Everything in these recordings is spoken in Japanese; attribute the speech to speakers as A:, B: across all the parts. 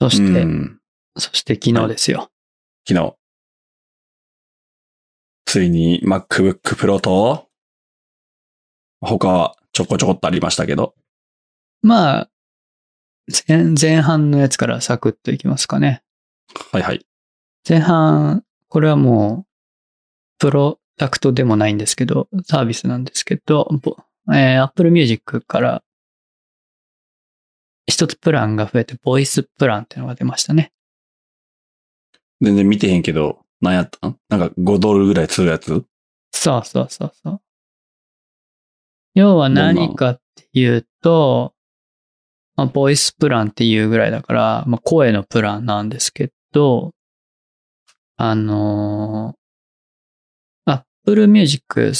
A: そして、
B: うん、
A: そして昨日ですよ。
B: 昨日。ついに MacBook Pro と、他はちょこちょこっとありましたけど。
A: まあ、前、前半のやつからサクッといきますかね。
B: はいはい。
A: 前半、これはもう、プロダクトでもないんですけど、サービスなんですけど、ぼえー Apple Music から、一つプランが増えて、ボイスプランっていうのが出ましたね。
B: 全然見てへんけど、なんやったんなんか5ドルぐらいするやつ
A: そうそうそうそう。要は何かっていうと、まあ、ボイスプランっていうぐらいだから、まあ、声のプランなんですけど、あのー、Apple Music っ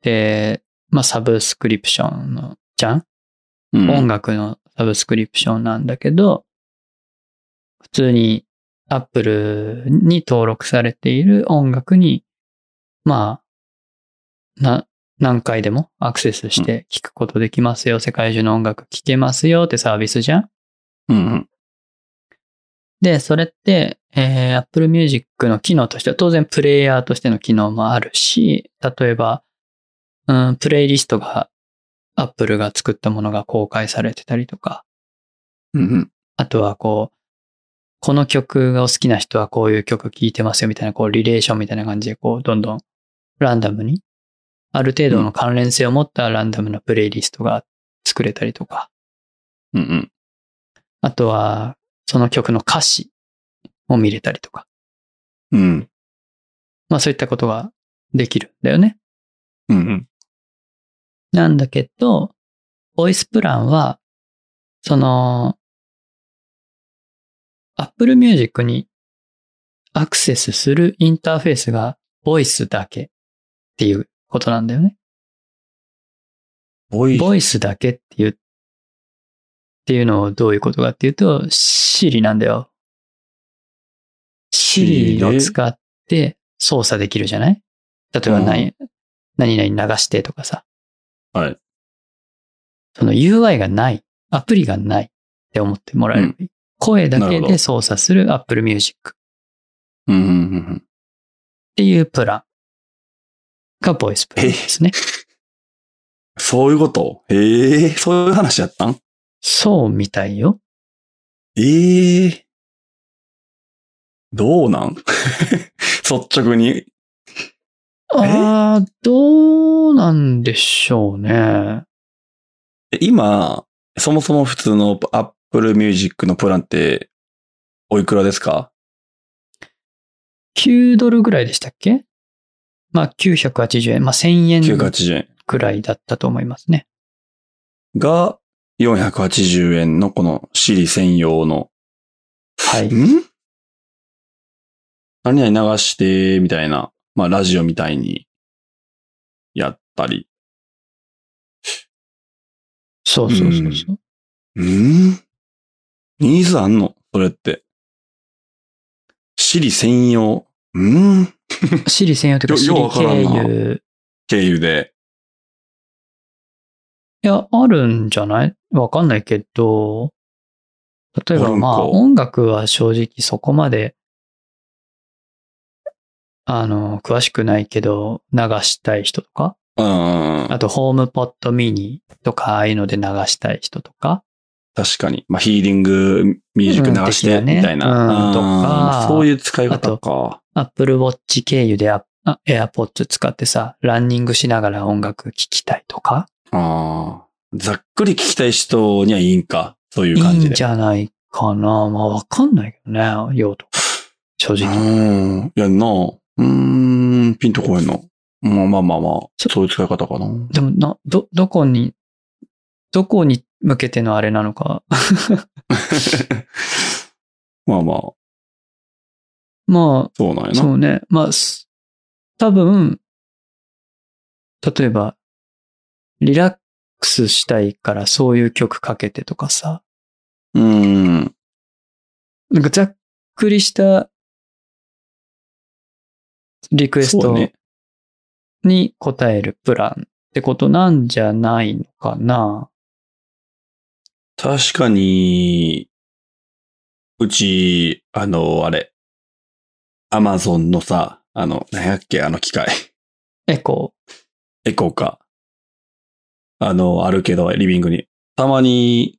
A: て、まあ、サブスクリプションの、じゃん
B: うん。
A: 音楽のサブスクリプションなんだけど、普通に Apple に登録されている音楽に、まあ、な、何回でもアクセスして聴くことできますよ、世界中の音楽聴けますよってサービスじゃん
B: うん
A: で、それって、えー Apple Music の機能としては、当然プレイヤーとしての機能もあるし、例えば、うん、プレイリストが Apple が作ったものが公開されてたりとか、
B: うん。うんうん。
A: あとはこう、この曲がお好きな人はこういう曲聴いてますよみたいな、こう、リレーションみたいな感じで、こう、どんどんランダムに、ある程度の関連性を持ったランダムなプレイリストが作れたりとか、
B: うんうん。
A: あとは、その曲の歌詞を見れたりとか、
B: うん。
A: まあそういったことができるんだよね。
B: うんうん。
A: なんだけど、ボイスプランは、その、Apple Music にアクセスするインターフェースがボイスだけっていうことなんだよね。
B: ボイ
A: ボイスだけっていう、っていうのをどういうことかっていうと、Siri なんだよ。
B: Siri
A: Siri
B: で
A: を使って操作できるじゃない例えば何、何々流してとかさ。
B: はい。
A: その UI がない、アプリがないって思ってもらえればいい。声だ
B: な
A: け
B: るほど
A: で操作する Apple Music っ
B: うんうんうんうん。
A: ていうプランがボイスプランですね。
B: そういうことええそういう話やったん
A: そうみたいよ。
B: ええどうなん 率直に。
A: ああ、どうなんでしょうね。
B: え今、そもそも普通の Apple Music のプランって、おいくらですか
A: 9ドルぐらいでしたっけまあ980円、まあ1000円
B: ?980 円。
A: くらいだったと思いますね。
B: が、480円のこの Siri 専用の。
A: はい
B: ん何々流して、みたいな。まあ、ラジオみたいに、やったり。
A: そうそうそうそう。
B: んニーズあんのそれって。Siri 専用。ん
A: シリ専用というか、シ
B: よ
A: リ
B: ようわからんな
A: 経由。
B: 経由で。
A: いや、あるんじゃないわかんないけど、例え
B: ある
A: ば
B: んか
A: まあ、音楽は正直そこまで、あの、詳しくないけど、流したい人とか、
B: うんうんうん。
A: あと、ホームポットミニとか、ああいうので流したい人とか、
B: 確かに。まあ、ヒーリングミュージック流して、
A: うん的なね
B: みたいな。
A: うんとか
B: あーそういう使い方か。
A: Apple Watch 経由でああ AirPods 使ってさ、ランニングしながら音楽聴きたいとか、
B: ああ。ざっくり聞きたい人にはいいんか。そうい
A: いう
B: 感
A: い
B: じ
A: ん
B: で。
A: じゃないかな。まあ、わかんないけどね、用途。正 直。
B: うん。いや、なあ。うーん、ピンとこへんの。まあまあまあまあ。
A: そ
B: そういう使い方かな。
A: でもな、ど、どこに、どこに向けてのあれなのか。
B: まあまあ、
A: ま
B: そうなんや
A: あ、
B: な。
A: そうね。まあ、す多分、例えば、リラックスしたいからそういう曲かけてとかさ、
B: うん。
A: なんかざっくりしたリクエス
B: そう
A: ト
B: ね
A: に応えるプランってことなんじゃないのかな。
B: 確かに、うち、あの、あれ、アマゾンのさ、あの、何やっけ、あの機械。
A: エコ
B: エコーか。あの、あるけど、リビングに。たまに、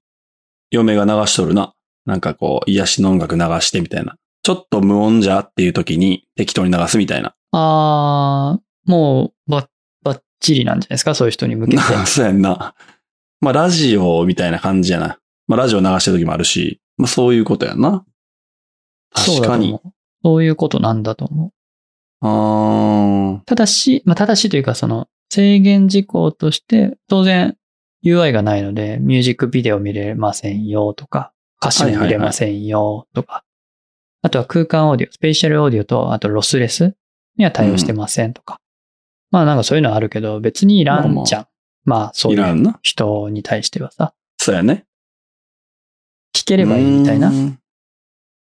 B: 嫁が流しとるな。なんかこう、癒しの音楽流してみたいな。ちょっと無音じゃっていう時に適当に流すみ たいな。
A: ー。あー、もう、ば、ばっちりなんじゃないですかそういう人に向けて。
B: そうやんな。まあ、ラジオみたいな感じやな。まあ、ラジオ流してる時もあるし、まあ、そういうことやんな。
A: そうだ
B: 確
A: と
B: かに。
A: 思う。そういうことなんだと思う。
B: あー
A: ただし、まあ、ただしというか、その、制限事項として、当然、UI がないので、ミュージックビデオ見れませんよとか、歌詞も見れませんよとか、あとは空間オーディオ、スペシャルオーディオと、あとロスレスには対応してませんとか。まあなんかそういうのはあるけど、別にいらんじゃん。まあ、そう
B: い
A: い
B: ら
A: うん
B: な。
A: 人に対してはさ、
B: そうやね。
A: 聴ければいいみたいな
B: う。ん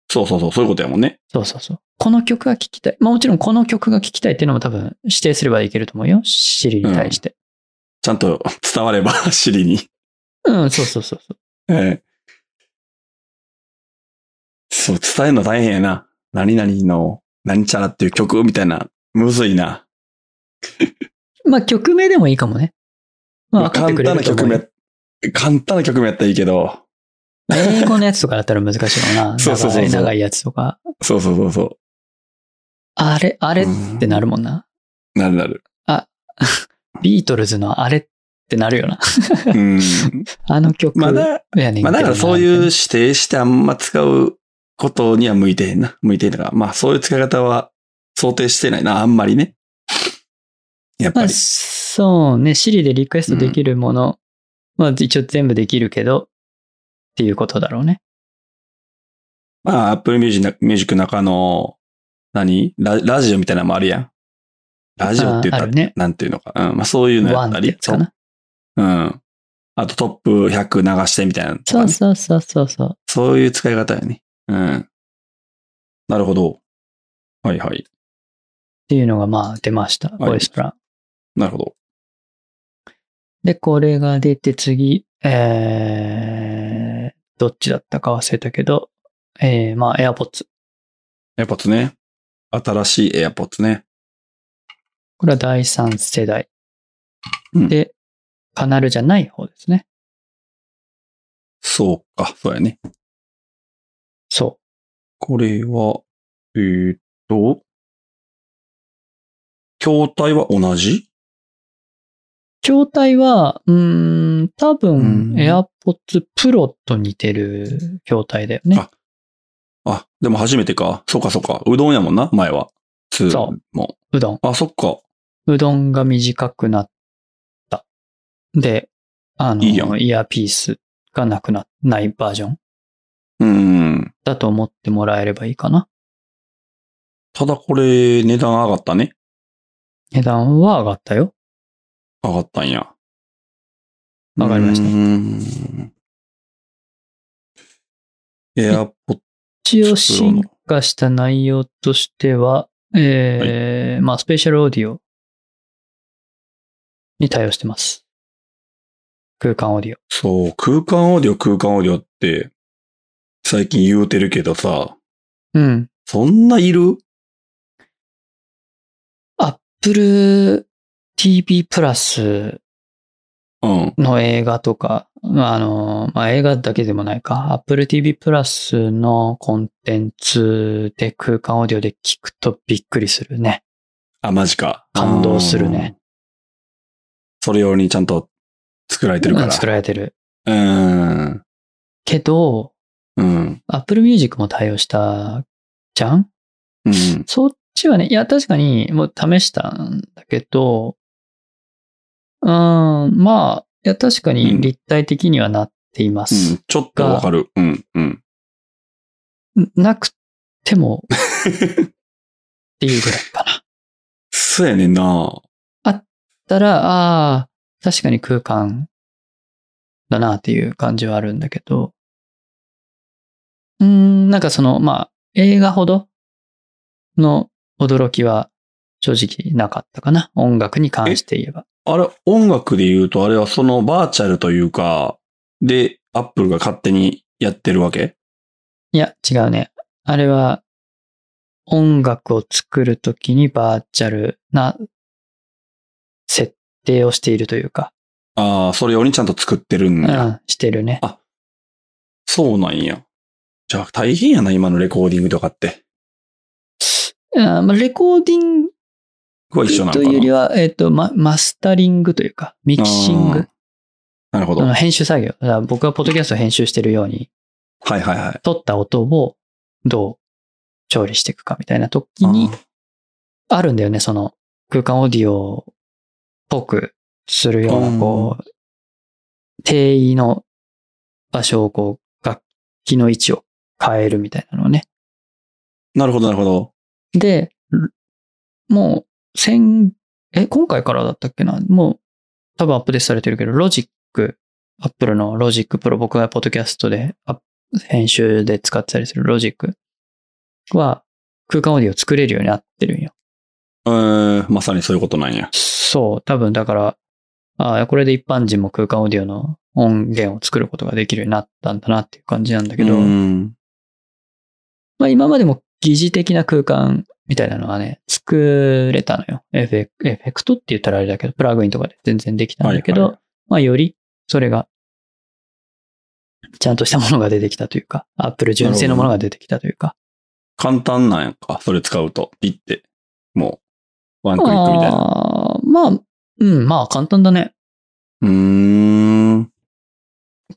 B: そうそうそう、そういうことやもんね。
A: そうそうそう。この曲が聴きたい。まあもちろんこの曲が聴きたいっていうのも多分指定すればいけると思うよ。シリに対して。
B: ちゃんと伝われば、 シリに。
A: うん、そうそうそうそう。
B: ええ。そう、伝えるの大変やな。何々の、何ちゃらっていう曲みたいな、むずいな。
A: まあ曲名でもいいかもね。まあ
B: まあ
A: 分かって
B: 簡
A: くれ
B: 単
A: る
B: な
A: と思
B: 曲
A: う
B: 名
A: よ。、
B: 簡単な曲名やったらいいけど、
A: 英語のやつとかだったら難しいかもな。
B: そうそうそうそう
A: 長い長いやつとか。
B: そうそうそうそ
A: あれ、あれってなるもんな。
B: う。なるなる。
A: ビートルズのあれってなる よな。
B: うん。
A: あの曲
B: ま
A: やねん
B: だ、
A: けどな。
B: まあだからそういう
A: み
B: 指定してあんま使うことには向いてへんな。向いてへんだから。まあそういう使い方は想定してないな、あんまりね。や
A: いな。
B: ったぱ
A: まあ
B: り。
A: そうね、Siri でリクエストできるもの、まあ一応全部できるけど、っていうことだろうね。
B: まあ、Apple Music ミュージック中の、何ララジオみたいなのもあるやん。ラジオって
A: あー
B: 言った
A: あ
B: ら、
A: るね
B: なんていうのか。うん。まあ、そういうのや
A: ワ
B: っ
A: ン
B: た
A: って
B: り。
A: やつかな。
B: そううん。あとトップ100流してみたいなのと
A: そ
B: かね、
A: うそうそうそうそう。
B: そういう使い方やね。うん。なるほど。はいはい。
A: っていうのがまあ出ました。
B: はい
A: ボイスプラン。
B: なるほど。
A: で、これが出て次、えー、どっちだったか忘れたけど、えー、まあ、AirPods。
B: AirPods ね。新しい AirPods ね。
A: これは第3世代。
B: うん
A: で、カナルじゃない方ですね。
B: そうか。そうやね。
A: そ
B: これは、えーっと、筐体は同じ
A: う。筐体は、うーん、多分
B: う、ん
A: AirPods Pro と似てる筐体だよね
B: あ。あ、でも初めてか。そうかそうか。うどんやもんな、前は。ツ
A: そ
B: ーも。
A: うどん。
B: あ、そっか。
A: うどんが短くなった。で、あの、
B: いいやん
A: イヤーピースがなくな、ないバージョン
B: うん。
A: だと思ってもらえればいいかな。
B: ただこれ、値段上がったね。
A: 値段は上がったよ。
B: 上がったんや。
A: 上がりました
B: うん。エアポッ
A: 一応進化した内容としては、えーまあ、スペシャルオーディオに対応してます。空間オーディオ。
B: そう、空間オーディオ、空間オーディオって、最近言うてるけどさ、
A: うん。
B: そんないる
A: Apple TV プラス
B: うん。
A: の映画とか、あの、まあ、映画だけでもないか、Apple TV プラスのコンテンツで空間オーディオで聞くとびっくりするね。
B: あ、マジか。
A: 感動するね
B: うん。それ用にちゃんと作られてるか
A: うん
B: ら。
A: 作られてる。
B: うん。
A: けど、
B: うん。
A: Apple Music も対応したじゃん
B: うん。
A: そっちはね、いや、確かに、もう試したんだけど、うーん、まあ、いや、確か
B: う
A: に
B: ん
A: 立体的にはなっていま
B: う
A: す
B: ん。ちょっとわかる。うん、うん。
A: なくて も、っていうぐらいかな。
B: そうやねんな。
A: たら、ああ、確かに空間だなっていう感じはあるんだけど、うーん、なんかその、まあ、映画ほどの驚きは正直なかったかな。音楽に関して言えば。
B: あれ、音楽で言うと、あれはそのバーチャルというか、で、アップルが勝手にやってるわけ
A: いや、違うね。あれは、音楽を作るときにバーチャルな設定をしているというか、
B: ああ、それ用にちゃんと作ってるん
A: う
B: や。
A: ん、してるね。
B: そうなんや。じゃあ大変やな、今のレコーディングとかって。
A: うんまあレコーディン
B: これ一
A: グ
B: 緒なの
A: と
B: か
A: いうより
B: な
A: は、えっ、と、ママスタリングというか、ミキシン
B: あー
A: グ、
B: なるほ
A: そ
B: ど。は
A: の
B: い
A: 編集作業。だから僕がポッドキャストを編集してるように、
B: はいはい。
A: 撮った音をどう調理していくかみたいな時に
B: あ、ー
A: あるんだよね、その空間オーディオっぽくするよう
B: う
A: な、
B: ん
A: こう、定位の場所をこう、楽器の位置を変えるみたいなのをね。
B: なるほどなるほど。
A: で、もう、先、え、今回からだったっけなもう、多分アップデートされてるけど、ロジック、アップルのロジックプロ、僕がポッドキャストで、アップ編集で使ってたりするロジックは、空間オーディオを作れるようになってるんよ。
B: えー、まさにそういうことなんや。
A: そう、多分だから、ああ、これで一般人も空間オーディオの音源を作ることができるようになったんだなっていう感じなんだけど、
B: うん。
A: まあ今までも疑似的な空間みたいなのはね、作れたのよ。エフェクエフェクトって言ったらあれだけど、プラグインとかで全然できたんだけど、
B: はいは
A: まあよりそれが、ちゃんとしたものが出てきたというか、Apple 純正のものが出てきたというか、
B: 簡単なんやんか。それ使うと。ピッて。もう、ワンクリックみたいな。
A: あーまあ、うん、まあ簡単だね。
B: うーん。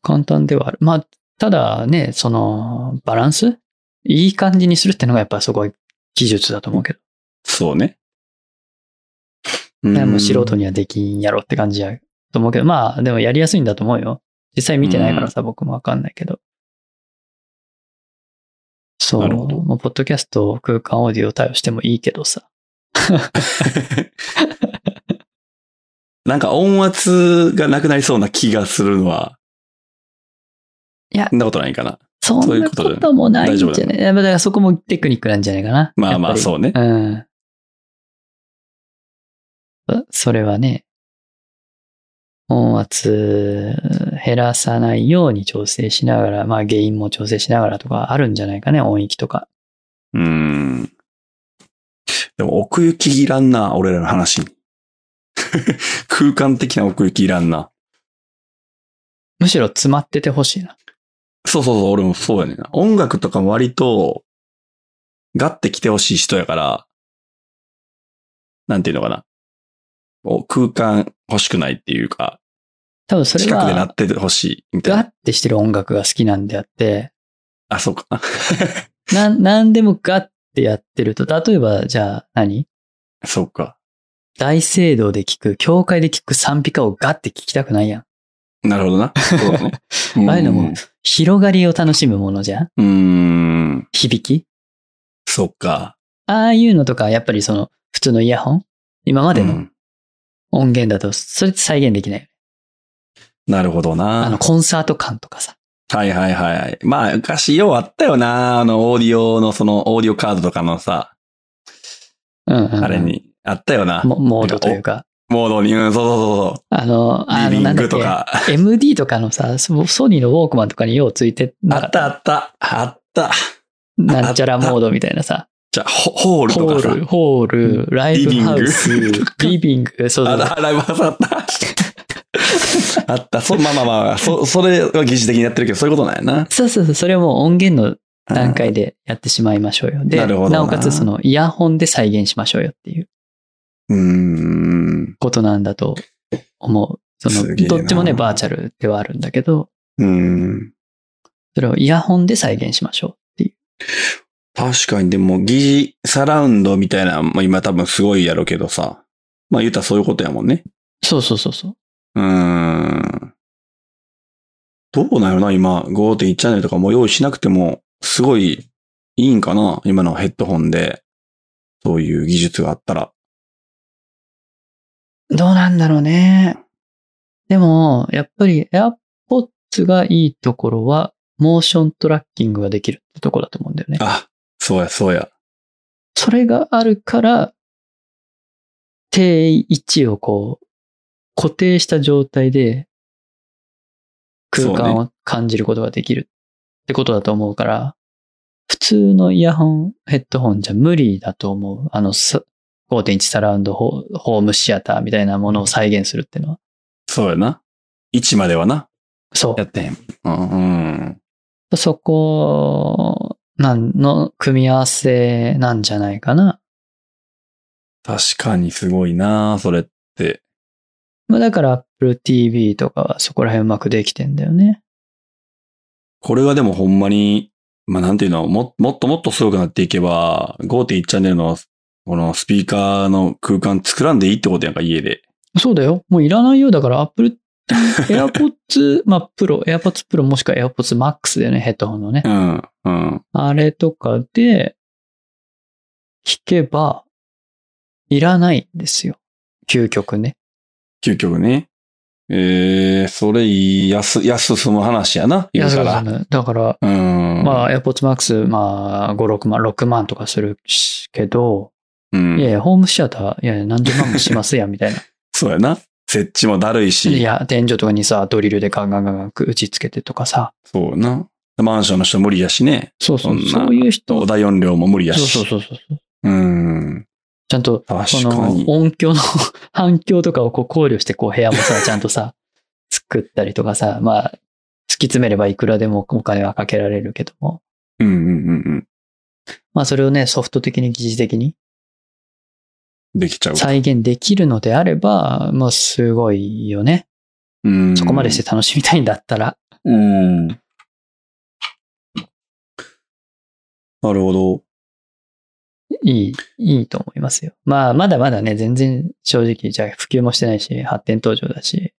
A: 簡単ではある。まあ、ただね、その、バランスいい感じにするってのがやっぱすごい技術だと思うけど。
B: そうね。う
A: ね
B: ん
A: もう素人にはできんやろって感じやと思うけど、まあ、でもやりやすいんだと思うよ。実際見てないからさ、僕もわかんないけど。そう。
B: なるほど
A: もうポッドキャスト空間オーディオ対応してもいいけどさ。
B: なんか音圧がなくなりそうな気がするのは、
A: いや
B: そんなことないかな。
A: そ
B: そうんいう
A: な
B: ことだよね
A: こともないんじゃ
B: 大丈夫
A: ね。やっぱだからそこもテクニックなんじゃないかな。
B: まあまあ、
A: う
B: そうね。
A: うん。そそれはね、音圧減らさないように調整しながら、まあ原因も調整しながらとかあるんじゃないかね、音域とか。
B: うーん。でも奥行きいらんな、俺らの話に。 空間的な奥行きいらんな。
A: むしろ詰まっててほしいな。
B: そうそうそう、俺もそうやねんな。音楽とかも割と、ガッて来てほしい人やから、なんていうのかな。お空間欲しくないっていうか、
A: 多分それ
B: 近くでな
A: は
B: っ、てほしいみたい
A: ガ
B: な。
A: ッてしてる音楽が好きなんであって、
B: あ、そうか。
A: なん、なんでもガッてやってると、例えば、じゃあ何
B: そうか。
A: 大聖堂で聞く、教会で聞く賛美歌をガッて聞きたくないやん。
B: なるほどな。そ うだね。
A: ああいうのも広がりを楽しむものじゃん
B: うーん。
A: 響き
B: そっか。
A: ああいうのとか、やっぱりその、普通のイヤホン今まで
B: う
A: の
B: ん
A: 音源だと、それって再現できない。
B: なるほどな。
A: あの、コンサート感とかさ。
B: はいはいはいはい。まあ、昔ようあったよな。あの、オーディオの、その、オーディオカードとかのさ、
A: うんうんうん、
B: あれに、あったよな。
A: モ。モードというか、
B: モードに、うん、そうそう
A: あの、
B: そうそ
A: あ
B: う。リ
A: の、
B: ビ
A: な
B: ン
A: んだ
B: グ
A: っけ
B: と、か。
A: MD とかのさ、ソソニーのウォークマンとかにようついてな
B: あ
A: か
B: ったあった。あった。
A: なんちゃらモードみたいなさ、
B: じゃあ、ホホールと
A: ホ
B: かさ
A: ー。ル、ホール、ライブハウス、
B: リビング
A: リビング、そう
B: あ
A: だ、
B: ら、ライブハウスあ った。あった。そう、まあまあまあ、そ、それは疑似的にやってるけど、そういうことなんやな。
A: そうそうそう、それをもう音源の段階でやってしまいましょうよ。で、
B: なるほどな
A: なおかつそのイヤホンで再現しましょうよっていう。
B: うーん。
A: ことなんだと思う。そ
B: す
A: の、
B: げえな
A: どっちもね、バーチャルではあるんだけど、
B: うーん。
A: それをイヤホンで再現しましょうっていう。
B: 確かに、でも、疑似サラウンドみたいな、まあ今多分すごいやろうけどさ。まあ言うたらそういうことやもんね。
A: そうそうそうそう。
B: うーん。どうなのな、今。5.1チャンネルとかも用意しなくても、すごいいいんかな今のヘッドホンで。そういう技術があったら。
A: どうなんだろうね。でも、やっぱり AirPods がいいところは、モーショントラッキングができるってとこだと思うんだよね。
B: あ、そうや、そうや。
A: それがあるから、定位置をこう、固定した状態で空間を感じることができるってことだと思うから、普通のイヤホン、ヘッドホンじゃ無理だと思う。あの、さ5.1サラウンドホホームシアターみたいなものを再現するっていうのは。
B: そうやな。位置まではな。
A: そ
B: やってへん。うんうん。
A: う。そこ、なんの組み合わせなんじゃないかな。
B: 確かにすごいなそれって。
A: まあだから Apple TV とかはそこら辺うまくできてんだよね。
B: これがでもほんまに、まあなんていうの、も、もっともっとすごくなっていけば、5.1チャンネルの、このスピーカーの空間作らんでいいってことやんか、家で。
A: そうだよ。もういらないよ。だから Apple AirPods、まあ Pro、AirPods Pro もしくは AirPods Max だよね、ヘッドホンのね
B: う。ん、うん。
A: あれとかで、聞けば、いらないんですよ。究極ね。
B: 究極ね。えー、それいい、安、安進む話やな、言うから。
A: 安く済むだから、
B: うん。
A: ま
B: あ、
A: あ、AirPods Max、まあ、5、6万、6万とかするしけど、
B: うん
A: いやいや、ホームシアター、いやいや、何十万もしますやん、みたいな。
B: そうやな。設置もだるい
A: い
B: し、
A: や、天井とかにさ、ドリルでガンガンガンガン打ち付けてとかさ。
B: そうやな。マンションの人無理やしね。
A: そうそう、
B: そん
A: そ
B: な
A: ういう人。
B: お題音量も無理や
A: そう
B: し。
A: そうそうそう。
B: うん。
A: ちゃんと、そ
B: 確か
A: の
B: に。
A: 音響の反響とかをこう考慮して、こう部屋もさ、ちゃんと さ、作ったりとかさ、まあ、突き詰めればいくらでもお金はかけられるけども、
B: うんうんうんうん。
A: まあそれをね、ソフト的に疑似的に
B: できちゃう。
A: 再現できるのであれば、まあすごいよね。
B: うん。
A: そこまでして楽しみたいんだったら。
B: うん。なるほど。
A: いい、いいと思いますよ。まあ、まだまだね、全然正直、じゃあ普及もしてないし、発展途上だし、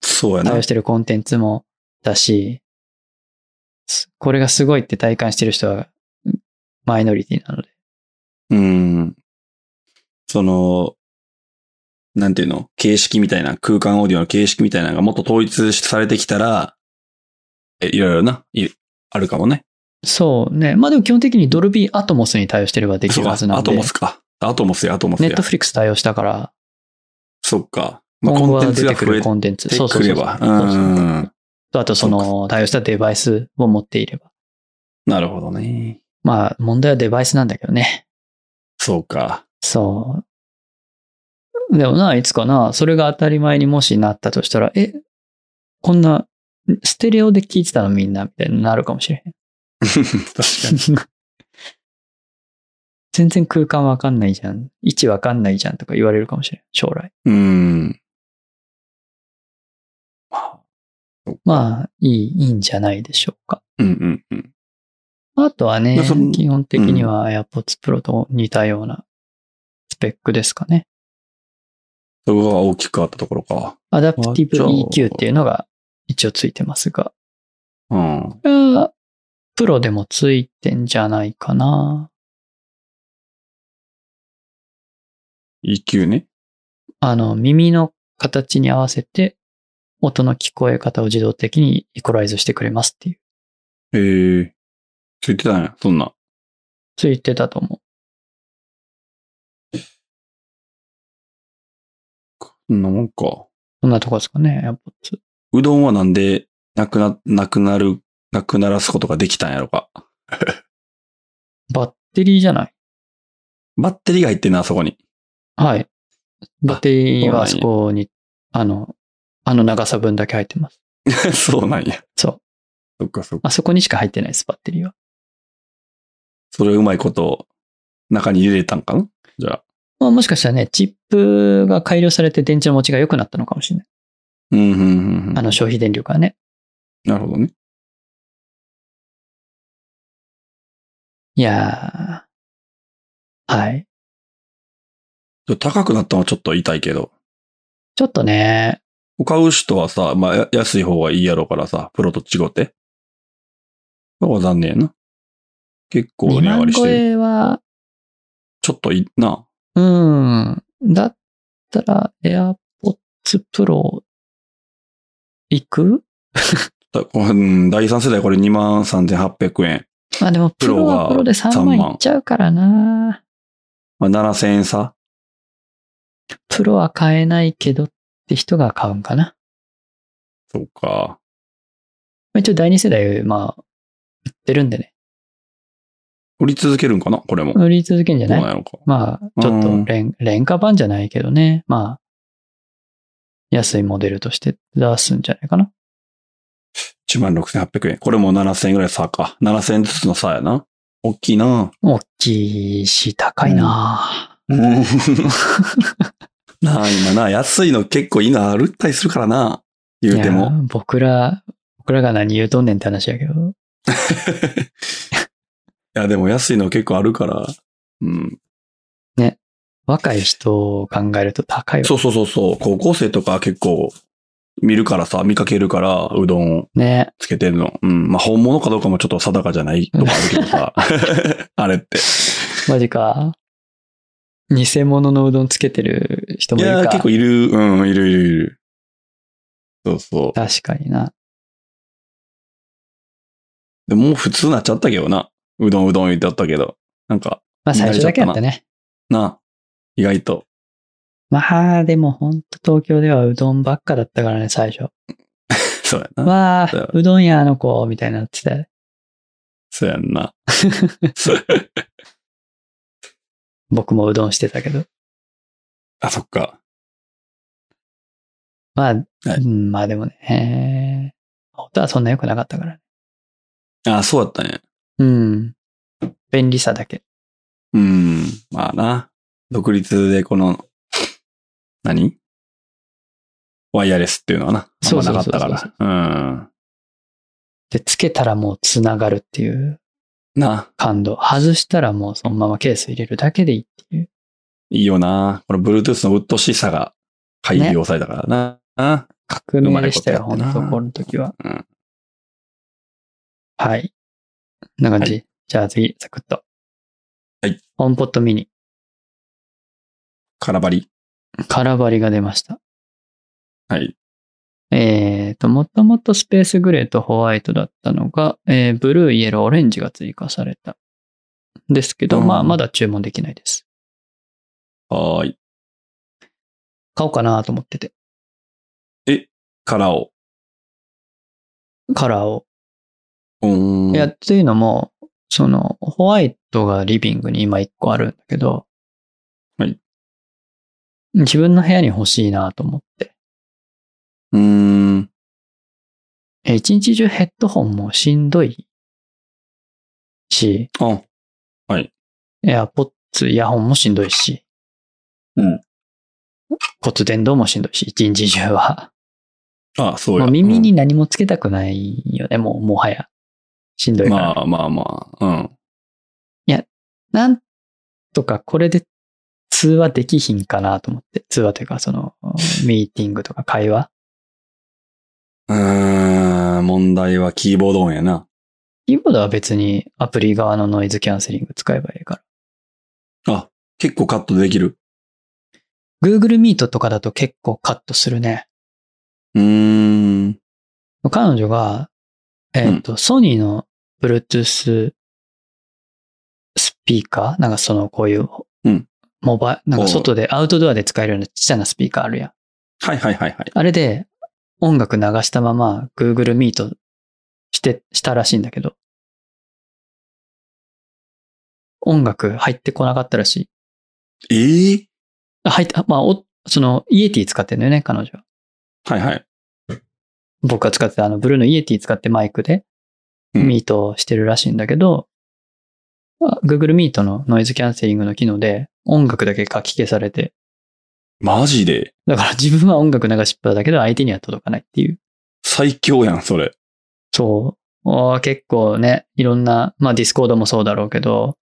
B: そうや
A: 対
B: な
A: 応し。てるコンテンツもだし、すこれがすごいって体感してる人はうんマイノリティなので。
B: うん。その、なんていうの形式みたいな、空間オーディオの形式みたいなのがもっと統一されてきたら、えいろいろな、いあるかもね。
A: そうね。まあでも基本的にドルビーアトモスに対応してればできるはず
B: そうか
A: な
B: ア
A: ん
B: ト
A: で
B: モ、スか。アトモスや、アトモス
A: ネ
B: や。
A: ットフリックス対応したから、
B: そっか。まあ、
A: 今後
B: コンテ
A: は
B: ンツ
A: 出て
B: が
A: く
B: 増え
A: る
B: て
A: コンテンツ。そうそう
B: く
A: そ
B: れ
A: う
B: ば。
A: そうそう
B: う。
A: そうんとあとその対応したデバイスを持っていれば。
B: なるほどね。
A: まあ問題はデバイスなんだけどね。
B: そうか。
A: そう。でもな、いつかな、それが当たり前にもしなったとしたら、え、こんな、ステレオで聞いてたのみんな、みたいになるかもしれ へん。
B: 確かに。
A: 全然空間わかんないじゃん。位置わかんないじゃんとか言われるかもしれん。将来。
B: うん。
A: まあ、いい、いいんじゃないでしょうか。
B: うんうんうん。
A: あとはね
B: まあその、
A: 基本的には AirPods Pro と似たようなスペックですかね。
B: そこが大きくあったところか。
A: アダプティブ
B: あじゃあ
A: EQ っていうのが一応ついてますが。
B: うん。
A: が、プロでもついてんじゃないかな。
B: EQ ね。
A: あの、耳の形に合わせて、音の聞こえ方を自動的にイコライズしてくれますっていう。
B: ええー。ついてたんや、そんな。
A: ついてたと思う。
B: そんなもんか。
A: そんなとこですかね、AirPods。
B: うどんはなんで、なくな、なくなる、なくならすことができたんやろか。
A: バッテリーじゃない
B: バッテリーが入ってんな、あそこに。
A: はい。バッテリーは
B: あ
A: そ
B: そ
A: う
B: なんや
A: こに、あの、あの長さ分だけ入ってます。
B: そうなんや。
A: そう。
B: そっかそっか。
A: あそこにしか入ってないです、バッテリーは。
B: それうまいこと、中に入れたんかなじゃあ。
A: まあもしかしたらね、チップが改良されて電池の持ちが良くなったのかもしれない。
B: うん、うん、うんうん。
A: あの消費電力がね。
B: なるほどね。
A: いやー。はい。
B: 高くなったのはちょっと痛いけど。
A: ちょっとね、
B: 買う人はさ、まあ、や安い方がいいやろからさ、プロと違って。そこは残念やな。結
A: 2
B: 構値上が
A: 万
B: りし
A: 超
B: てる。
A: えは、
B: ちょっといいな。
A: うん。だったら、AirPods Pro 行く
B: だうん、第3世代これ23,800円。
A: まあでも、プロはプロで
B: Pro が
A: 3万
B: 3
A: い
B: 万
A: っちゃうからな。
B: まあ、7,000円差。
A: プロは買えないけどって人が買うんかな。
B: そうか。
A: まあ一応第2世代、まあ、売ってるんでね。
B: 売り続けるんかなこれも。ど
A: 売り続けんじゃ
B: う
A: ない
B: なんやろか。
A: まあ、ちょっ
B: うん
A: と廉廉価版じゃないけどね。まあ、安いモデルとして出すんじゃないかな。
B: 16,800円。これも7000円ぐらい差か。7000円ずつの差やな。大きいな
A: 大きいし、高いな、
B: うん なあ、今な、安いの結構いいのあるったりするからな。言うて
A: いや
B: も。
A: 僕ら、僕らが何言うとんねんって話やけど。
B: いや、でも安いの結構あるから。うん。
A: 若い人を考えると高いわ
B: そうそうそうそう。高校生とか結構見るからさ、見かけるから、うどん
A: ね。
B: つけてるの。うん。まあ、本物かどうかもちょっと定かじゃないとかあるけど さ。あれって。
A: マジか。偽物のうどんつけてる人
B: い
A: もいる
B: や
A: か。
B: ー、結構いる。うん、いるいるいる。そうそう。
A: 確かにな。
B: でももう普通なっちゃったけどな。うどんうどん言ってあったけど。なんか、
A: まあ最初だけだったね。
B: な、意外と。
A: まあでもほんと東京ではうどんばっかだったからね、最初。
B: そうやな。
A: わ
B: そう
A: あ、うどん屋あの子、みたいになってたよ。
B: そうや んな。
A: 僕もうどんしてたけど。
B: あ、そっか。
A: まあ、うん、まあでもね、音はそんな良くなかったからね。
B: あ、そうだったね。
A: うん。便利さだけ。
B: うん。まあな。独立でこの、何ワイヤレスっていうのはな。あん
A: そう
B: ま
A: そ
B: な
A: う
B: か
A: そう
B: っ
A: そう
B: たから。うん。
A: で、つけたらもう繋がるっていう
B: な。
A: 感度。外したらもうそのままケース入れるだけでいいっていう。
B: いいよな。この Bluetooth の鬱陶しさが会議をされたからな。あ
A: 革命でしたよ、ほ
B: うまいことや
A: ん
B: って
A: と、
B: な
A: この時は。
B: うん
A: はい。こんな感じ。じゃあ次、サクッと。
B: はい。
A: オンポットミニ。
B: 空張り。
A: 空張りが出ました。
B: はい。
A: えっ、と、もともとスペースグレーとホワイトだったのが、えーブルー、イエロー、オレンジが追加された。ですけど、
B: うん
A: まあ、まだ注文できないです。
B: はーい。
A: 買おうかなと思ってて。
B: カラーを。
A: カラーを。
B: うーん。
A: いや、というのも、その、ホワイトがリビングに今一個あるんだけど、
B: はい。
A: 自分の部屋に欲しいなと思って。
B: うーん。
A: えー一日中ヘッドホンもしんどいし、
B: あ、
A: エアポッツ、イヤホンもしんどいし。
B: うん。
A: 骨伝導もしんどいし、一日中は。
B: あ、そう
A: も
B: や。
A: う耳に何もつけたくないよね、もう、もはや。しんど
B: う
A: い
B: ん。
A: から。
B: まあまあまあ。うん。
A: なんとかこれで通話できひんかなと思って。通話というか、そ の、ミーティングとか会話。
B: うーん、問題はキーボード音やな。
A: キーボードは別にアプリ側のノイズキャンセリング使えばいいから。
B: あ、結構カットできる。
A: Google Meet とかだと結構カットするね。
B: うーん。
A: 彼女が、えっ、と、ソニーの Bluetooth スピーカーなんかその、こういう、
B: うん
A: モバイなんか外で、アウトドアで使えるようなちっちゃなスピーカーあるやん。
B: はいはいはいはい。
A: あれで音楽流したまま Google Meet して、したらしいんだけど。音楽入ってこなかったらしい。
B: ええ
A: あ入って、あまあ、お、その、イエティ使ってんだよね、彼女は。
B: はいはい。
A: 僕が使ってたあの、ブルーのイエティ使ってマイクで、
B: うん
A: ミートをしてるらしいんだけど、あ Google Meet のノイズキャンセリングの機能で音楽だけ書き消されて、
B: マジで
A: だから自分は音楽流しっぱだけど相手には届かないっていう。
B: 最強やん、それ。
A: そう。あー結構ね、いろんな、まあディスコードもそうだろうけど、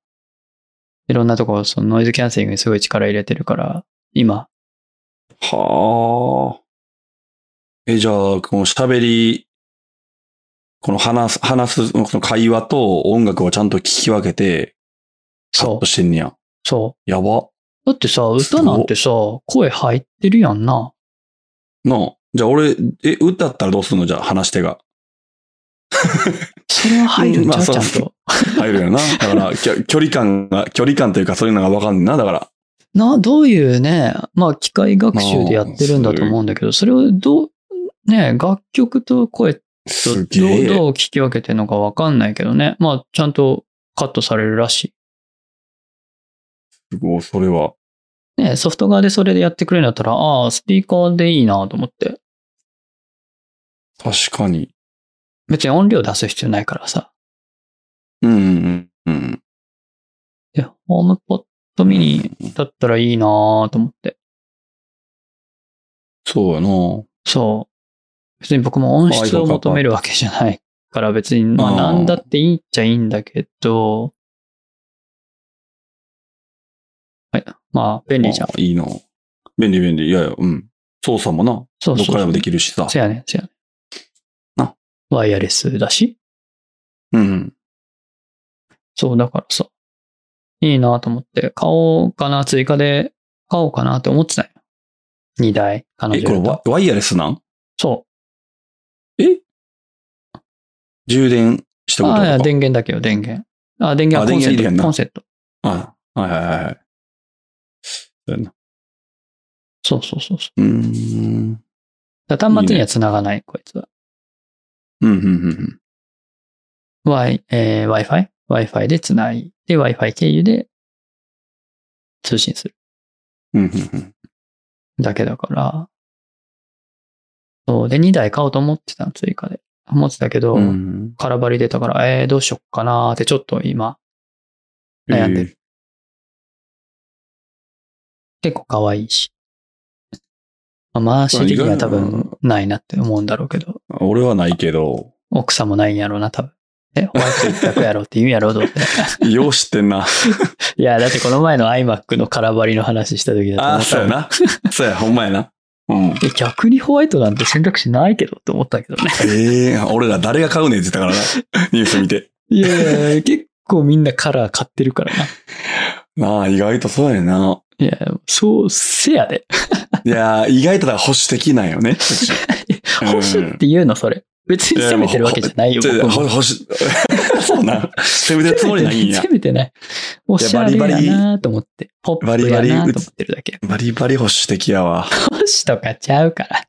A: いろんなとこ、そのノイズキャンセリングにすごい力入れてるから、今。
B: はあ。え、じゃあ、この喋り、この話す、話す、この会話と音楽をちゃんと聞き分けて、カ
A: そ
B: ット
A: う。
B: してんねや。
A: そ
B: やば。
A: う。だってさ、歌なんてさ、声入ってるやんな。
B: なあ。じゃあ俺、え、歌ったらどうすんのじゃあ話し手が。
A: それは入るんちゃ
B: まあ
A: う
B: そ
A: ち
B: う
A: ゃんと。
B: 入る よな。だから、きょ距離感が、距離感というかそういうのがわかんねんな。だから。
A: な、どういうね、まあ機械学習でやってるんだと思うんだけど、それをどう、ね、楽曲と声とど
B: す
A: うどう聞き分けてるのかわかんないけどね。まあちゃんとカットされるらし
B: すごい、それは。
A: い。ねソフト側でそれでやってくれるんだったら、ああ、スピーカーでいいなと思って。
B: 確かに。
A: 別に音量出す必要ないからさ。
B: うんうんうんうん。
A: で、ホームポットミニだったらいいなと思って。
B: そうやな
A: そう。別に僕も音質を求めるわけじゃないから別に、まあ
B: あー
A: なんだっていいっちゃいいんだけど、はい。まあ便利じゃん。
B: あいいな便利便利。いやいや、うん。操作もな。
A: そう
B: ど
A: そう
B: っからでもできるしさ。
A: せやねん、せやねん。
B: な
A: ワイヤレスだし。
B: うん。
A: そう、だからさ。いいなと思って、買おうかな、追加で買おうかなって思ってたよ。2台、彼
B: え、これ
A: 女
B: ワ
A: と。
B: ワイヤレスなん
A: そ
B: 充電した
A: う。
B: こと
A: あ
B: と
A: あ、いや
B: か
A: 電源だけよ、電源。あ、電源は
B: あ
A: コンセ
B: 電源入れ
A: ント。
B: んな
A: コンセント。
B: あはいはいはいはい。そうやな。
A: そうそうそうそう。
B: うーん。
A: だから端末には繋がない、こいつは。
B: うん、うん、うん。
A: Wi、えー、Wi-Fi?Wi-Fi で繋いで、Wi-Fi 経由で通信する
B: うん、うん、うん。
A: だけだから。そう。で、2台買おうと思ってたの、追加で。思ってたけど、
B: うん
A: 空張り出たから、えー、どうしよっかなーってちょっと今、悩んでる。結構可愛いし。まあ、回し的には多分ないなって思うんだろうけど、
B: えー俺はないけど、
A: 奥さんもないんやろうな、多分。え、ホワイト一択やろうって言うんやろうと思って。
B: よう知ってん な。
A: いや、だってこの前の iMac の空張りの話した時だと
B: あ
A: 思
B: あ、
A: った
B: そう
A: も
B: や
A: ん。
B: な。そうや、ほんまやな。 うん。
A: え逆にホワイトなんて選択肢ないけどって思ったけどね。
B: ええ俺ら誰が買うねんって言った からな。ニュース見て。
A: いやいや、結構みんなカラー買ってるからな。
B: なあ、意外とそうやな。
A: いや、そう、せやで。
B: いやー、意外とだから保守的なんよね。
A: 欲しいって言うの、それ。別に攻めてるわけじゃないよ。
B: ちょ
A: 僕も
B: ほ保守、 そう なん。攻めてるつもりないん や
A: 攻。めてない。おしゃれだなと思って。ポップや
B: バリ
A: な
B: バリ
A: と思ってるだけ。
B: バリバリ保守的やわ。
A: ポッシュとかちゃうから。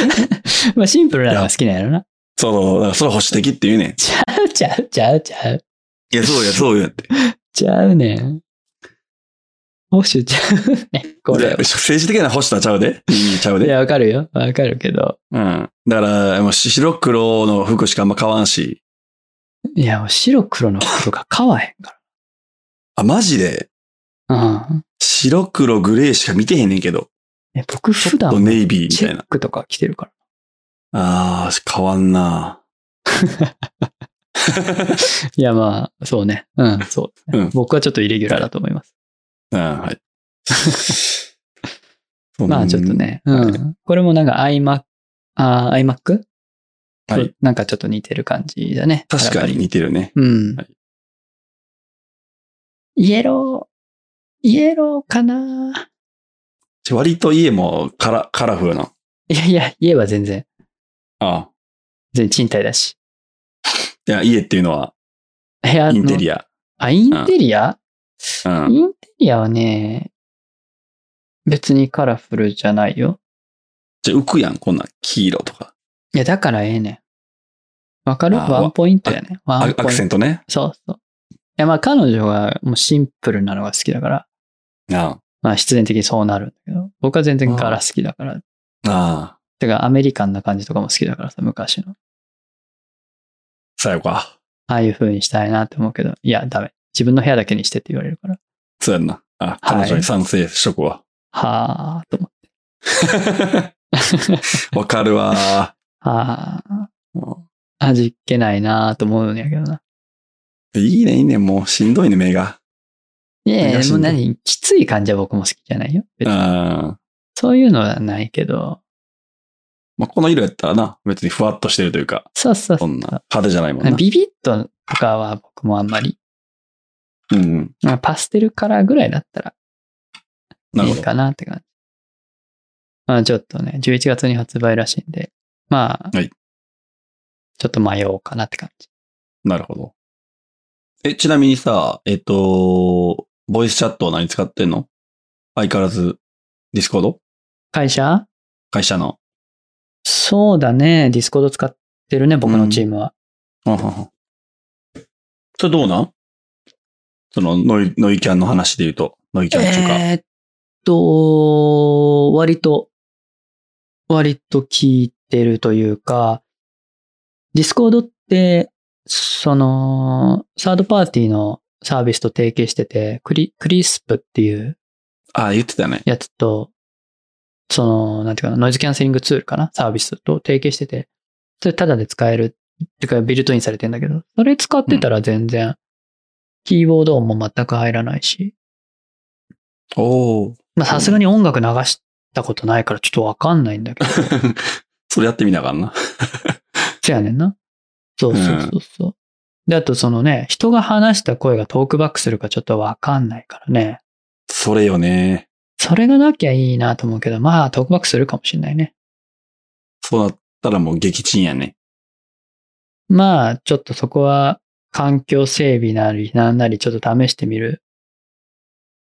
A: まあシンプルなのが好きなんやろな。
B: そうそうそう、だからそれ保守的って言うねん。
A: ちゃうちゃうちゃうちゃう。
B: いや、そうや、そうやって。
A: ちゃうねん。ポッシュちゃうねん。こ
B: い
A: れ
B: や。政治的な保守とはちゃうで。いいちゃう
A: い
B: で。
A: や、わかるよ。わかるけど。
B: うん。だから、もう白黒の服しかあんま買わんし。
A: いや、もう白黒の服とか買わへんか
B: あ、マジで
A: ら。うん。
B: 白黒グレーしか見てへんねんけど。
A: え僕
B: ちょ
A: 普
B: っと
A: 段
B: ネイビーみ
A: チ
B: た
A: ェ
B: いな
A: ッ。クとか着てるから。
B: あー、変わんな。
A: いや、まあ、そうね。うん、そうですね、
B: うん
A: 僕はちょっとイレギュラーだと思います。
B: うん、はい。
A: まあ、ちょっとね。うん。これもなんか iMac、あー iMac?
B: は
A: そ
B: い
A: うなんかちょっと似てる感じだね。
B: 確かに似てるね。
A: うん、
B: はい
A: イエロー、イエローかな
B: 割と家もカラカラフルな。
A: いやいや、家は全然、
B: ああ。
A: 全然賃貸だし。
B: いや、家っていうのは
A: 部屋の。
B: インテリ
A: ア。
B: ア。
A: あ、インテリア、
B: うん。
A: インテリアはね、別にカラフルじゃないよ。
B: じゃあ浮くやん、こんなん。黄色とか。
A: いや、だからええねん。わかる
B: あー
A: ワンポイントやね。
B: あ
A: ワン
B: ア
A: ポイ
B: ク
A: ン
B: セ
A: ト。
B: ントね。
A: そうそう。いや、まあ彼女がもうシンプルなのが好きだから、
B: あ
A: まあ必然的にそうなるんだけど、僕は全然柄好きだから。
B: あ。ああ。
A: てかアメリカンな感じとかも好きだからさ、昔の。
B: さよか。
A: ああいう風にしたいなって思うけど、いや、ダメ。自分の部屋だけにしてって言われるから。
B: そうやんな。あ、彼女に賛成しとくわ。
A: はあと思って。
B: わかるわ。
A: はあ
B: も
A: 味気ないなと思うんやけどな。
B: ういいね、いいね。もうしんどいね、目が。
A: いやいや
B: 難しい
A: もう
B: ね
A: 何きつい感じは僕も好きじゃないよ。
B: う
A: 別
B: ん。
A: に
B: ま
A: そういうのはないけど。
B: あ、この色やったらな、別にふわっとしてるというか、
A: そうそうそ
B: そ
A: うん
B: な派手じゃないもんな。
A: ビビットとかは僕もあんまり。
B: うんうん。
A: まあパステルカラーぐらいだったら
B: なる
A: い
B: ほ
A: い
B: ど。
A: かなって感じ。まあちょっとね、11月に発売らしいんで、まあ、
B: はい
A: ちょっと迷おうかなって感じ。
B: なるほど。え、ちなみにさ、えっと、ボイスチャットは何使ってんの相変わらず、ディスコード
A: 会社
B: 会社の。
A: そうだね、ディスコード使ってるね、僕のチームは。
B: うんうんうんそれどうなんそのノイ、ノイキャンの話で言うと、ノイキャンっていうか、
A: えーっと、割と、割と聞いてるというか、ディスコードって、その、サードパーティーのサービスと提携してて、クリ、クリスプっていう
B: あ、言ってたね。
A: やつと、その、なんていうかな、ノイズキャンセリングツールかなサービスと提携してて、それタダで使える、っていうかビルトインされてんだけど、それ使ってたら全然、キーボード音も全く入らないし、
B: おお。
A: まあさすがに音楽流したことないからちょっとわかんないんだけど、
B: それやってみなあかんな。
A: そやねんな。そうそうそうそう。で、あとそのね、人が話した声がトークバックするかちょっとわかんないからね。
B: それよね。
A: それがなきゃいいなと思うけど、まあトークバックするかもしれないね。
B: そうなったらもう撃沈やね。
A: まあ、ちょっとそこは環境整備なりなんなりちょっと試してみる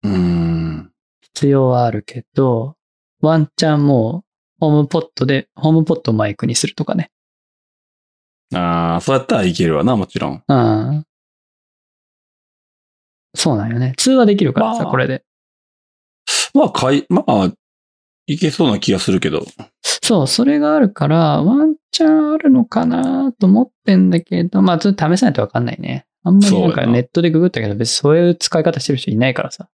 B: うーん。
A: 必要はあるけど、ワンチャンもうホームポットで、ホームポットをマイクにするとかね。
B: ああ、そうやったらいけるわな、もちろん。
A: うん。そうなんよね。通話できるからさ、
B: まあ
A: これで。
B: まあ、かい、まあ、いけそうな気がするけど。
A: そう、それがあるから、ワンチャンあるのかなと思ってんだけど、まあ、ちょっと試さないとわかんないね。あんまりなん
B: そう
A: か
B: やな
A: ネットでググったけど、別にそういう使い方してる人いないからさ。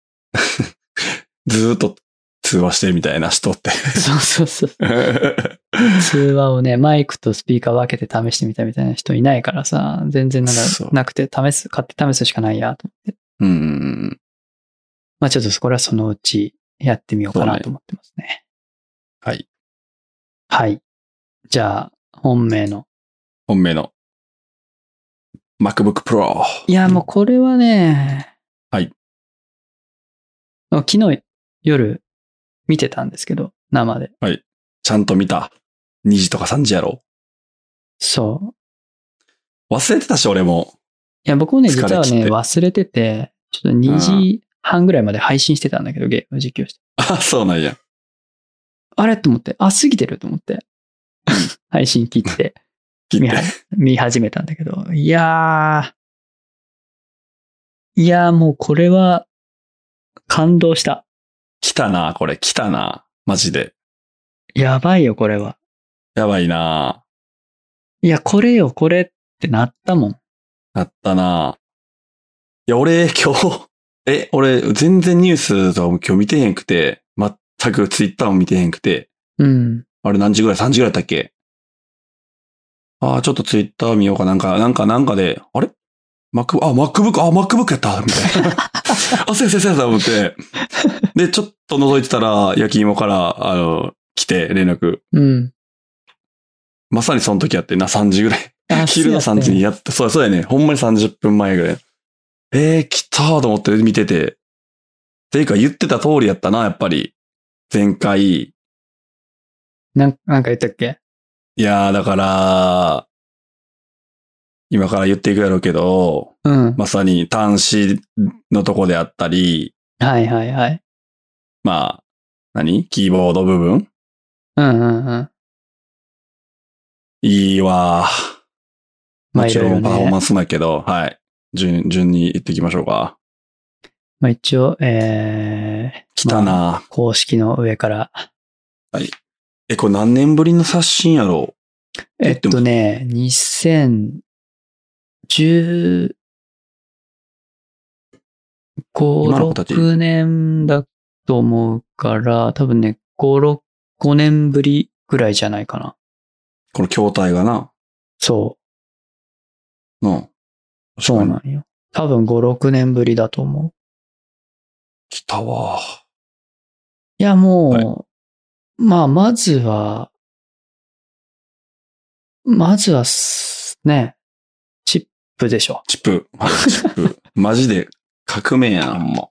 B: ずーっと通話してるみたいな人って。
A: そうそうそう。通話をね、マイクとスピーカー分けて試してみたみたいな人いないからさ、全然なんか
B: そう
A: なくて試す、買って試すしかないやと思って。
B: うん。
A: まあちょっとそこらはそのうちやってみようか
B: そう
A: な
B: ね
A: と思ってますね。
B: はい。
A: はい。じゃあ、本命の。
B: 本命の。MacBook Pro。
A: いや、もうこれはね、
B: はい。
A: 昨日夜見てたんですけど、生で。
B: ちゃんと見た。2時とか3時やろ。
A: そう。
B: 忘れてたし、俺も。
A: いや、僕もね、
B: 疲
A: 実
B: れ
A: は
B: 切っ
A: ね、
B: て
A: 忘れてて、ちょっと2時半ぐらいまで配信してたんだけど、ゲーム実況して。
B: あ、そうなんや。
A: あれと思って、あ、過ぎてると思って。 配信切って
B: 切っ
A: 見
B: て。
A: は見始めたんだけど。いやー。いやーもうこれは感動した。
B: 来たな、これ。来たな。マジで。
A: やばいよ、これは。
B: やばいな。
A: いや、これよ、これってなったもん。
B: あったな。いや、俺、今日、 え、俺、全然ニュースとかも今日見てへんくて、全くツイッターも見てへんくて、
A: うん。
B: あれ何時ぐらい ?3 時ぐらいだったっけああ、ちょっとツイッター見ようかなんか、なんか、なんかで、あれ ?MacBook、あ、MacBook、あ、MacBook やったみたい な。あ、そうやそうやそうやと思って。で、ちょっと覗いてたら、焼き芋から、あの、来て連絡。
A: うん。
B: まさにその時やってんな、3時ぐらい。
A: あ
B: 昼の3時にやって、そうそうやね。ほんまに30分前ぐらい。えー、来たと思って見てて。ていうか言ってた通りやったな、やっぱり。前回。
A: なんなんか言ったっけ
B: いやー、だから、今から言っていくやろうけど、
A: うん。
B: まさに端子のとこであったり、
A: はいはいはい。
B: まあ、何キーボード部分
A: うんうんうん。
B: いいわー。
A: まあ
B: もちろ
A: いろいろ
B: ん
A: ね
B: パフォーマンスもやけど、はい。順、順に言っていきましょうか。
A: まあ一応、えー、
B: 来
A: ま
B: た
A: あ
B: な
A: 公式の上から。
B: え、これ何年ぶりの刷新やろ
A: えっとね、2015、
B: 今の子たち
A: 6年だと思うから、多分ね、5、6、5年ぶりぐらいじゃないかな。
B: この筐体がな。
A: そ
B: の。
A: う。そうなんよ。多分5、6年ぶりだと思う。
B: 来たわ。
A: いや、もう、
B: はい
A: まあ、まずは、まずはす、ね、チップでしょ。
B: チップ。チップ。マジで革命やな、ほんま。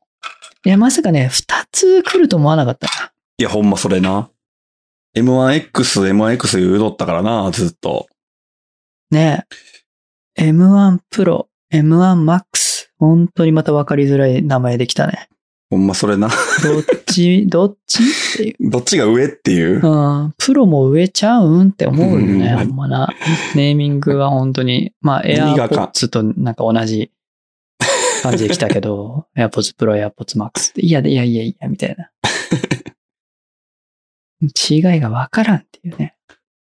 A: いや、まさかね、二つ来ると思わなかったな。
B: いや、ほんまそれな。M1X、M1X 言うとったからな、ずっと。
A: ね M1 Pro、M1 Max。本当にまた分かりづらい名前できたね。
B: ほんまそれな。
A: どっち、どっちっていう。
B: どっちが上っていう
A: う。ん。プロも上ちゃうんって思うよね、
B: う
A: ほ
B: ん
A: んまな。ネーミングは本当に、まあ、
B: 意味があかん
A: AirPods となんか同じ感じで来たけ ど、AirPods Pro、AirPods Max って、いやで、いやいやいや、みたいな。違いがわからんっていうね。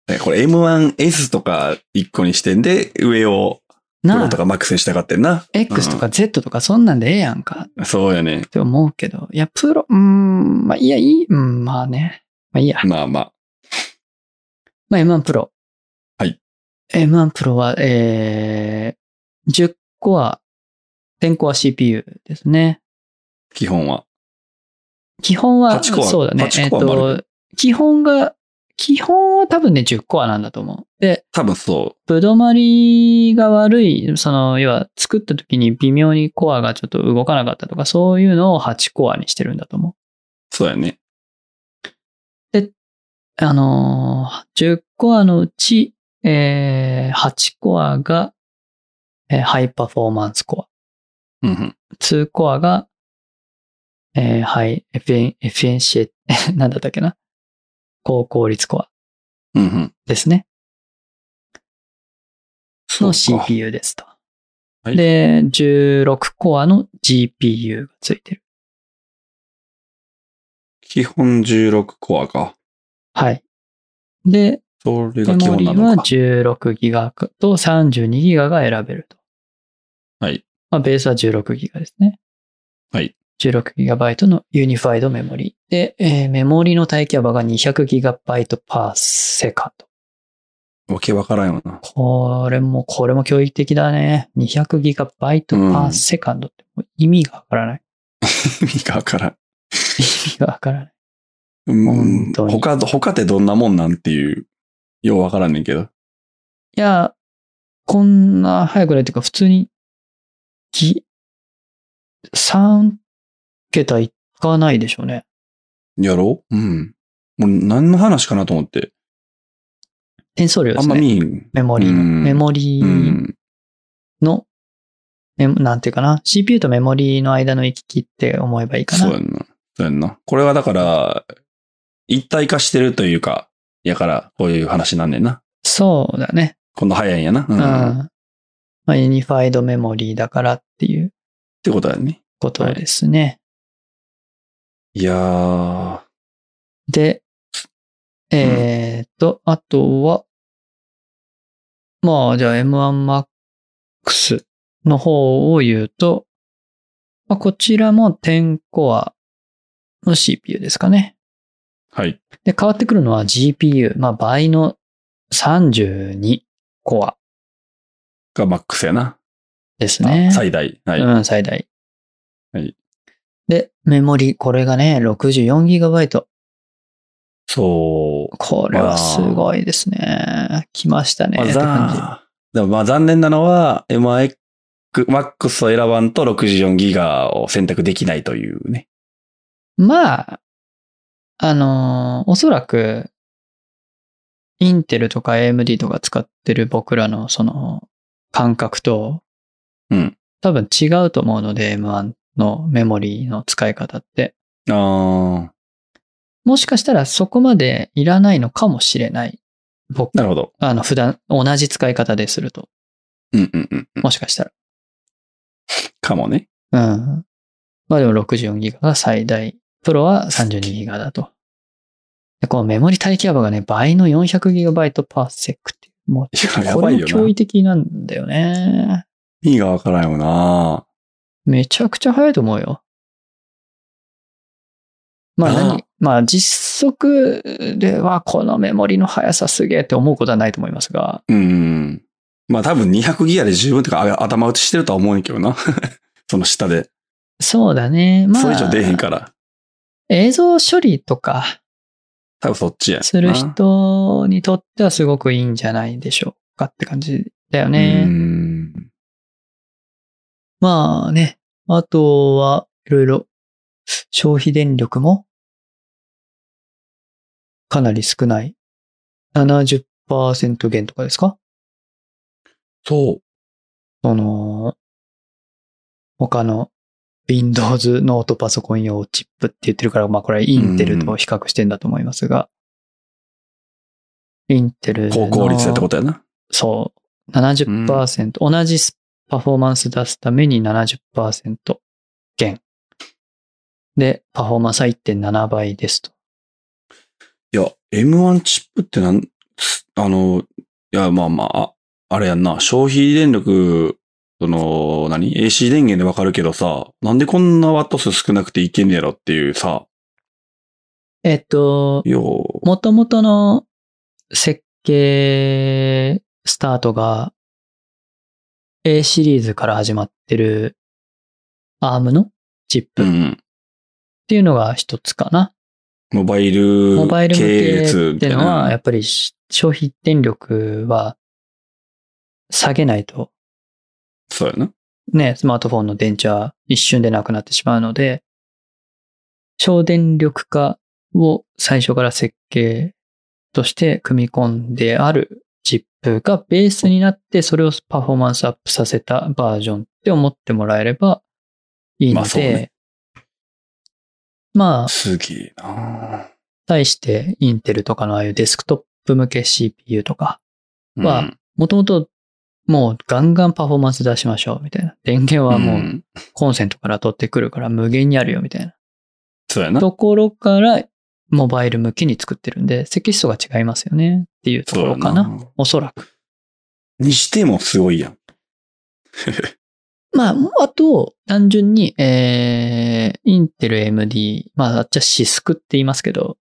B: ねこれ M1S とか1個にしてんで、上をプ
A: な
B: ロ
A: あ
B: と、かマックスにしたがってんな。
A: X とか Z とかそんなんでええやんかっ
B: そうやね。
A: て思うけど、いや、プロ、うーん、まあ、いや、いい、うん、まあね。まあいいや。
B: まあまあ。
A: まあ、M1 プロ。
B: はい。
A: M1 プロは、えー、10コア、10コア CPU ですね。
B: 基本は。
A: 基本は、
B: 8コア
A: そうだね。え
B: 8
A: っ
B: コアもある
A: と、基本が、基本は多分ね、10コアなんだと思う。で、
B: 多分そ
A: ぶどまりが悪い、その、要は、作った時に微妙にコアがちょっと動かなかったとか、そういうのを8コアにしてるんだと思う。
B: う。そうやね。
A: あのー、10コアのうち、えー、8コアが、えーハイパフォーマンスコ
B: うんうん。
A: ア。2コアが、えーハイ、エフィン、エフィエンシエ、 なんだったっけな高効率コア
B: うんうん。
A: ですね。
B: そう
A: の
B: か。
A: CPU ですと。
B: はい
A: で、16コアの GPU がついてる。
B: 基本16コアか。
A: はい。で、
B: そ
A: メ
B: れが基
A: モ
B: 本
A: リ
B: な
A: ーは
B: のか。
A: 16ギガと32ギガが選べると。
B: はい。
A: まあ、ベースは16ギガですね。
B: はい。
A: 16ギガバイトのユニファイドメモリー。で、えーメモリーの待機幅が200ギガバイトパーセカンド。
B: わけわからんよな。
A: これも、これも教育的だね。200ギガバイトパーセカンドってもう意味がわからない。
B: 意味がわからん。
A: 意味がわからない。
B: うん。
A: 本当に
B: 他、他ってどんなもんなんっていう、ようわからんねんけど。
A: いや、こんな早くないっていうか、普通に、ぎ、3桁いかないでしょうね。
B: やろううん。もう何の話かなと思って。
A: 転送量で
B: あん
A: す
B: ま
A: ね。
B: 見えん。
A: メモリーの。
B: うん
A: メモリ
B: う
A: ー
B: ん。
A: の、メモなんていうかな。CPU とメモリーの間の行き来って思えばいいか
B: そう
A: な
B: や。んな。そうやんな。これはだから、一体化してるというか、やから、こういう話なんねんな。
A: そうだね。
B: 今度早いんやな。う。
A: うんん。
B: っ
A: まあ、ユニファイドメモリーだからっていう
B: てことだよね。
A: ことですね。
B: いやー。
A: で、えーっと、あとは、まあ、じゃあ M1MAX の方を言うと、まあ、こちらも10コアの CPU ですかね。
B: はい。
A: で、変わってくるのは GPU。まあ、倍の32コア
B: がマックスやな。
A: ですね。
B: あ最大。はい。
A: うん、最大。
B: はい
A: で、メモリ、これがね、64GB。
B: そう。
A: これはすごいですね。来ましたね。
B: まあ、
A: って感じ
B: ざでもまあ残念なのは、MX、MAX を選ばんと64ギガを選択できないというね。
A: まあ、あのーおそらく、インテルとか AMD とか使ってる僕らのその感覚と、
B: うん
A: 多分違うと思うので、M1 のメモリーの使い方って。
B: ああ、
A: もしかしたらそこまでいらないのかもしれない。僕、
B: なるほど。
A: あの、普段、同じ使い方ですると。
B: うんうんうんうん。
A: もしかした
B: かもね。
A: ら。うん。まあでも64ギガが最大。プロは32ギガだと。で、このメモリ待機幅がね、倍の400ギガバイトパーセックっていう。もう、
B: いや、や
A: こ
B: ば
A: れも
B: いよ
A: 驚
B: な。
A: 異的なんだよね。
B: 意味がわからんよな。
A: めちゃくちゃ速いと思うよ。まあ
B: なあ
A: 何まあ実測ではこのメモリの速さすげえって思うことはないと思いますが。
B: うん。まあ多分200ギガで十分とかあ頭打ちしてるとは思うねんけどな。 その下で。
A: そうだね。まあ、
B: それ以上出えへんから。
A: 映像処理とか
B: 多分そっちや。
A: する人にとってはすごくいいんじゃないでしょうかって感じだよ
B: なう
A: ね。
B: ん。
A: まあね。あとは、いろいろ、消費電力も、かなり少ない。70%減とかですか
B: そう。
A: その、他の Windows ノートパソコン用チップって言ってるから、まあこれはインテルと比較してんだと思いますが、インテルの。
B: 高効率やってことやな。
A: そう。70%、同じスパフォーマンス出すために70%減。で、パフォーマンスは1.7倍ですと。
B: いや、M1 チップってなん、あの、いや、まあまあ、あれやんな、消費電力、その、何 ?AC 電源でわかるけどさ、なんでこんなワット数少なくていけんねやろっていうさ、
A: えっと、
B: よ
A: もともとの設計スタートが A シリーズから始まってる ARM のチッ
B: う、
A: プ
B: う
A: っ
B: ん。
A: ていうのが一つかな。
B: モバイル
A: モバイル向
B: 系
A: け
B: 列
A: っ
B: み
A: て
B: た
A: い
B: いう
A: のはや
B: な。
A: っぱりし消費電力は下げないと
B: そうやな。
A: ね、スマートフォンの電池は一瞬でなくなってしまうので、省電力化を最初から設計として組み込んであるチップがベースになって、それをパフォーマンスアップさせたバージョンって思ってもらえればいいの
B: まあそう
A: で
B: ね、
A: まあ、
B: すげえな
A: 対してインテルとかのああいうデスクトップ向け CPU とか、
B: うん
A: まあもともともうガンガンパフォーマンス出しましょうみたいな。電源はもう
B: うん
A: コンセントから取ってくるから無限にあるよみたいな
B: そうやな。
A: ところからモバイル向けに作ってるんで、テキストが違いますよねっていうところかな。
B: そうや
A: おそらく。
B: にしてもすごいやん。
A: まあ、あと、単純に、えー、インテル MD、まあ、あっちはシスクって言いますけど、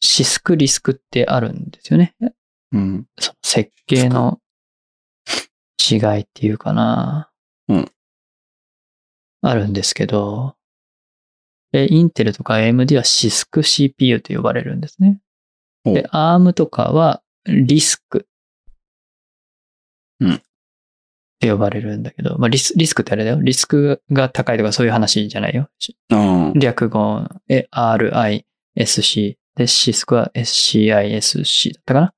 A: シスクリスクってあるんですよね。
B: うん。
A: その設計の違いっていうかな。
B: うん。
A: あるんですけど、え、インテルとか AMD は CISC CPU と呼ばれるんですね。
B: お
A: で、ARM とかはリスク。
B: うん
A: って呼ばれるんだけど、まあ、リス、リスクってあれだよ。リスクが高いとかそういう話じゃないよ。
B: うん。
A: 略語、え、RISC。で、シスクは SCISC だったかな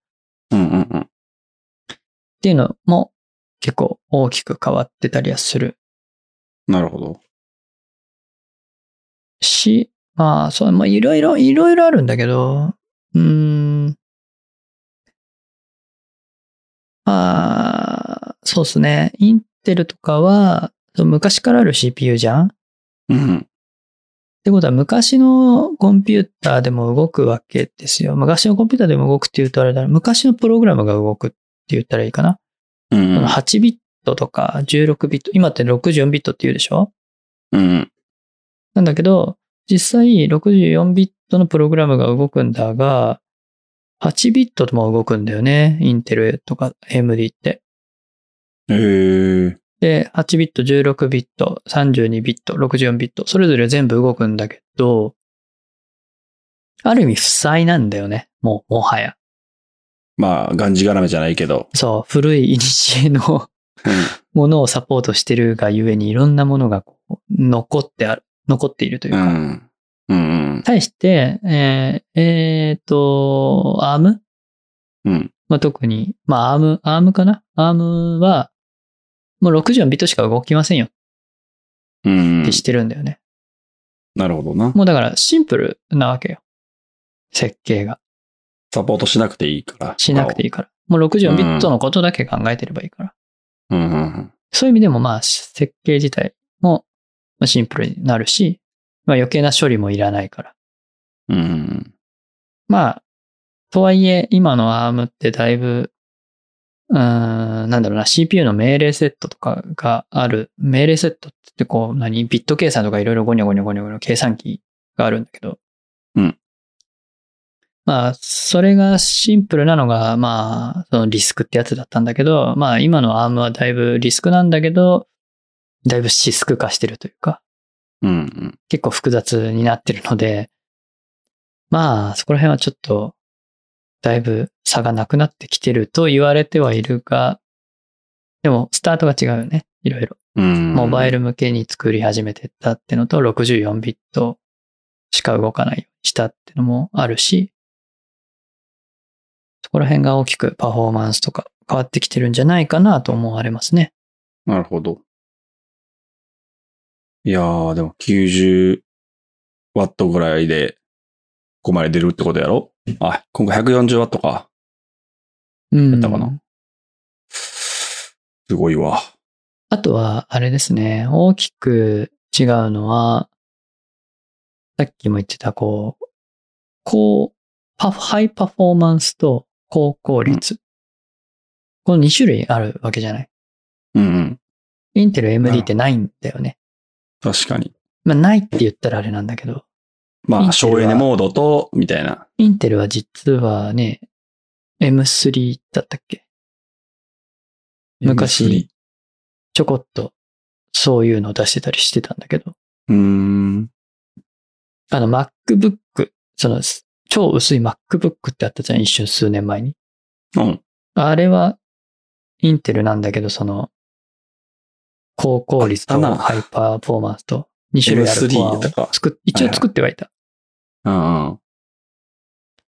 B: うんうんうん。
A: っていうのも結構大きく変わってたりはする
B: なるほど。
A: し、まあ、そう、まあ、いろいろ、いろいろあるんだけど、うーん。まあ、そうですね。インテルとかは、そう昔からある CPU じゃんっ
B: うん。
A: てことは、昔のコンピューターでも動くわけですよ。昔のコンピューターでも動くって言うとあれだな。昔のプログラムが動くって言ったらいいかな。
B: うん
A: その8ビットとか16ビット、今って64ビットって言うでしょ
B: うん。うん。
A: なんだけど、実際64ビットのプログラムが動くんだが、8ビットも動くんだよね。インテルとか AMD って。
B: えー。
A: で、8ビット、16ビット、32ビット、64ビット、それぞれ全部動くんだけど、ある意味負債なんだよね。もう、もはや。
B: まあ、がんじがらめじゃないけど。
A: そう、古いイニシエのものをサポートしてるがゆえに、いろんなものがこう残ってある、残っているという
B: う
A: か。
B: ん。うん。
A: 対して、えー、えーと、アーム
B: うん。
A: まあ、特に、まあ、アーム、アームかなアームは、もう64ビットしか動きませんよっ
B: うん
A: て。してるんだよね。
B: なるほどな。
A: もうだからシンプルなわけよ。設計が。
B: サポートしなくていいから。
A: しなくてい
B: い。
A: いから。もう64ビットのことだけ考えてればいいから。
B: うんうんうん。
A: そういう意味でもまあ、設計自体もまあシンプルになるし、まあ余計な処理もいらないから。
B: うんうん。
A: まあ、とはいえ、今の ARM ってだいぶ、うーん、なんだろうな、CPU の命令セットとかがある。命令セットって言ってこう、何、ビット計算とかいろいろゴニョゴニョゴニョゴニョ計算機があるんだけど。
B: うん。
A: まあ、それがシンプルなのが、まあ、そのリスクってやつだったんだけど、まあ今の ARM はだいぶリスクなんだけど、だいぶシスク化してるというか。
B: うんうん。
A: 結構複雑になってるので、まあ、そこら辺はちょっと、だいぶ差がなくなってきてると言われてはいるが、でも、スタートが違うよね。いろいろ。
B: うん。
A: モバイ
B: ル。
A: ル向けに作り始めてったってのと、64ビットしか動かないようにしたってのもあるし、そこら辺が大きくパフォーマンスとか変わってきてるんじゃないかなと思われますね。
B: なるほど。いやー、でも90ワットぐらいで、ここまで出るってことやろあ、今回140ワットか。
A: うん。
B: だったかなすごいわ。
A: あとは、あれですね、大きく違うのは、さっきも言ってた、こう、高、パフ、ハイパフォーマンスと高効率。この2種類あるわけじゃない。
B: うんうん。
A: インテル MD ってないんだよね。
B: 確かに。
A: まあ、ないって言ったらあれなんだけど、インテル
B: まあ、
A: は
B: 省エネモードと、みたいな。
A: インテルは実はね、M3 だったっけ昔
B: M3。
A: ちょこっと、そういうのを出してたりしてたんだけど、
B: うーん。
A: あの MacBook、その、超薄い MacBook ってあったじゃん、一瞬数年前に。
B: うん。
A: あれは、インテルなんだけど、その、高効率
B: あっ
A: と
B: たな
A: ハイパフォーマンスと2種類ある
B: M3
A: コアを
B: とか
A: 作っ一応作ってはいた。
B: うんうん。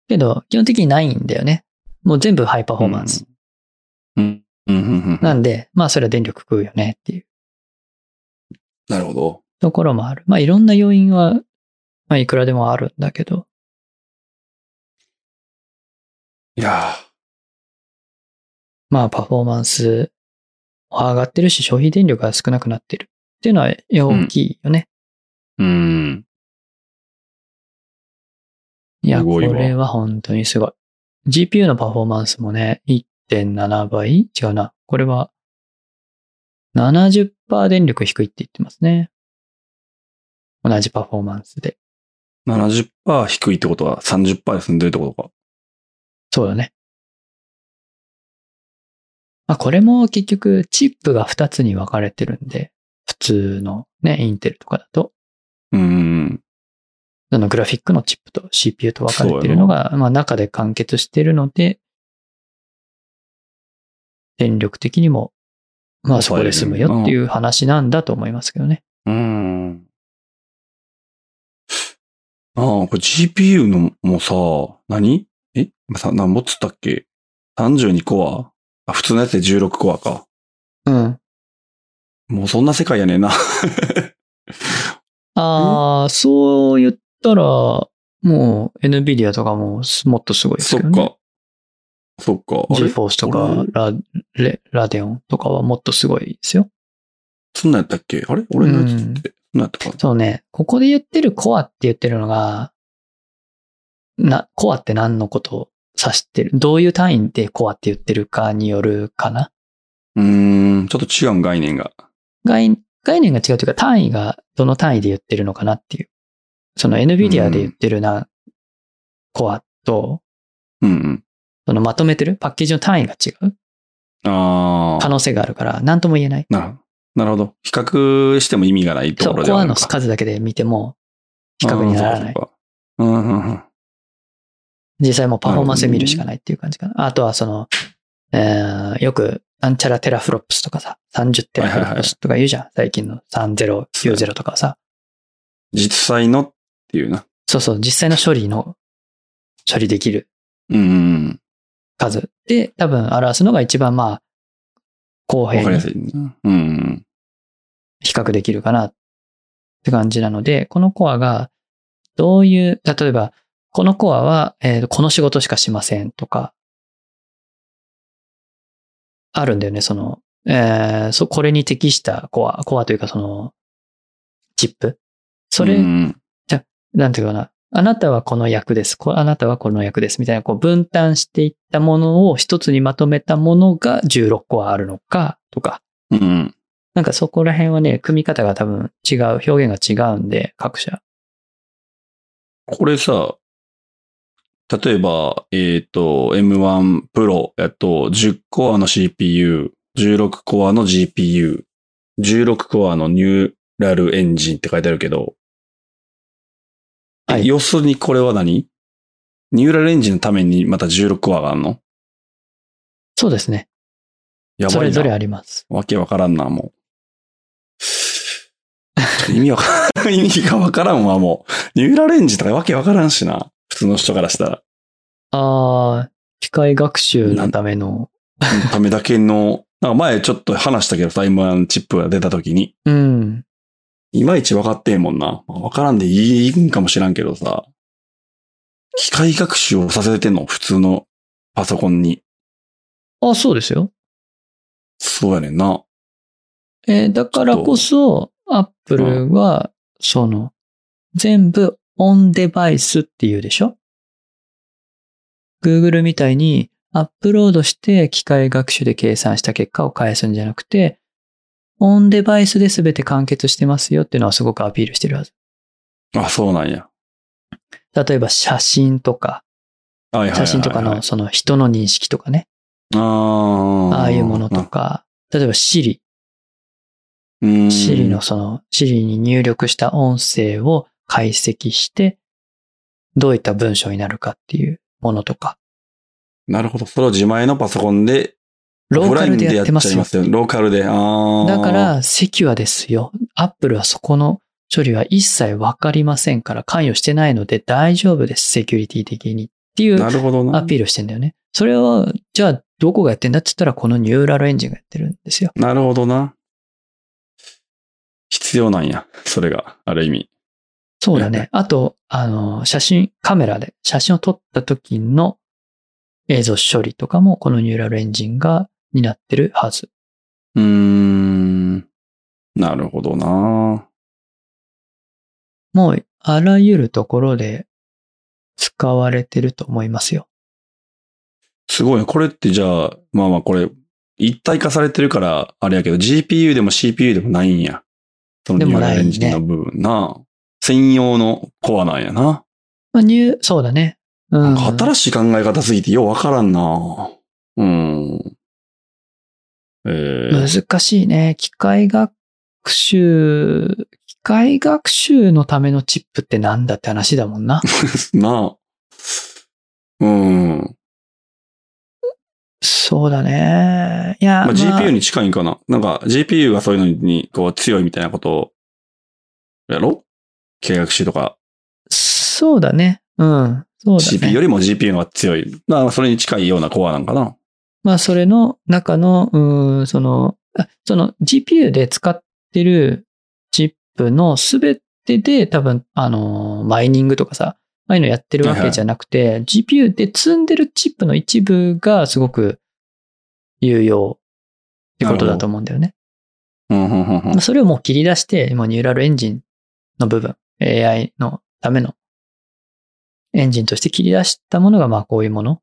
A: けど、基本的にないんだよね。もう全部ハイパフォーマンス。
B: うん。うん。うん。うん
A: なんで、まあそれは電力食うよねっていう
B: なるほど。
A: ところもある。まあいろんな要因は、まあいくらでもあるんだけど、
B: いや
A: まあパフォーマンスも上がってるし、消費電力が少なくなってるっていうのは大きいよね。
B: ー。うん。
A: いや、
B: す
A: こ
B: ごいわ
A: れは本当にすごい。GPU のパフォーマンスもね、1.7倍違うな。これは70%電力低いって言ってますね。同じパフォーマンスで。
B: 70%低いってことは30%で済んでるってことか。
A: そうだね。まあこれも結局チップが2つに分かれてるんで、普通のね、インテルとかだと、
B: うん。
A: そのグラフィックのチップと CPU と分かれてるのが、まあ中で完結してるので、電力的にも、まあそこで済むよっていう話なんだと思いますけどね。
B: うん。ああ、これ GPU のもさ、何え今さ、なんぼっつったっけ ?32 コアあ、普通のやつで16コアか。
A: うん。
B: もうそんな世界やねんな。
A: ああ、そう言ったら、もう NVIDIA とかもすもっとすごいです
B: そっ
A: けどね。
B: か。そっか。あれ
A: GForce とか
B: 俺
A: ラレラデオンとかはもっとすごいですよ。
B: そんなんやったっけあれ俺のやつって。そんなんやったか。
A: そうね、ここで言ってるコアって言ってるのが、な、コアって何のことを指してるどういう単位でコアって言ってるかによるかな
B: うーん、ちょっと違うん概念が。
A: 概概念が違うというか単位がどの単位で言ってるのかなっていう。その NVIDIA で言ってるな、コアと、
B: うん
A: そのまとめてるパッケージの単位が違う
B: うん。あ
A: 可
B: あ。
A: 能性があるから、何とも言えない。
B: なるほど。なるほど。比較しても意味がないって
A: そ
B: こ
A: う、
B: ろで
A: コ
B: はあ
A: ア
B: る
A: の
B: のか。
A: 数だけで見ても、比較にならな
B: あー
A: い。。
B: そうかそうかうんうんうん。
A: 実際もうパフォーマンスで見るしかないっていう感じかな。あとはその、えー、よく、なんちゃらテラフロップスとかさ、30テラフロップスとか言うじゃん。最近の3090とかはさ。
B: 実際のっていうな。
A: そうそう、実際の処理の、処理できる
B: うんうん
A: 数で多分表すのが一番まあ、公
B: うん。わ
A: 平
B: かり
A: に
B: やすいな。うんうん。
A: 比較できるかなって感じなので、このコアがどういう、例えば、このコアは、えーこの仕事しかしませんとか、あるんだよね、その、えーそ、これに適したコア、コアというかその、チップ。それ、
B: うんうん
A: なんていうかな、あなたはこの役です、こあなたはこの役です、みたいな、こう分担していったものを一つにまとめたものが16コアあるのか、とか、
B: うんうん。
A: なんかそこら辺はね、組み方が多分違う、表現が違うんで、各社。
B: これさ、例えば、えっ、と、M1 Pro やと10コアの CPU、16コアの GPU、16コアのニューラルエンジンって書いてあるけど、
A: はい
B: 要するにこれは何ニューラルエンジンのためにまた16コアがあるの
A: そうですね。
B: やばいな。
A: それぞれあります。
B: わけわからんな、もう。意味わから ん、意味がわからんわ、もう。ニューラルエンジンとかわけわからんしな。普通の人からしたら。
A: ああ、機械学習のための、
B: ためだけの、なんか前ちょっと話したけどさ、M1 チップが出た時に、
A: うん。
B: いまいち分かってんもんな。まあわからんでいいんかもしらんけどさ、機械学習をさせてんの普通のパソコンに。
A: あそうですよ。
B: そうやねんな。
A: えーだからこそ、アップルは、その、全部オンデバイスっていうでしょ ?Google みたいにアップロードして機械学習で計算した結果を返すんじゃなくて、オンデバイスで全て完結してますよっていうのはすごくアピールしてるはず。
B: あ、そうなんや。
A: 例えば写真とか、
B: はいはいはいはい
A: 写真とかのその人の認識とかね、
B: あー
A: ああいうものと。か、例えば Siri、
B: うん。
A: Siri のその、Siri に入力した音声を解析して、どういった文章になるかっていうものとか、
B: なるほど。それを自前のパソコンで、
A: ローカルでやってま
B: オ
A: す
B: フラインでや
A: よ
B: っ。ちゃいますよ。ローカルで。あー
A: だか、ら、セキュアですよ。Apple はそこの処理は一切わかりませんから、関与してないので大丈夫です、セキュリティ的に。っていう
B: なるほどな。
A: アピールをしてんだよね。それは、じゃあ、どこがやってんだって言ったら、このニューラルエンジンがやってるんですよ。
B: なるほどな。必要なんや。それが、ある意味。
A: そうだね。あと、あの、写真、カメラで写真を撮った時の映像処理とかも、このニューラルエンジンが担ってるはず。
B: うーん。なるほどな。
A: もう、あらゆるところで使われてると思いますよ。
B: すごいね。これってじゃあ、まあまあこれ、一体化されてるから、あれやけど、GPU でも CPU でもないんや。その
A: で
B: ニュ
A: も
B: ー
A: な
B: ラ
A: い
B: ル
A: ね
B: エンジンの部分な。専用のコアなんやな。
A: まあ、ニュー、そうだね。う
B: なん
A: ん。
B: か新しい考え方すぎてようわからんな。うん。えー、
A: 難しいね。機械学習、機械学習のためのチップってなんだって話だもんな。
B: なあ。うん。
A: そうだね。いや、
B: まあ、
A: まあ
B: GPU に近いんかな。なんか GPU がそういうのにこう強いみたいなことを、やろ契約習とか、
A: そうだね。うん。そうだね。
B: CPU よりも GPU の方が強い。だからそれに近いようなコアなんかな。
A: まあ、それの中の、うーん、その、あその GPU で使ってるチップのすべてで多分、あのー、マイニングとかさ、ああいうのやってるわけじゃなくて、GPU で積んでるチップの一部がすごく有用ってことだと思うんだよね。
B: うん、うん、うん、うん
A: まあ。それをもう切り出して、もうニューラルエンジンの部分、AI のためのエンジンとして切り出したものが、まあこういうもの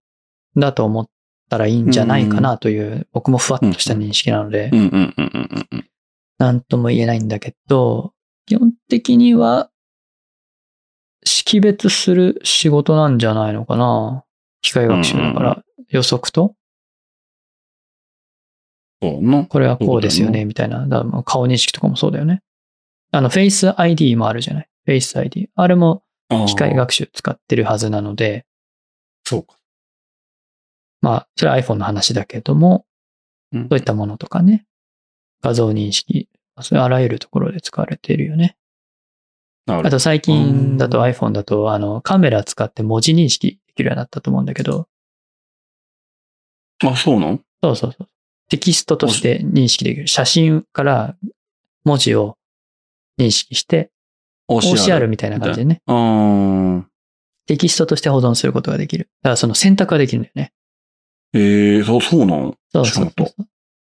A: だと思ったらいいんじゃないかなという、僕もふわっとした認識なので
B: う、ん、うん、うん、うんうん。
A: なんとも言えないんだけど、基本的には、識別する仕事なんじゃないのかな。機械学習だか
B: うん
A: ら予測と、
B: そうな。
A: これはこうですよ
B: そうだ
A: ね、みたいな。だからまあ顔認識とかもそうだよね。あの、フェイス ID もあるじゃない。フェイス ID。あれも
B: あー
A: 機械。学習使ってるはずなので、
B: そうか。
A: まあ、それは iPhone の話だけども、
B: うん
A: そういったものとかね。画像認識。それあらゆるところで使われているよね。
B: なるほ
A: あ
B: ど。
A: と最近だ
B: う
A: と iPhone だと、あの、カメラ使って文字認識できるようになったと思うんだけど、
B: あ、そうなん
A: そうそうそう。テキストとして認識できる。写真から文字を認識して、OCR みたいな感じでね。
B: うーん。
A: テキストとして保存することができる。だからその選択ができるんだよね。
B: ええー、そう、そうなん
A: そうそうそう。そういう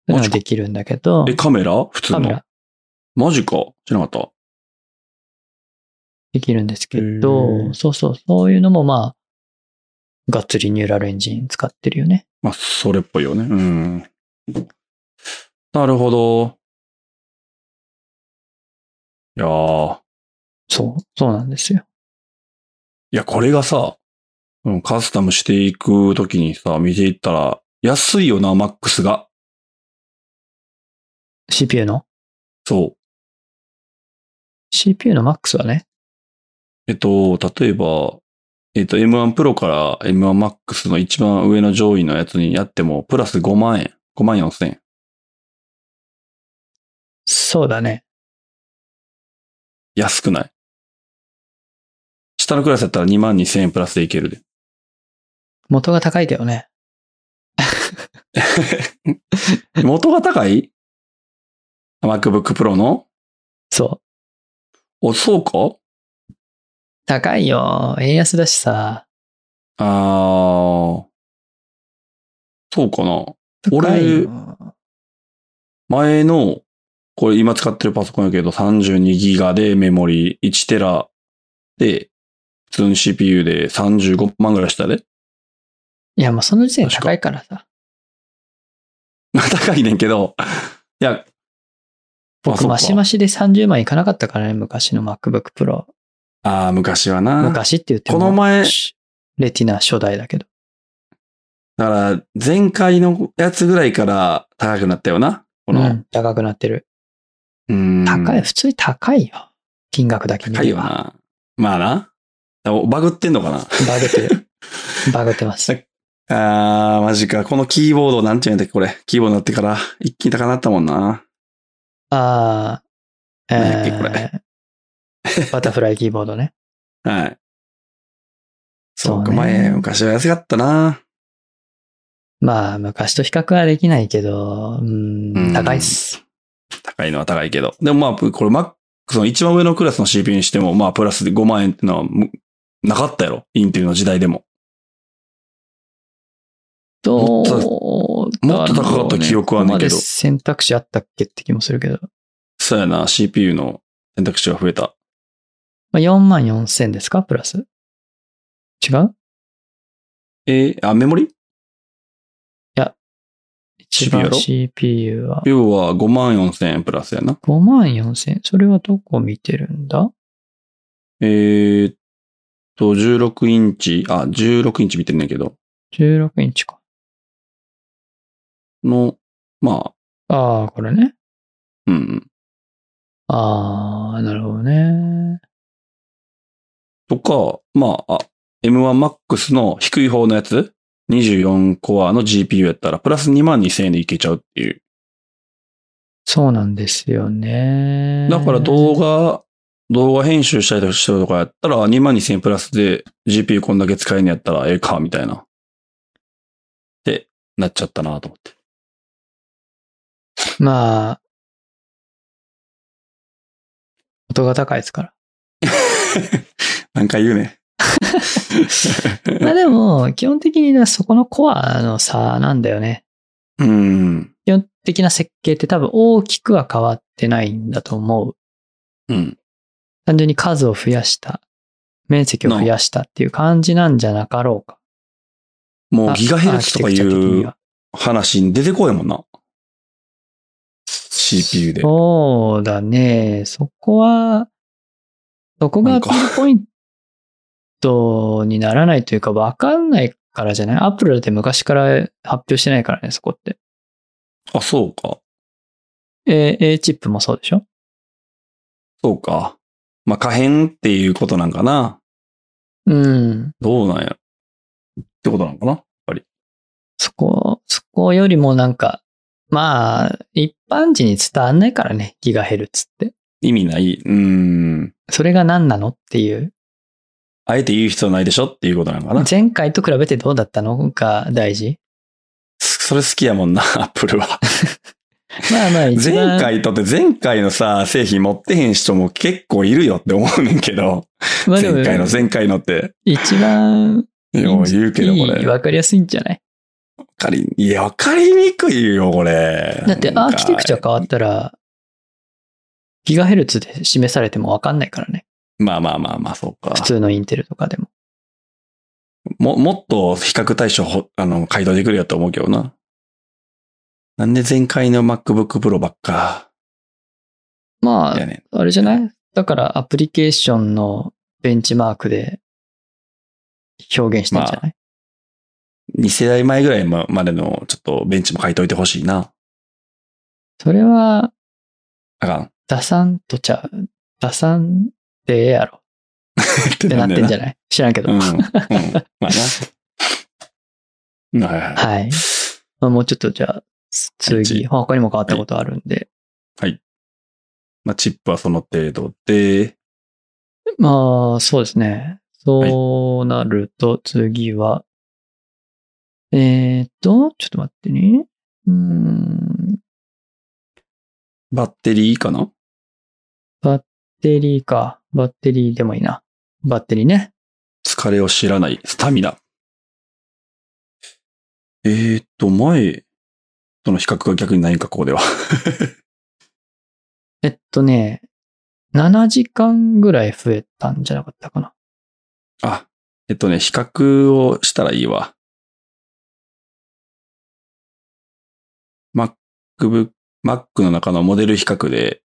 A: のができるんだけど
B: え、、カメラ普通の。
A: カメラ
B: マジか。知らなかっ
A: できるんですけ
B: へー
A: ど、そうそう、そういうのもまあ、がっつりニューラルエンジン使ってるよね。
B: た。まあ、それっぽいよね。うん。なるほど。いやー。
A: そう、そうなんですよ。
B: いや、これがさ、うんカスタムしていくときにさ、見ていったら、安いよな、マックスが。
A: CPU の
B: そう。
A: ?CPU の MAX はね、
B: えっと、例えば、えっと、M1 Pro から M1 Max の一番上の上位のやつにやっても、プラス5万円。5万4千円。
A: そうだね。
B: 安くない下のクラスだったら2万2千円プラスでいけるで。
A: 元が高いけどね。
B: 元が高い ?MacBook Pro の
A: そう。
B: お、そうか
A: 高いよ。円安だしさ。
B: あー。そうかな
A: 高いよ
B: 前の、これ今使ってるパソコンやけど32ギガでメモリ1テラで、普通の CPU で35万ぐらいしたで。
A: いや、まあその時点で高いからさ。
B: 高いねんけど、いや、あそ
A: 僕、
B: っか
A: マシマシで30万いかなかったからね、昔の MacBook Pro。
B: ああ、昔はな。
A: 昔って言っても、
B: この前
A: レティナ初代だけど。
B: だから、前回のやつぐらいから高くなったよな。
A: う
B: この、
A: ん、高くなってる。
B: うん
A: 高い、普通に高いよ。金額だけ見
B: 高い
A: れ
B: よ
A: ば。
B: な。まあな。おバグってんのかな
A: バグって る。バグってます。
B: あー、マジか。このキーボード、なんていうんだっけ、これ。キーボードになってから、一気に高くなったもんな。
A: ああ、
B: なんだっけ
A: え
B: これ
A: ー、バタフライキーボードね。
B: はい。 そうか、
A: そうね
B: 前、昔は安かったな。
A: まあ、昔と比較はできないけど、うん
B: うん
A: 高いっす。
B: 高いのは高いけど。でもまあ、これ、マック、その一番上のクラスの CPU にしても、まあ、プラスで5万円ってのは、むなかったやろ。インテルの時代でも。
A: ど
B: も
A: う
B: っともっと高かった記憶はね
A: ここ
B: んけど
A: まで選択肢あったっけって気もするけど。
B: そうやな、CPU の選択肢が増えた。
A: まあ、4万4千ですかプラス。違う
B: えーあ、メモリ
A: 一
B: CPU や
A: 番
B: ろ
A: CPU は
B: 要は5万4千円プラスやな。
A: 5万4千。それはどこ見てるんだ
B: えーっと、16インチ、あ、16インチ見てんねんけど、
A: ?16 インチか。
B: の、まあ、
A: ああ、これね。
B: うんうん。
A: ああ、なるほどね。
B: とか、まあ、あ M1MAX の低い方のやつ、24コアの GPU やったら、プラス2万2千円でいけちゃうっていう。
A: そうなんですよね。
B: だから動画、動画編集したりとかしてるとかやったら、2万2千円プラスで GPU こんだけ使えんのやったらええか、みたいな。って、なっちゃったなと思って。
A: まあ、音が高いですから。
B: なんか言うね。
A: まあでも、基本的にねそこのコアの差なんだよね。
B: うん。
A: 基本的な設計って多分大きくは変わってないんだと思う。
B: うん。
A: 単純に数を増やした。面積を増やしたっていう感じなんじゃなかろうか。
B: もう
A: あ
B: ギガヘルツとかい
A: アーキテクチャ的に
B: う
A: は
B: 話に出てこいもんな。CPU で。
A: そうだね。そこは、そこが
B: な
A: ア
B: ん
A: ピ
B: か
A: ールポイントにならないというか、わかんないからじゃないアップルだって昔から発表してないからね、そこって。
B: あ、そうか。
A: えー A チップもそうでしょ
B: そうか。まあ、可変っていうことなんかな。
A: うん。
B: どうなんやろ。ってことなんかな。
A: そこ、そこよりもなんか、まあ、一般人に伝わんないからね、ギガヘルツって。
B: 意味ない。うーん。
A: それが何なのっていう。
B: あえて言う必要ないでしょっていうことなんかな。
A: 前回と比べてどうだったのが大事。
B: それ好きやもんな、 アップルは。
A: まあまあ、一番。
B: 前回とって前回のさ、製品持ってへん人も結構いるよって思うねんけど。
A: まあでも
B: 前回の前回のって。
A: 一番
B: いや、もう言うけどこれ。
A: いいわかりやすいんじゃない
B: わかり、いや、わかりにくいよ、これ。
A: だってアーキテクチャ変わ
B: っ
A: ったら、ギガヘルツで示されてもわかんないからね。
B: まあまあまあまあ、そうか。
A: 普通のインテルとかでも。
B: も、もっと比較対象ほ、あの、回答できるやと思うけどな。なんで前回の MacBook Pro ばっか。
A: まあ
B: や、ね
A: あれじゃないだからアプリケーションのベンチマークで表現したんじゃない、
B: ん。2世代前ぐらいままでの、ちょっとベンチも書いといてほしいな。
A: それは
B: あかん。っ
A: 出さんとちゃう。出さんでええやろ
B: て
A: ってなってんじゃ
B: ない
A: ない知らんけど。
B: うん。うん。まあな。はいはいはい。
A: はい。まあ、もうちょっとじゃあ、次、
B: 次
A: 他にも変わったことあるんで。
B: まあ、チップはその程度で、
A: まあ、そうですね。そうなると、次は、えーっと、ちょっと待ってね。うーん、
B: バッテリーかな
A: バッテリーか。バッテリーでもいいな。バッテリーね。
B: 疲れを知らないスタミナ。えーっと、前、その比較が逆にないんか、ここでは。
A: えっとね、7時間ぐらい増えたんじゃなかったかな。
B: あ、えっとね、比較をしたらいいわ。MacBook、Mac の中のモデル比較で、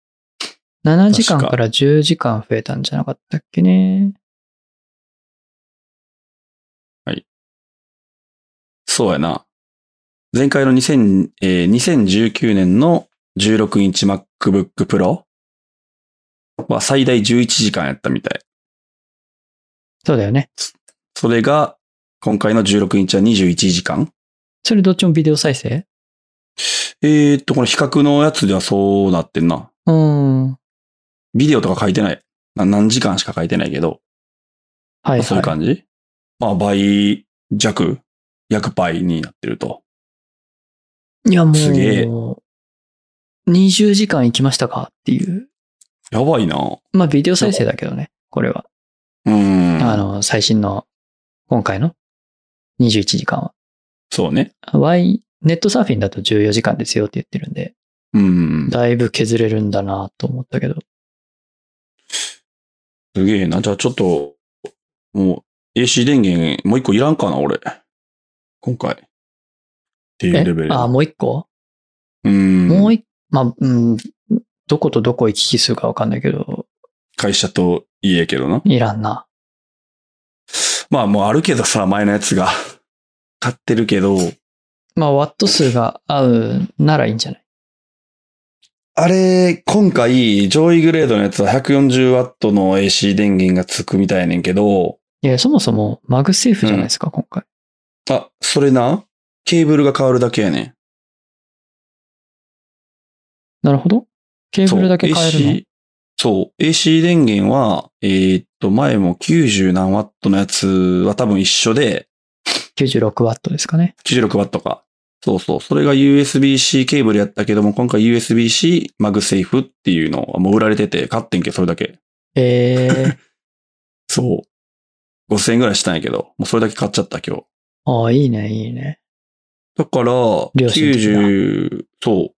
A: 7時間
B: 確か
A: から10時間増えたんじゃなかったっけね。
B: そうやな。前回の2000、えー2019年の16インチ MacBook Pro は最大11時間やったみたい。
A: そうだよね。
B: それが、今回の16インチは21時間。
A: それどっちもビデオ再生
B: えー、っと、この比較のやつではそうなってんな。
A: うん。はい
B: ビデオとか書いてない。な何時間しか書いてないけど、
A: はい。
B: そういう感じまあ、倍弱約倍になってると。
A: いや、も
B: すげえ
A: う、20時間行きましたかっていう。
B: やばいな。
A: まあ、ビデオ再生だけどね、これは。
B: うん。
A: あの、最新の、今回の21時間は。
B: そうね。
A: Y、ネットサーフィンだと14時間ですよって言ってるんで、
B: うん。
A: だいぶ削れるんだなと思ったけど。
B: すげえな。じゃあちょっと、もう AC 電源もう一個いらんかな、俺。今回。っていう
A: え
B: レベル。
A: あ、もう一個、
B: うん。
A: もう一まあ、うん、どことどこ行き来するかわかんないけど、
B: 会社と家やけどな。
A: いらんな。
B: まあもうあるけどさ、前のやつが。買ってるけど、
A: まあ、ワット数が合うならいいんじゃない
B: あれ、今回、上位グレードのやつは 140W の AC 電源がつくみたいねんけど、
A: いや、そもそもマグセーフじゃないですか、今回。
B: あ、それな、ケーブルが変わるだけやねん。
A: なるほど。ケーブルだけ変えるの
B: AC そう。AC 電源は、えーっと、前も90何ワットのやつは多分一緒で、
A: 96ワットですかね。
B: 96ワットか。そうそう。それが USB-C ケーブルやったけども、今回 USB-C マグセーフっていうのはもう売られてて、買ってんけど、それだけ。
A: えー、
B: そう。5000円ぐらいしたんやけど、もうそれだけ買っちゃった今日。
A: ああ、いいね、いいね。
B: だから、
A: 良心的な
B: 90、そ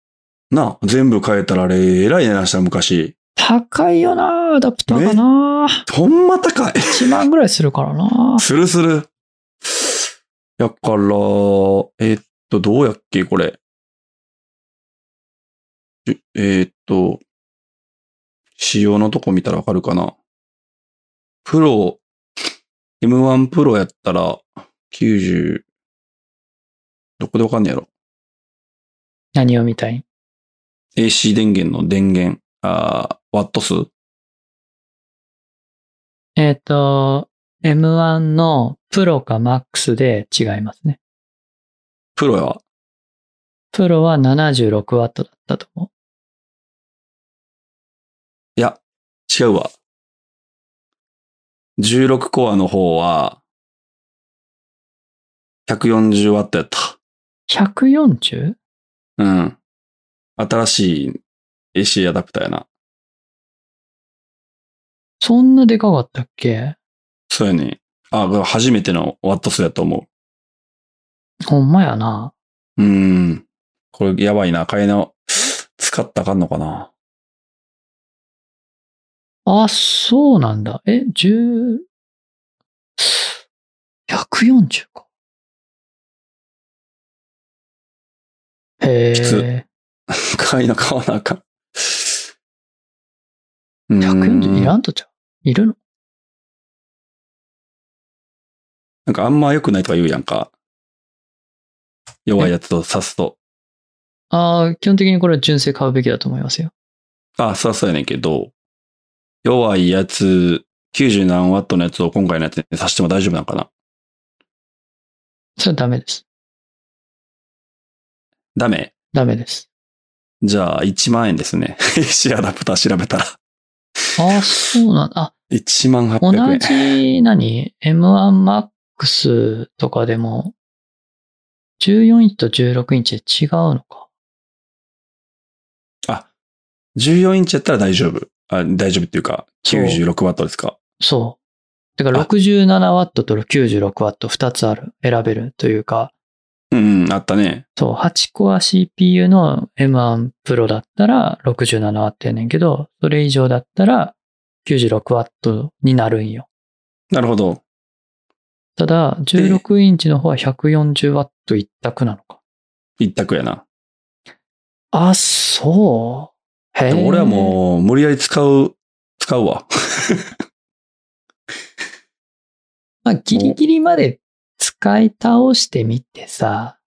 B: う。な、全部変えたらあれ、えらい値段した昔。
A: 高いよなアダプターがな
B: ほんま高い。
A: 1万ぐらいするからな
B: するする。やから、えっと、どうやっけ、これ。じゅえっと、仕様のとこ見たらわかるかな。プロ、M1 プロやったら、90、どこでわかんねやろ。
A: 何を見たい
B: AC 電源の電源、あーワット数
A: えっ、と、M1 のプロか MAX で違いますね。
B: プロは
A: プロは76ワットだったと思
B: いや、違うわ。16コアの方は、140ワットやった。
A: う。140?
B: うん。新しい AC アダプターやな。
A: そんなでかかったっけ
B: そうやね。あ、これ初めてのワット数やと思
A: ほんまやな
B: う。うーん。これやばいな。買い直、使ったらあかんのかな。
A: あ、そうなんだ。え、10、140か。へえ
B: きつ。買いの買わなあかん。うーん
A: 140いらんとちゃういるの
B: なんかあんま良くないとか言うやんか。弱いやつを刺すと。
A: ああ、基本的にこれは純正買うべきだと思いますよ。
B: あ、そうそうやねんけど、弱いやつ、90何ワットのやつを今回のやつにさしても大丈夫なんかな
A: それはダメです。
B: ダメ
A: ダメです。
B: じゃあ、1万円ですね。AC アダプター調べたら。
A: ああ、そうなんだ。あ、
B: 1万
A: 同
B: 800円。
A: じ、何 ?M1MAX とかでも、14インチと16インチで違うのか。
B: あ、14インチやったら大丈夫。あ大丈夫っていうか、
A: そう
B: 96ワットですか。
A: そう。だから 67W と 96W2 つある、選べるというか、
B: うんうん、あったね。
A: そう、8コア CPU の M1 Pro だったら 67W やねんけど、それ以上だったら 96W になるんよ。
B: なるほど。
A: ただ、16インチの方は 140W 一択なのか。
B: 一択やな。
A: あ、そう。へ
B: でも俺はもう、無理やり使う、使うわ。
A: う、まあ、ギリギリまで使い倒してみてさ、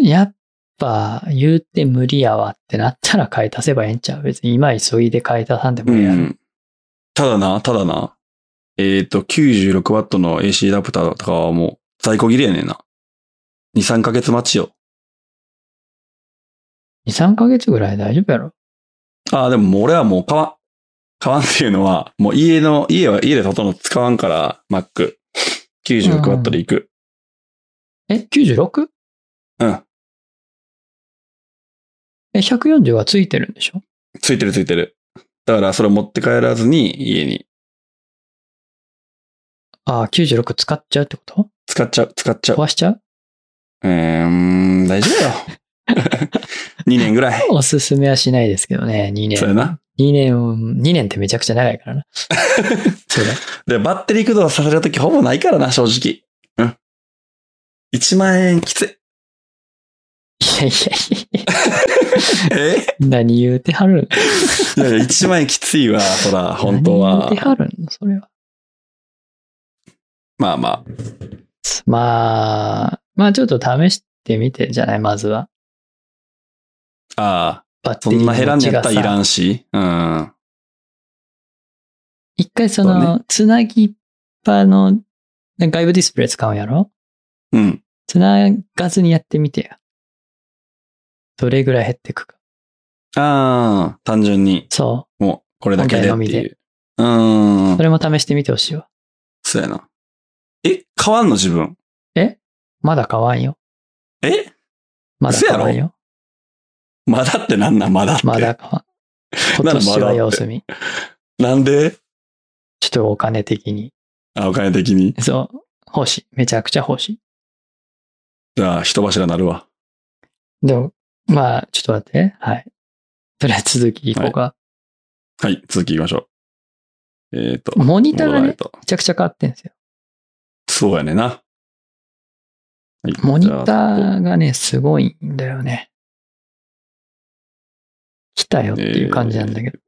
A: やっぱ言うて無理やわってなったら買い足せばええんちゃう別に今急いで買い足さんでも
B: う
A: ええやろ
B: ん。ただな、ただな。えっ、と、96W の AC アダプターとかはもう、在庫切れやねんな。2、3ヶ月待ちよ。
A: 2、3ヶ月ぐらい大丈夫やろ
B: ああ、でももう俺はもう買わん。買わんっていうのは、もう家の、家は家でほとんど使わんから、Mac。96W で行く。
A: え、96?
B: うん。
A: え、140はついてるんでしょ
B: ついてるついてる。だからそれ持って帰らずに家に
A: ああ、96使っちゃうってこと
B: 使っちゃう、使っちゃう。
A: 壊しちゃう
B: うーん、大丈夫よ。2年ぐらい。
A: おすすめはしないですけどね、2
B: そう
A: 年。
B: やな。
A: 2年、2年ってめちゃくちゃ長い からな。そうだ。
B: で、バッテリー駆動させるときほぼないからな、正直。うん。1万円きつい。
A: いやいやいやい
B: え
A: や、何言うてはるん
B: いやいや、1万円きついわ、ほら、本当
A: 何
B: は
A: 言う。てはるのそれは。
B: まあまあ。
A: まあ、まあちょっと試してみてんじゃないまずは。
B: ああ、
A: バッ
B: そ
A: テリ
B: ん
A: ーの
B: な減らん
A: 持
B: の
A: ちが
B: やったらいら
A: さ。
B: んし。うん。
A: 一回そ
B: そう
A: の、つなぎっぱの、ね外部ディスプレイ使うんやろ
B: うん。
A: つながずにやってみてや。どれぐらい減ってくか。
B: ああ、単純に、
A: そ
B: もう、これだけでって
A: 本体の
B: い
A: み
B: う。うー
A: う。
B: ん
A: そ。れも試してみてほしいわ。
B: そうやな。え、変わんの自分。
A: まだ買わんよ。
B: え
A: まだ買わんよ。
B: まだってなんなんまだって。
A: まだ買わん。今
B: なんでまだ
A: 年
B: って
A: は様子見。
B: なんで
A: ちょっとお金的に。
B: あ、お金的に。
A: そう。欲しい。めちゃくちゃ欲しい。
B: じゃあ、人柱なるわ。
A: でも、まあ、ちょっと待って。はい。とりあえず続きいこうか。
B: はい、続き行きましょう。えっ、ー、と。
A: モニターが
B: 戻ら
A: ね
B: ないと
A: めちゃくちゃ変わってんですよ。
B: そうやねんな。はい
A: モニタ
B: じゃあ
A: ーがね、すごいんだよね。来たよっていう感じなんだけど。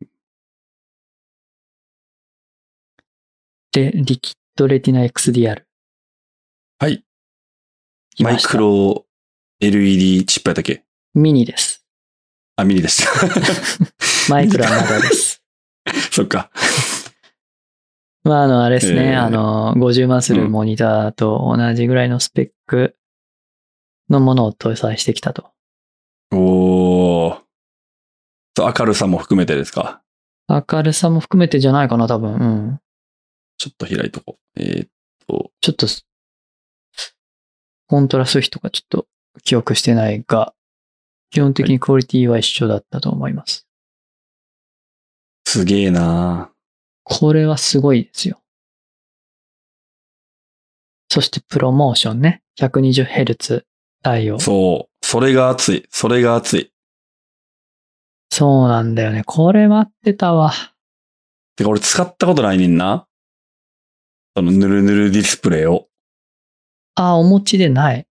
A: で、リキッドレティナ XDR。
B: はい。
A: 来
B: マ
A: ま
B: イ
A: した
B: ク。ロ LED チップやったっけ
A: ミニです。
B: あ、ミニ でした。
A: マイクロはまだです。
B: そっか。
A: まあ、あの、あれですね、
B: えー
A: あの、50万するモニターと同じぐらいのスペックのものを搭載してきたと。
B: おー。と明るさも含めてですか。
A: 明るさも含めてじゃないかな、多分。うん。
B: ちょっと開いとこう。えーっと、
A: ちょっとす、コントラスト比とかちょっと記憶してないが、基本的にクオリティは一緒だったと思います。
B: すげえな
A: これはすごいですよ。そしてプロモーションね。120Hz 対応。
B: そう。それが熱い。それが熱い。
A: そうなんだよね。これ待ってたわ。
B: てか俺使ったことないねんな。そのぬるぬるディスプレイを
A: あ、お持ちでない。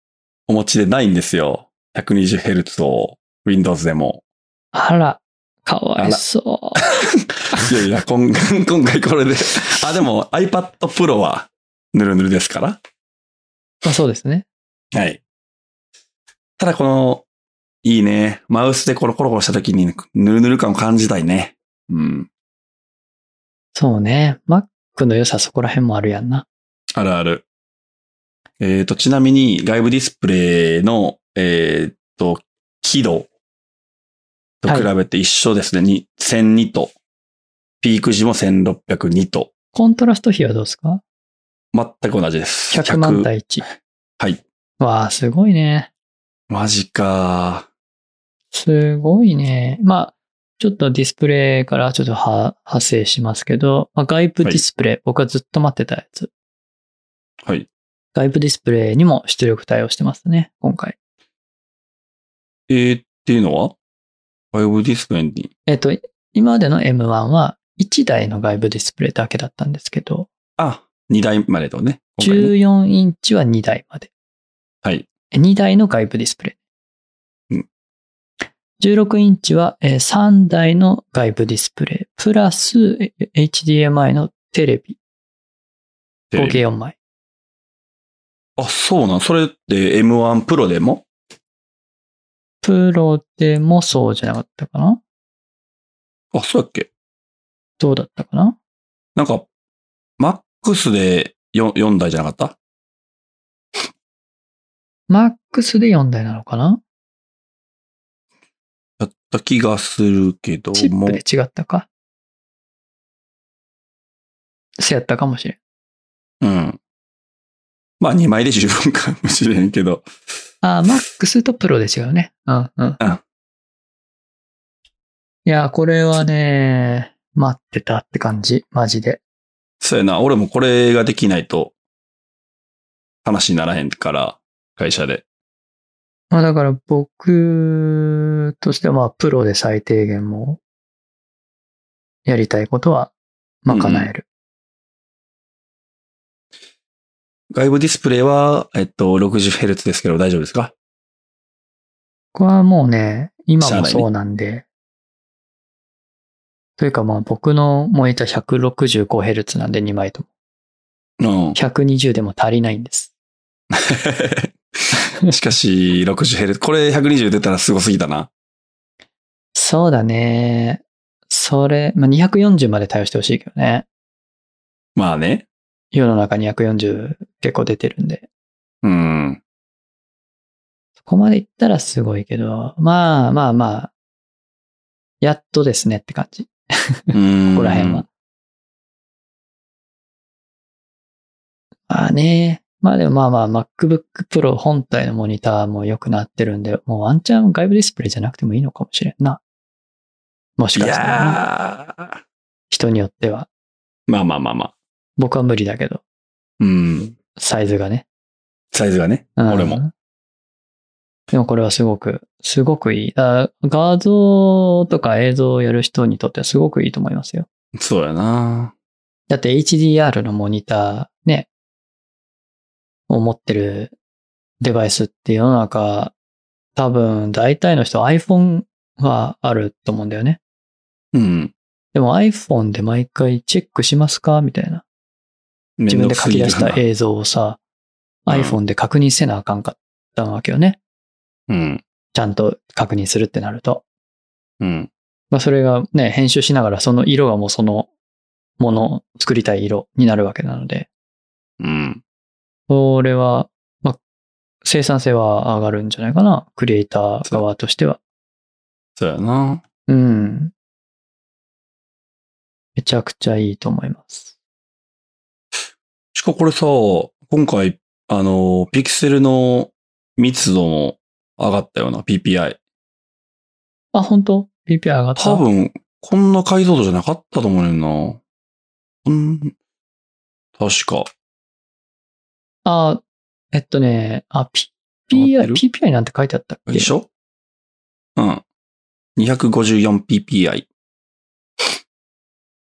B: お持ちでないんですよ。120Hz を Windows でも。
A: あら、かわいそう。
B: いやいや、今 今回これ で。あ、でも iPad Pro はぬるぬるですから。
A: まあそうですね。
B: はい。ただこの、いいね。マウスでコロコロコロした時にぬるぬる感を感じたいね。うん。
A: そうね。Mac の良さそこら辺もあるやんな。
B: あるある。えっ、と、ちなみに外部ディスプレイの、えっ、と、輝度と比べて一緒ですね。に1002と。ピーク時も1602と。
A: コントラスト比はどうですか
B: 全く同じです。
A: 100万対1。
B: はい。
A: わあ、すごいね。
B: マジか。
A: すごいね。まあ、ちょっとディスプレイからちょっとは派生しますけど、まあ、外部ディスプレイ、僕はずっと待ってたやつ。
B: はい。
A: 外部ディスプレイにも出力対応してますね、今回。
B: えー、っていうのは ?5 ディスプレイに。
A: えっ、と、今までの M1 は1台の外部ディスプレイだけだったんですけど、
B: あ、2台までとね。今回ね
A: 14インチは2台まで。
B: はい。
A: 2台の外部ディスプレイ。
B: うん
A: 16インチはえー3台の外部ディスプレイ、プラスえ HDMI のテレビ、
B: テレ
A: 合
B: ビ
A: 計4枚。
B: あ、そうなん。それって M1 プロでも
A: プロでもそうじゃなかったかな
B: あ、そうだっけ
A: どうだったかな
B: なんか、マックスで 4, 4台じゃなかった
A: マックスで4台なのかな
B: だった気がするけど
A: チッ
B: も
A: プ。で違ったかそうやったかもしれん。
B: うん。まあ2枚で十分かもしれんけど。
A: あー、マックスとプロで違うね。うん、うん。
B: うん
A: いやー、これはね、待ってたって感じ。マジで。
B: そうやな。俺もこれができないと話にならへんから、会社で。
A: まあだから僕としてはまあプロで最低限もやりたいことはまあ叶える。
B: 外部ディスプレイは、えっと、60Hz ですけど大丈夫ですか
A: これはもうね、今
B: しゃあ
A: も
B: ないね
A: そうなんで。というかまあ僕のモニター 165Hz なんで2枚とも。
B: うん。
A: 120でも足りないんです。
B: しかし、60Hz。これ120出たらすごすぎたな。
A: そうだね。それ、まあ、240まで対応してほしいけどね。
B: まあね。
A: 世の中240結構出てるんで。
B: うん。
A: そこまでいったらすごいけど、まあまあまあ、やっとですねって感じ。
B: こ
A: ここら辺は。。まあね。まあでもまあまあ、MacBook Pro 本体のモニターも良くなってるんで、もうワンチャン外部ディスプレイじゃなくてもいいのかもしれんな。もし
B: い
A: かしたらね、
B: やー
A: 人によっては。
B: まあまあまあまあ。
A: 僕は無理だけど、
B: うん。
A: サイズがね。
B: サイズがね。
A: うん
B: 俺も。
A: でもこれはすごく、すごくいい。あ画像とか映像をやる人にとってはすごくいいと思いますよ。
B: そうやな。
A: だって HDR のモニターね、を持ってるデバイスって世の中、多分大体の人 iPhone はあると思うんだよね。
B: うん。
A: でも iPhone で毎回チェックしますかみたいな。自分で書き出した
B: 絵。
A: 映像をさ、
B: うん
A: iPhone で確認せなあかんかったわけよね。
B: うん。
A: ちゃんと確認するってなると。
B: うん。
A: まあ、それがね、編集しながらその色がもうそのもの、作りたい色になるわけなので、
B: うん。
A: それは、まあ、生産性は上がるんじゃないかな。クリエイター側としては。
B: そうやな。
A: うん。めちゃくちゃいいと思います。
B: しかもこれさ、今回、あの、ピクセルの密度も上がったような、PPI。
A: あ、本当 ?PPI 上がった
B: 多。分、こんな解像度じゃなかったと思うねんな。うん。確か。
A: あ、えっとね、あ、
B: 上が
A: PPI、
B: ってる
A: PPI なんて書いてあったっけ
B: でしょうん。254ppi。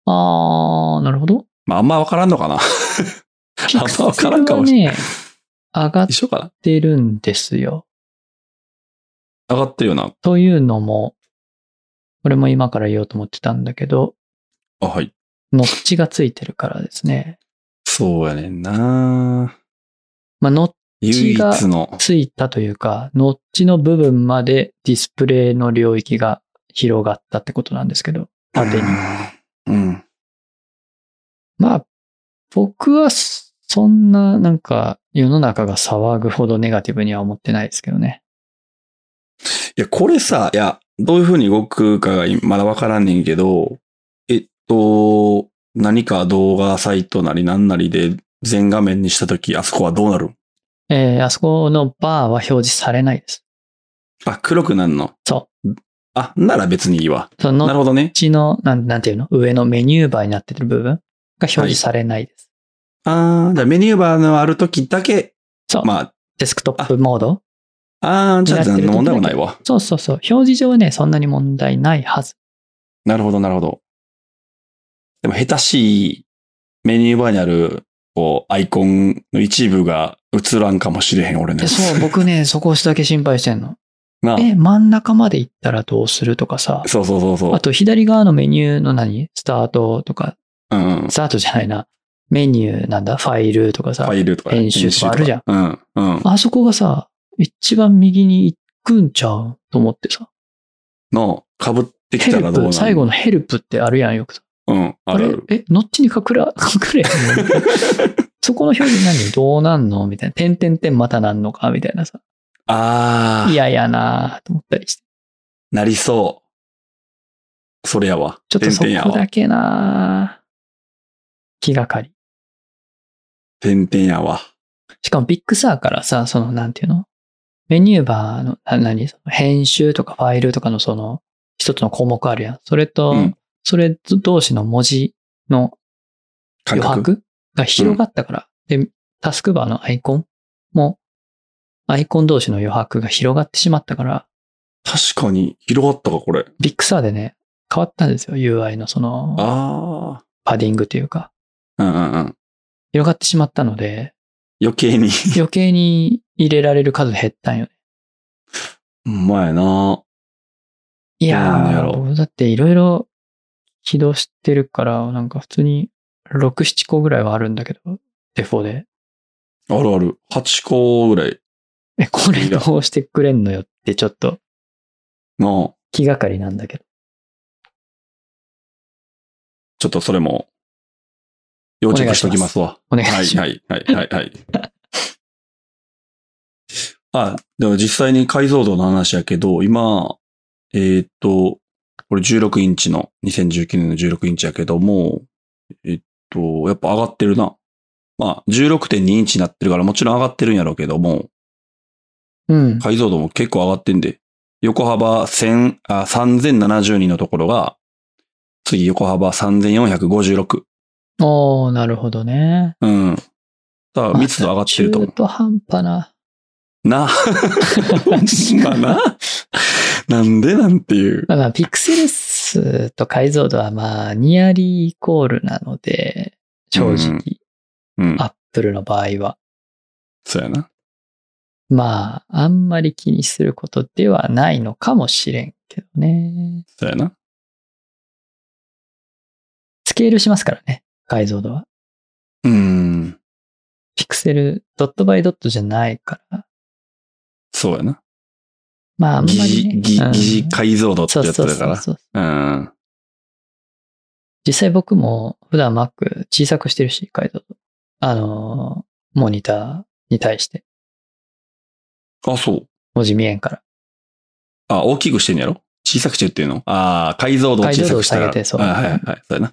A: あー、なるほど。
B: まあ、あんまわからんのかな
A: ピクセル
B: わからんかもしれ
A: はね、上がっ
B: 一緒かな
A: てるんですよ。
B: 上がってるよな。
A: というのも、これも今から言おうと思ってたんだけど、
B: あ、はい。
A: ノッチがついてるからですね。
B: そうやねんな
A: まあ、ノッ
B: 唯
A: 違
B: 一
A: う
B: の。
A: ついたというか、ノッチの部分までディスプレイの領域が広がったってことなんですけど、縦に。
B: うん。
A: まあ、僕はそそんななんか世の中が騒ぐほどネガティブには思ってないですけどね。
B: いや、これさ、いや、どういう風に動くかが今まだわからんねんけど、えっと、何か動画サイトなりなんなりで全画面にしたとき、あそこはどうなるん
A: えーあそこのバーは表示されないです。
B: あ、黒くなるの。
A: そう
B: あ、なら別にいいわ。
A: その
B: なるほどね。
A: ちの、なんなんていうの上のメニューバーになってる部分が表示されないです。
B: あー、じゃあメニューバーのあるときだけ
A: そう。
B: まあ、
A: デスクトップモード
B: あー、じゃあ何の問題もないわ。
A: そうそうそう。表示上はね、そんなに問題ないは ず。
B: なるほど、なるほど。でも、下手しいメニューバーにある、こう、アイコンの一部が映らんかもしれへん、俺の
A: で
B: やつ
A: そう、僕ね、そこだけ心配してんの。
B: なあ
A: え、真ん中まで行ったらどうするとかさ。
B: そうそうそうそう
A: あ。と、左側のメニューの何スタートとか、
B: うんうん。
A: スタートじゃないな。メニューなんだファイルとか
B: フ
A: さ
B: ァ。イルとか。
A: 編集とかあるじゃん
B: 編集とか。うん。うん。
A: あそこがさ、一番右に行くんちゃうと思ってさ。
B: の、被ってき
A: ヘ
B: た
A: ル
B: らどうな
A: プ、
B: る
A: 最後のヘルプってあるやん、よくさ。
B: うん、あ
A: あ
B: るあ
A: れ
B: る。
A: え、のっちに隠れ、隠れへん のそこの表示何どうなんのみたいな。点点点またなんのかみたいなさ。
B: あー、
A: 嫌やなぁと思ったりして。
B: なりそう。それやわ。
A: ちょっとそ
B: 点々や
A: こ
B: わ
A: だ。けなぁ気がかり。
B: 点々やわ。
A: しかもビッグサーからさ、その、なんていうのメニューバーの、な何その編集とかファイルとかのその、一つの項目あるやん。それと、
B: うん
A: それ同士の文字の
B: 感
A: 余
B: 覚。
A: 白が広がったから、で、タスクバーのアイコンも、アイコン同士の余白が広がってしまったから、
B: 確かに、広がったか、これ。
A: ビッグサーでね、変わったんですよ。UI のその、
B: あ
A: パディングというか、
B: ー。うんうんうん。
A: 広がってしまったので、
B: 余計に。
A: 余計に入れられる数減ったんよね。
B: ほんまやな。
A: い
B: どうなんや
A: や
B: ろ
A: ー、僕だっていろいろ起動してるから、なんか普通に6、7個ぐらいはあるんだけど、デフォで。
B: あるある。8個ぐらい。
A: え、これ
B: いや
A: どうしてくれんのよってちょっと
B: の、
A: 気がかりなんだけど。
B: ちょっとそれも、要チェックしときますわ。
A: お願い
B: はい
A: しま
B: は
A: す。
B: いはいはいはい。 あ、でも実際に解像度の話やけど、今、えーっと、これ16インチの、2019年の16インチやけども、えっと、やっぱ上がってるな。まあ、16.2インチになってるからもちろん上がってるんやろうけども、
A: うん。
B: 解像度も結構上がってんで、横幅1000あ3072のところが、次横幅3456。
A: おー、なるほどね。
B: うん。だから密度上がってると思う
A: 中途半端な。
B: な。まあな。 なんでなんていう。
A: まあまあ、ピクセル数と解像度はまあ、ニアリーイコールなので、正
B: う
A: 直、
B: うん。
A: アップルの場合は。
B: そうやな。
A: まあ、あんまり気にすることではないのかもしれんけどね。
B: そうやな。
A: スケールしますからね、解像度は。
B: うん。
A: ピクセル、ドットバイドットじゃないから。
B: そうやな。
A: まあ、あんま
B: 疑
A: り、ね。
B: 似、疑
A: うん
B: 疑似解像度って
A: そう
B: やつ
A: そう
B: だか
A: そう
B: ら。
A: そう。
B: うん。
A: 実際僕も普段 Mac 小さくしてるし、解像度。あのー、モニターに対して
B: あ、そう。
A: 文字見えんから。
B: あ、大きくしてんやろ小さくしてるっていうのああ、解像度を小さくしたら。
A: 解像度を下げてそう
B: はいはいはい。そうやな。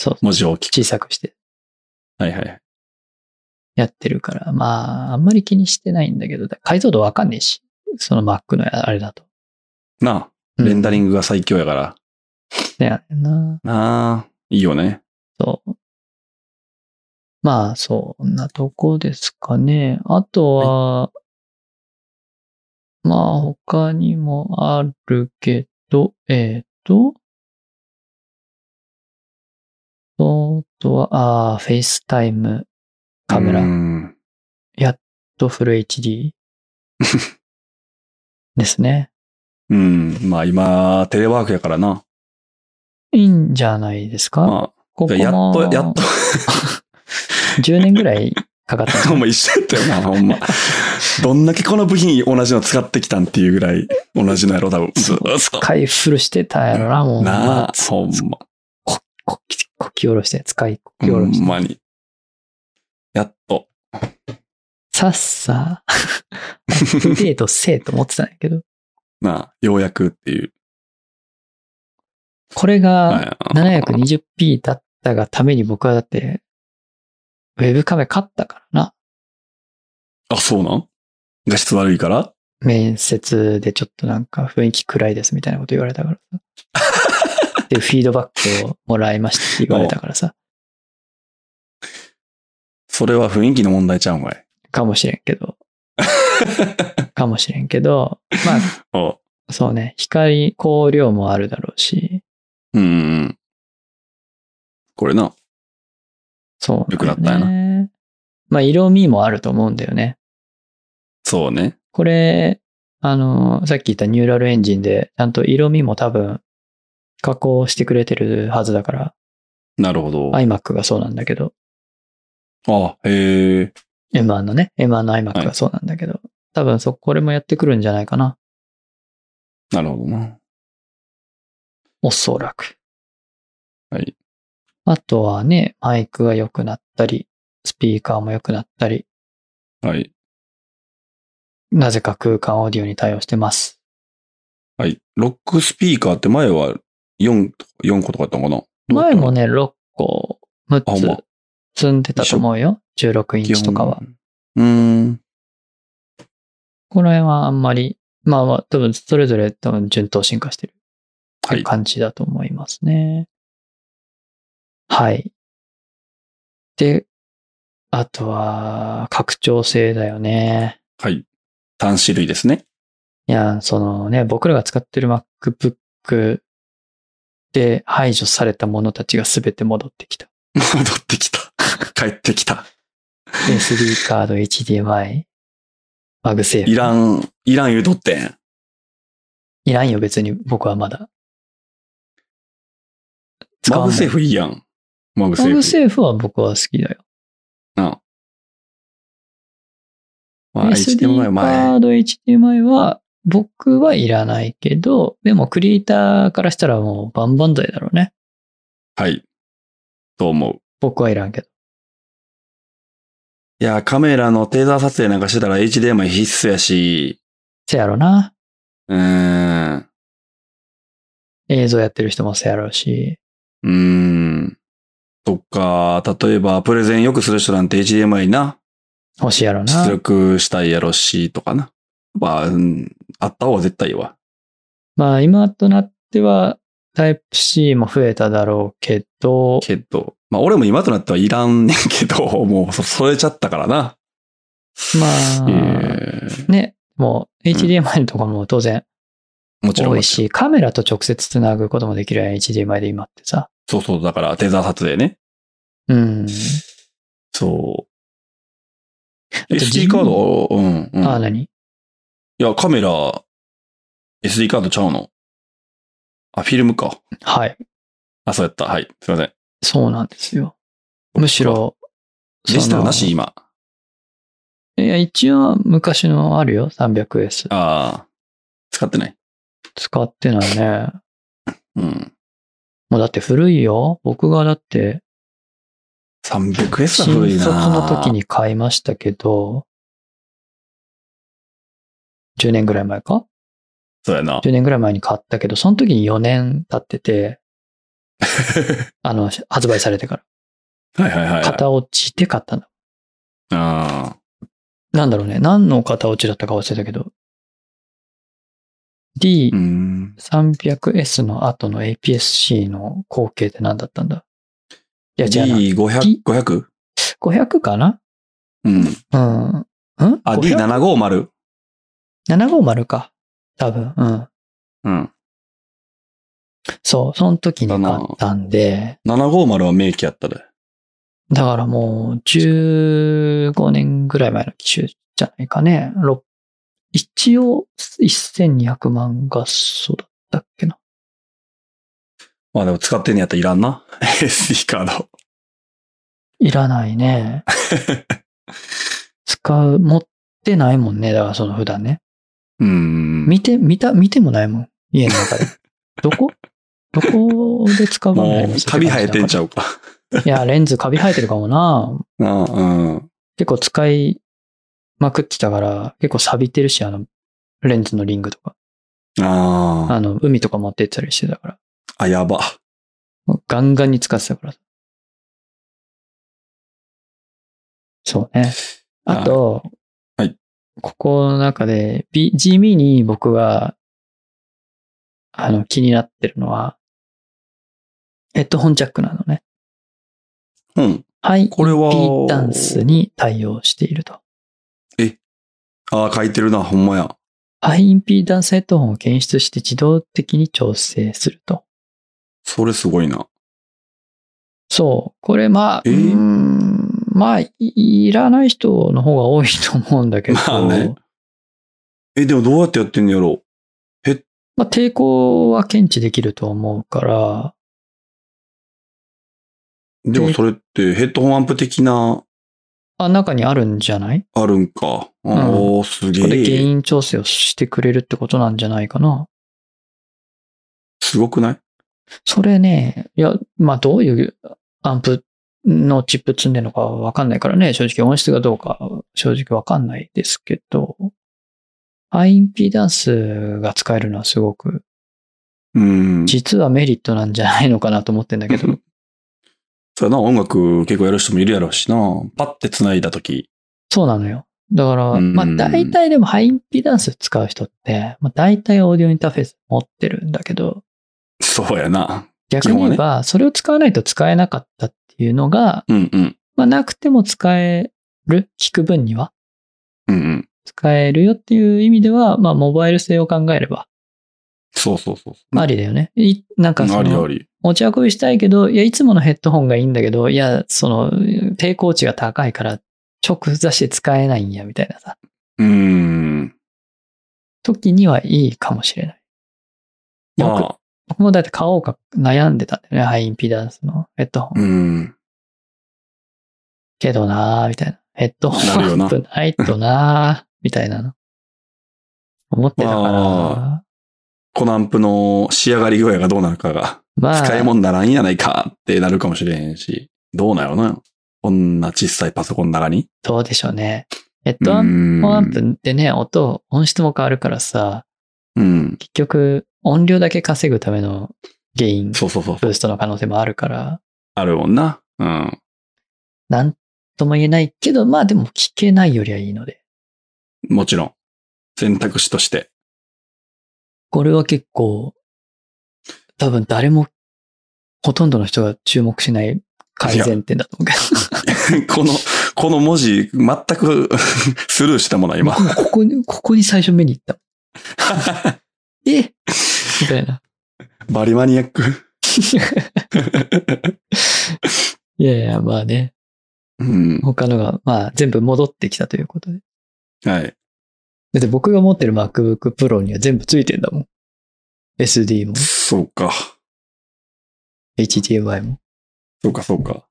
A: そう。
B: 文字を大きく。
A: 小さくして
B: はいはいはい。
A: やってるから、まあ、あんまり気にしてないんだけど、解像度わかんねえし、その Mac のあれだと。
B: なあ、レンダリ
A: ング。
B: ングが最強やから。
A: だよな。
B: なあ、いいよね。
A: そう。まあ、そんなとこですかね。あとは、まあ、他にもあるけど、えっ、と、あとは、ああ、FaceTime カメラ
B: う。ん。
A: やっとフル HD ですね。
B: うん。まあ今、テレワークやからな。
A: いいんじゃないですか、
B: ま
A: こ
B: あ、
A: こ
B: やっ
A: も
B: と、や っと、
A: 10年ぐらいかかったんじゃ
B: ほん
A: な
B: ま
A: い。
B: 一緒やった よな、ほんま。どんだけこの部品同じの使ってきたんっていうぐらい同じのやろ、多分。ず
A: そう
B: ー っ
A: 使い古してたやろな、も
B: と。
A: う。
B: なあ、ほんま。
A: こき、こき下ろして、使いこき下
B: ほ
A: ろし
B: ん
A: て。
B: まに。やっと。
A: さっ さ、デートせえと思ってたんやけど、
B: なあ、ようやくっていう。
A: これが
B: はい
A: 720p だったがために僕はだって、ウェブカメ買ったからな。
B: あ、そうなん画質悪いから
A: 面接でちょっとなんか雰囲気暗いですみたいなこと言われたから さ。で、フィードバックをもらいましたって言われたからさ。
B: それは雰囲気の問題ちゃうんかい。
A: かもしれんけど、かもしれんけど、ま
B: おう
A: あ、そうね、光、光量もあるだろうし、
B: うんうんうん。これな。
A: そうなんだよ、
B: よくなったよ
A: ね。まあ、色味もあると思うんだよね。
B: そうね。
A: これ、あの、さっき言ったニューラルエンジンで、ちゃんと色味も多分、加工してくれてるはずだから、
B: なるほど。い。
A: iMac がそうなんだけど、
B: あ、へえ。
A: M1 のね、M1 の iMac
B: は
A: がそうなんだけど、多分そ、これもやってくるんじゃないかな。
B: なるほどな。
A: おそらく。
B: はい。
A: あとはね、マイクが良くなったり、スピーカーも良くなったり、
B: はい。
A: なぜか空間オーディオに対応してます。
B: はい。ロックスピーカーって前は4、四個とかだったのかな
A: 前も
B: ね、
A: ね、6個、
B: あほん
A: 6
B: ま
A: つ積んでたと思うよ。16イン
B: 基
A: チ
B: 本
A: とかは。。
B: うーん。
A: これはあんまり、まあまあ、多分それぞれ多分順当進化してるって
B: は
A: いう
B: い。
A: 感じだと思いますね。はい。で、あとは、拡張性だよね。
B: はい。3種類ですね。
A: いや、そのね、僕らが使ってる MacBook で排除されたものたちが全て戻ってきた。
B: 戻ってきた。 帰ってきた。
A: SD カード、HDMI、マグセーフ。
B: いらん、いらん言うとってん。
A: いらんよ、別に僕はまだ。
B: マグセー
A: フ
B: フいいやん。マグセー
A: マ
B: フ。
A: グセーフは僕は好きだよ。
B: なあ。まあ、
A: SD
B: HDMI
A: カ
B: 前。
A: ード HDMI は僕はいらないけど、でもクリエイターからしたらもうバンバン剤だろうね。
B: はい。と思う。
A: 僕はいらんけど。
B: いや、カメラのテーザー撮影なんかしてたら HDMI 必須やし、
A: せやろな。
B: うーん、
A: 映像やってる人もせやろうし。
B: うーん。とか、例えば、プレゼンよくする人なんて HDMI な、
A: 欲しいやろ
B: 出
A: な。
B: 力したいやろし、とかな。まあ、うん、あった方が絶対いいわ。
A: まあ今となってはタイプ C も増えただろうけど、
B: けど、まあ、俺も今となってはいらんねんけど、 もう、そそれちゃったからな。
A: ま
B: え
A: あ、
B: ー
A: ね、もう HDMI のとこも当然
B: もちろ
A: 多
B: ん
A: い。し、カメラと直接つなぐこともできるやん HDMI で今ってさ。
B: そうそう、だから、テーザー撮影ね。
A: うん。
B: そう。
A: と
B: SD カード、うん、うん。
A: ああ、何
B: いや、カメラ、SD カードちゃうのあ、フィルムか。
A: はい。
B: あ、そうやった。はい。すいません。
A: そうなんですよ。むしろ、
B: デジタル
A: そ
B: な
A: の
B: し、今。
A: いや、一応昔のあるよ、300S。
B: ああ。使ってない。
A: 使ってないね。
B: うん。
A: もうだって古いよ。僕がだって、新
B: 300S は古い
A: 卒
B: な。
A: の時。に買いましたけど、10年ぐらい前か
B: そうやな。
A: ?10 年ぐらい前に買ったけど、その時に4年経って て、あの、発売されてか
B: はいはいは
A: ら。
B: い。
A: 型落ちて買ったんだ。
B: あ
A: なんだろうね。何の型落ちだったか忘れたけど。D
B: ーうーん。
A: 300S の後の APS-C の後継って何だったんだいや、違うな。
B: D500、500?
A: 500かな
B: うん。
A: うん。ん
B: あ、
A: 500
B: D750。
A: 750か。多分。うん。
B: うん。
A: そう。その時に
B: だ
A: 買
B: な
A: ったんで、
B: 750は名機やったで。
A: だからもう15年ぐらい前の機種じゃないかね。ろ一応1200万画素だったっけな。
B: まあでも使ってんのやったらいらん な。SD カード。
A: いらない ね。使う、持ってないもんね。だからその普段ね。
B: うーん。
A: 見て、見た、見てもないもん。家の 中で。どこどこで使う場面あ
B: も
A: りま
B: う、
A: す
B: カビ生えてんち
A: ゃ
B: ゃうか。
A: いや、レンズカビ生えてるかもな。
B: なあ、うん。
A: 結構使いまくってたから、結構錆びてるし、あの、レンズのリングとか。
B: ああ
A: あ。の、海とか持ってったりしてたから。
B: あ、やば。
A: もうガンガンに使ってたからさ。そうね。あと、
B: はい
A: ここの中で、B、地味に僕が、あの、気になってるのは、ヘッドホンジャックなのね。
B: うん。
A: はい。
B: これは
A: B ダンスに対応していると。
B: ああ、書いてるな、ほんまや。
A: ハイインピーダンスヘッドホンを検出して自動的に調整すると。
B: それすごいな。
A: そう。これ、まあ、
B: えー
A: うーんまあ、いいらない人の方が多いと思うんだけど、
B: まあねえ、でもどうやってやってんのやろ
A: まあ、抵抗は検知できると思うから、
B: うでもそれってヘッドホンアンプ的な、
A: あ、中にあるんじゃない
B: あるんか。あおー、す
A: これゲ
B: げ
A: イ
B: え。
A: ン調整をしてくれるってことなんじゃないかな。
B: すごくない
A: それね、いや、まあどういうアンプのチップ積んでるのかわかんないからね、正直音質がどうか正直わかんないですけど、ハイインピーダンスが使えるのはすごく、
B: うん。
A: 実はメリットなんじゃないのかなと思ってんだけど、
B: そうやな、音楽結構やる人もいるやろうしな。パッて繋いだとき。
A: そうなのよ。だから、
B: うん
A: まあ大体でもハイインピーダンス使う人って、まあ大体オーディオインターフェース持ってるんだけど、
B: そうやな。
A: 逆に言えば、それを使わないと使えなかったっていうのが、
B: うんうん。
A: まあなくても使える聞く分には
B: うんうん。
A: 使えるよっていう意味では、まあ、モバイル性を考えれば、
B: そうそうそう。
A: ありだよね。いなんか
B: うん
A: そ
B: あり
A: の
B: あ、り。
A: 持ち運びしたいけど、いや、いつものヘッドホンがいいんだけど、いや、その、抵抗値が高いから、直座して使えないんや、みたいなさ、
B: うん。
A: 時にはいいかもしれない。
B: ま
A: 僕
B: あ、
A: 僕もだって買おうか悩んでたんだよね、ハイインピダンスのヘッドホン。
B: うん。
A: けどなーみたいな。ヘッドホ
B: なるよ
A: ン
B: な
A: アップないとなーみたいなの。思ってたから。
B: まこのアンプの仕上がり具合がどうなるかが、
A: まあ、
B: 使い物ならんやないかってなるかもしれへんし、どうなよな。こんな小さいパソコンの中に。
A: どうでしょうね。ヘッ
B: う
A: ドアンプ
B: ん
A: アンプってね、音、音質も変わるからさ、
B: うん。
A: 結局音量だけ稼ぐためのゲイン、
B: そうそうそう。
A: ブーストの可能性もあるから、
B: あるもんな。うん。
A: なんとも言えないけど、まあでも聞けないよりはいいので、
B: もちろん。選択肢として。
A: これは結構、多分誰も、ほとんどの人が注目しない改善点だと思うけ
B: この、この文字、全く スルーしたもの、
A: ど、
B: 今。
A: 僕も ここに、ここに最初目に行った。えみたいな。
B: バリマニアック。
A: いやいや、まあね、
B: うん。
A: 他のが、まあ全部戻ってきたということで。
B: はい。
A: だって僕が持ってる MacBook Pro には全部ついてんだもん。SD も、
B: そうか。
A: HDMI も。
B: そうか、そうか。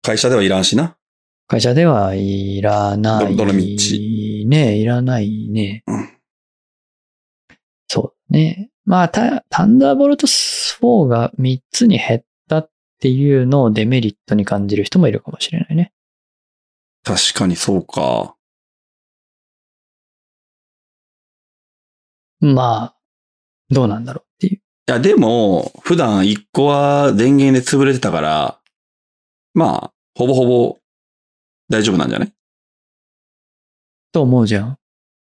B: 会社ではいらんしな。
A: 会社ではいらない。
B: どどの道
A: ねいらないね。
B: うん
A: そうね。まあ、た、タンダーボルト4が3つに減ったっていうのをデメリットに感じる人もいるかもしれないね。
B: 確かにそうか。
A: まあ、どうなんだろうっていう。
B: いや、でも、普段1個は電源で潰れてたから、まあ、ほぼほぼ大丈夫なんじゃない
A: と思うじゃん。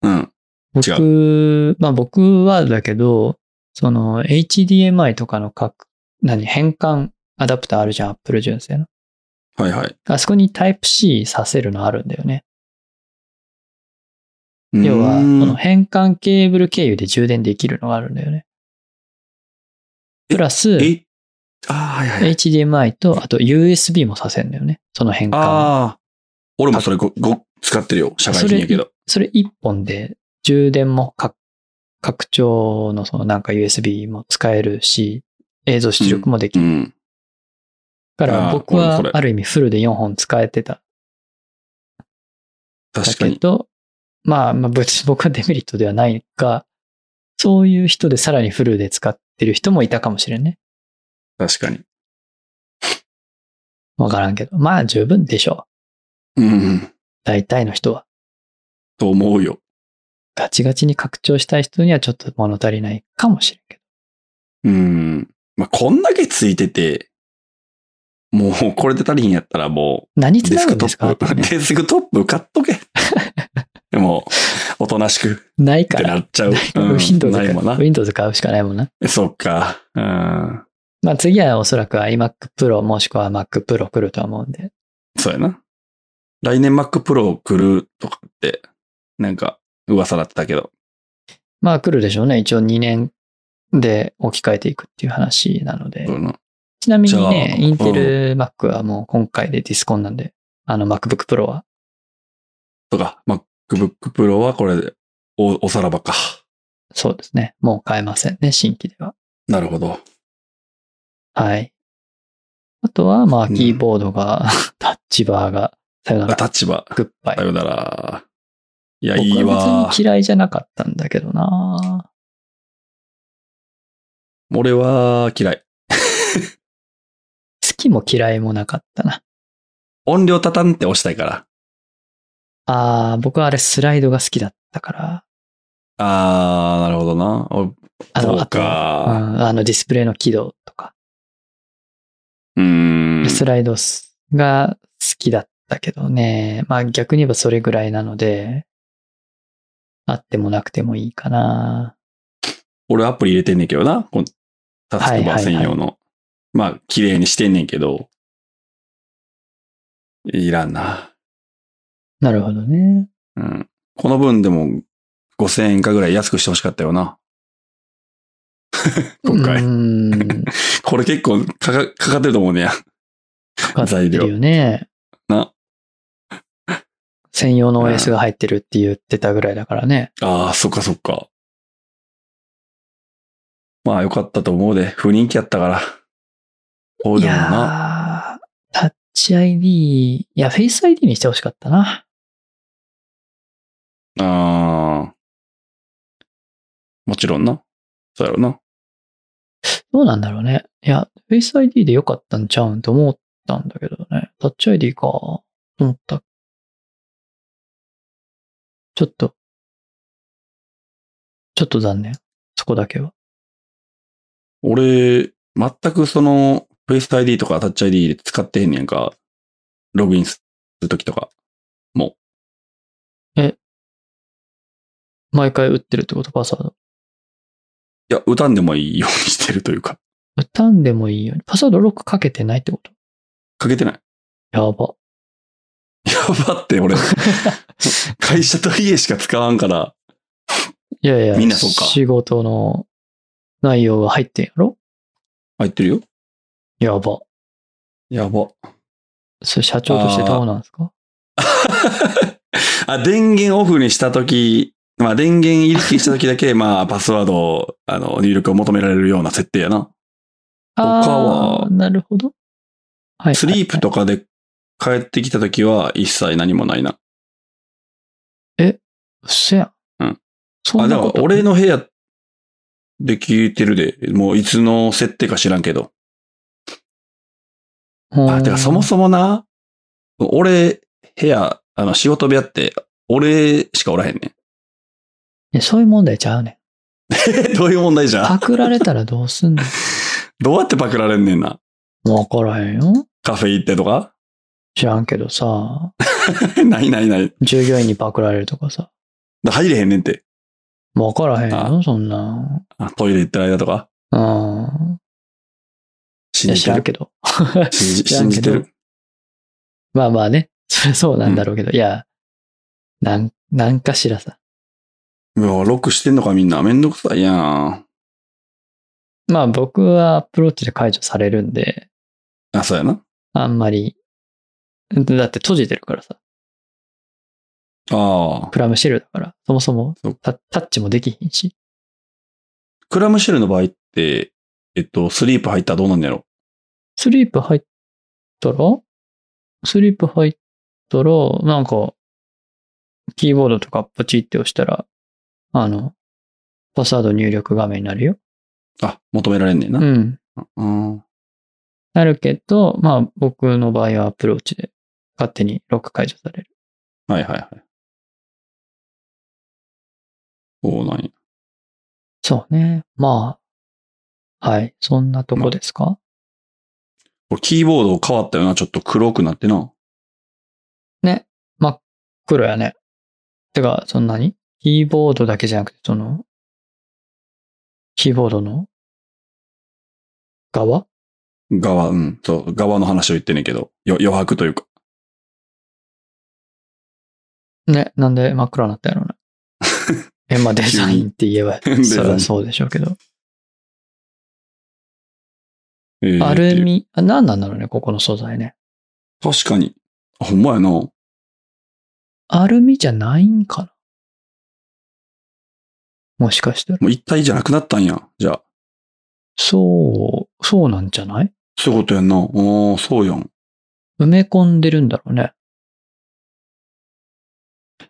B: うん。
A: 僕、まあ僕はだけど、その HDMI とかの各、何、変換アダプターあるじゃん、Apple 純正の。
B: はいはい。
A: あそこに Type-C させるのあるんだよね。
B: うーん
A: 要は、この変換ケーブル経由で充電できるのがあるんだよね。
B: え
A: プラス、
B: えああ、はいはい。
A: HDMI と、あと USB もさせるんだよね。その変換。
B: ああ。俺もそれご、ご、使ってるよ。社会
A: そ
B: 人
A: れ
B: やけど。
A: それ一本で、充電もか拡張のそのなんか USB も使えるし、映像出力もできる
B: う。ん。
A: だから
B: あー
A: 僕
B: 俺も
A: は
B: それ
A: ある意味フルで4本使えてたんだ
B: 確か
A: け
B: に。
A: ど、まあまあ別に 僕はデメリットではないが、そういう人でさらにフルで使ってる人もいたかもしれんね。
B: 確かに。
A: わからんけど。まあ十分でしょう。
B: うん。
A: 大体の人は。
B: と思うよ。
A: ガチガチに拡張したい人にはちょっと物足りないかもしれんけど。
B: うん。まあ、こんだけついてて、もう、これで足りひんやったらも
A: 何
B: う、
A: つ
B: デ
A: な
B: ス
A: ぐ
B: ク
A: ん
B: ト
A: ですか
B: ッ
A: って
B: プ、
A: ね
B: デスクトップ買っと け。でも、おとなしくっ
A: ないか
B: て
A: ら。
B: なっち ゃう。うん
A: Windows
B: ない
A: 買う
B: もんな。
A: Windows 買うしかないもんな。
B: そっか。うん。
A: まあ次はおそらく iMac Pro もしくは Mac Pro 来るとは思うんで。
B: そうやな。来年 Mac Pro 来るとかって、なんか噂だったけど。
A: まあ来るでしょうね。一応2年で置き換えていくっていう話なので
B: そ。の
A: ちなみに
B: じゃ
A: ね
B: あ、
A: インテル Mac はもう今回でディスコンなんで、あの MacBook Pro は。
B: とか、MacBook Pro はこれで、お、おさらばか。
A: そうですね。もう買えませんね、新規では。
B: なるほど。
A: はい。あとは、まあ、
B: うん
A: キーボードが、 タッチバーが、さよなら、
B: 立場。
A: グッバイ
B: さ。よなら。いや、い
A: 僕
B: い
A: は
B: わ
A: 別。に嫌いじゃなかったんだけどな
B: 俺は嫌い。
A: 好きも嫌いもなかったな。
B: 音量たたんって押したいから。
A: あー、僕はあれスライドが好きだったから。
B: あー、なるほどな。お
A: あ
B: そう
A: あと、うん
B: か。
A: あのディスプレイの起動とか、
B: うーん。
A: スライドが好きだったけどね。まあ逆に言えばそれぐらいなので、あってもなくてもいいかな。
B: 俺アプリ入れてんねんけどな。このタスクバー専用の。まあ、綺麗にしてんねんけど。いらんな。
A: なるほどね。
B: うん。この分でも5000円かぐらい安くしてほしかったよ な。今回
A: うーん。
B: これ結構かかかかってると思うねや。
A: かかってるよね。
B: な。
A: 専用の OS が入ってるって言ってたぐらいだからね。
B: ああ、そっかそっか。まあよかったと思うで。不人気やったから。そう
A: い
B: でもな。
A: やー、タッチ ID、いや、フェイス ID にしてほしかったな。
B: ああ。もちろんな。そうやろな。
A: どうなんだろうね。いや、フェイス ID でよかったんちゃうんと思ったんだけどね。タッチ ID か、と思った。ちょっと、ちょっと残念。そこだけは。
B: 俺、全くその、フェイス ID とかタッチ ID で使ってへんねやんか。ログインするときとか。
A: 毎回打ってるってことパスワード。
B: いや、歌んでもいいようにしてるというか。
A: 打たんでもいいように。パスワードロックかけてないってこと
B: かけてない。
A: やば。
B: やばって、 俺。会社と家しか使わんから。
A: いやいや、
B: みんなそうか
A: 仕事の内容が入ってんやろ
B: 入ってるよ。
A: やば。
B: やば。
A: それ社長としてどうなんですか
B: あ、電源オフにしたとき、まあ、電源入り切りしたときだけ、まあ、パスワードを、あの、入力を求められるような設定やな。他は
A: あーなるほど。はい。
B: スリープとかで帰ってきたときは、一切何もないな。
A: うっせや。
B: うん。
A: そ
B: あ、
A: ん
B: で
A: なこ
B: も、
A: と
B: 俺の部屋で聞いてるで、もういつの設定か知らんけど。あ、てか、そもそもな、俺、部屋、あの、仕事部屋って、俺しかおらへんね
A: も。そういう問題ちゃうねん。
B: ん。どういう問題じゃ
A: パ
B: ん
A: クられたらどうすんの
B: どうやってパクられんねんな。
A: わからへんよ。
B: カフェ行ってとか
A: 知らんけどさ、
B: ないないない。
A: 従業員にパクられるとかさ。
B: 入れへんねんって。
A: わからへんよ、
B: あ
A: そんなん。
B: あトイレ行ってる間とか
A: うん。い
B: 信
A: や、
B: じ
A: 知
B: て
A: らん
B: る。
A: けど。
B: 信じ
A: 知らん
B: 信
A: けど
B: じてる。
A: まあまあね。そりゃそうなんだろうけど、いや、なん、なんかしらさ。
B: うわ、ロックしてんのかみんな。めんどくさいやん。
A: まあ僕はアプローチで解除されるんで、
B: あ、そうやな。
A: あんまり、だって閉じてるからさ、
B: ああ。
A: プラムシェルだから、そもそも
B: そう
A: タタッチもできひんし、
B: クラムシェルの場合って、えっと、スリープ入ったらどうなんのやろ
A: スリープ入ったら、スリープ入ったら、なんか、キーボードとかポチって押したら、あの、パスワード入力画面になるよ。
B: あ、求められんねん
A: う
B: な。
A: ん。
B: うん。
A: なるけど、まあ僕の場合はアプローチで勝手にロック解除される。
B: はいはいはい。そうなんや。
A: そうね。まあ、はい。そんなとこですか、
B: これキーボード変わったよな。ちょっと黒くなってな。
A: 真っ黒やね。てか、そんなにキーボードだけじゃなくて、その、キーボードの側
B: 側、うん。そう、側の話を言ってんねんけど。よ余白というか。
A: ね、なんで真っ暗になったん やろうね。え、まあデザインって言えば
B: デザイ、ン
A: それはそうでしょうけど。
B: えー
A: ア
B: ってい
A: ル
B: う
A: ミ、あ、何なんだろうね、ここの素材ね。
B: 確かに。あほんまやな。
A: アルミじゃないんかなもしかしたら。
B: もう一体じゃなくなったんや。じゃあ。
A: そう、そうなんじゃない
B: そういうことやんな。おー、そうやん。
A: 埋め込んでるんだろうね。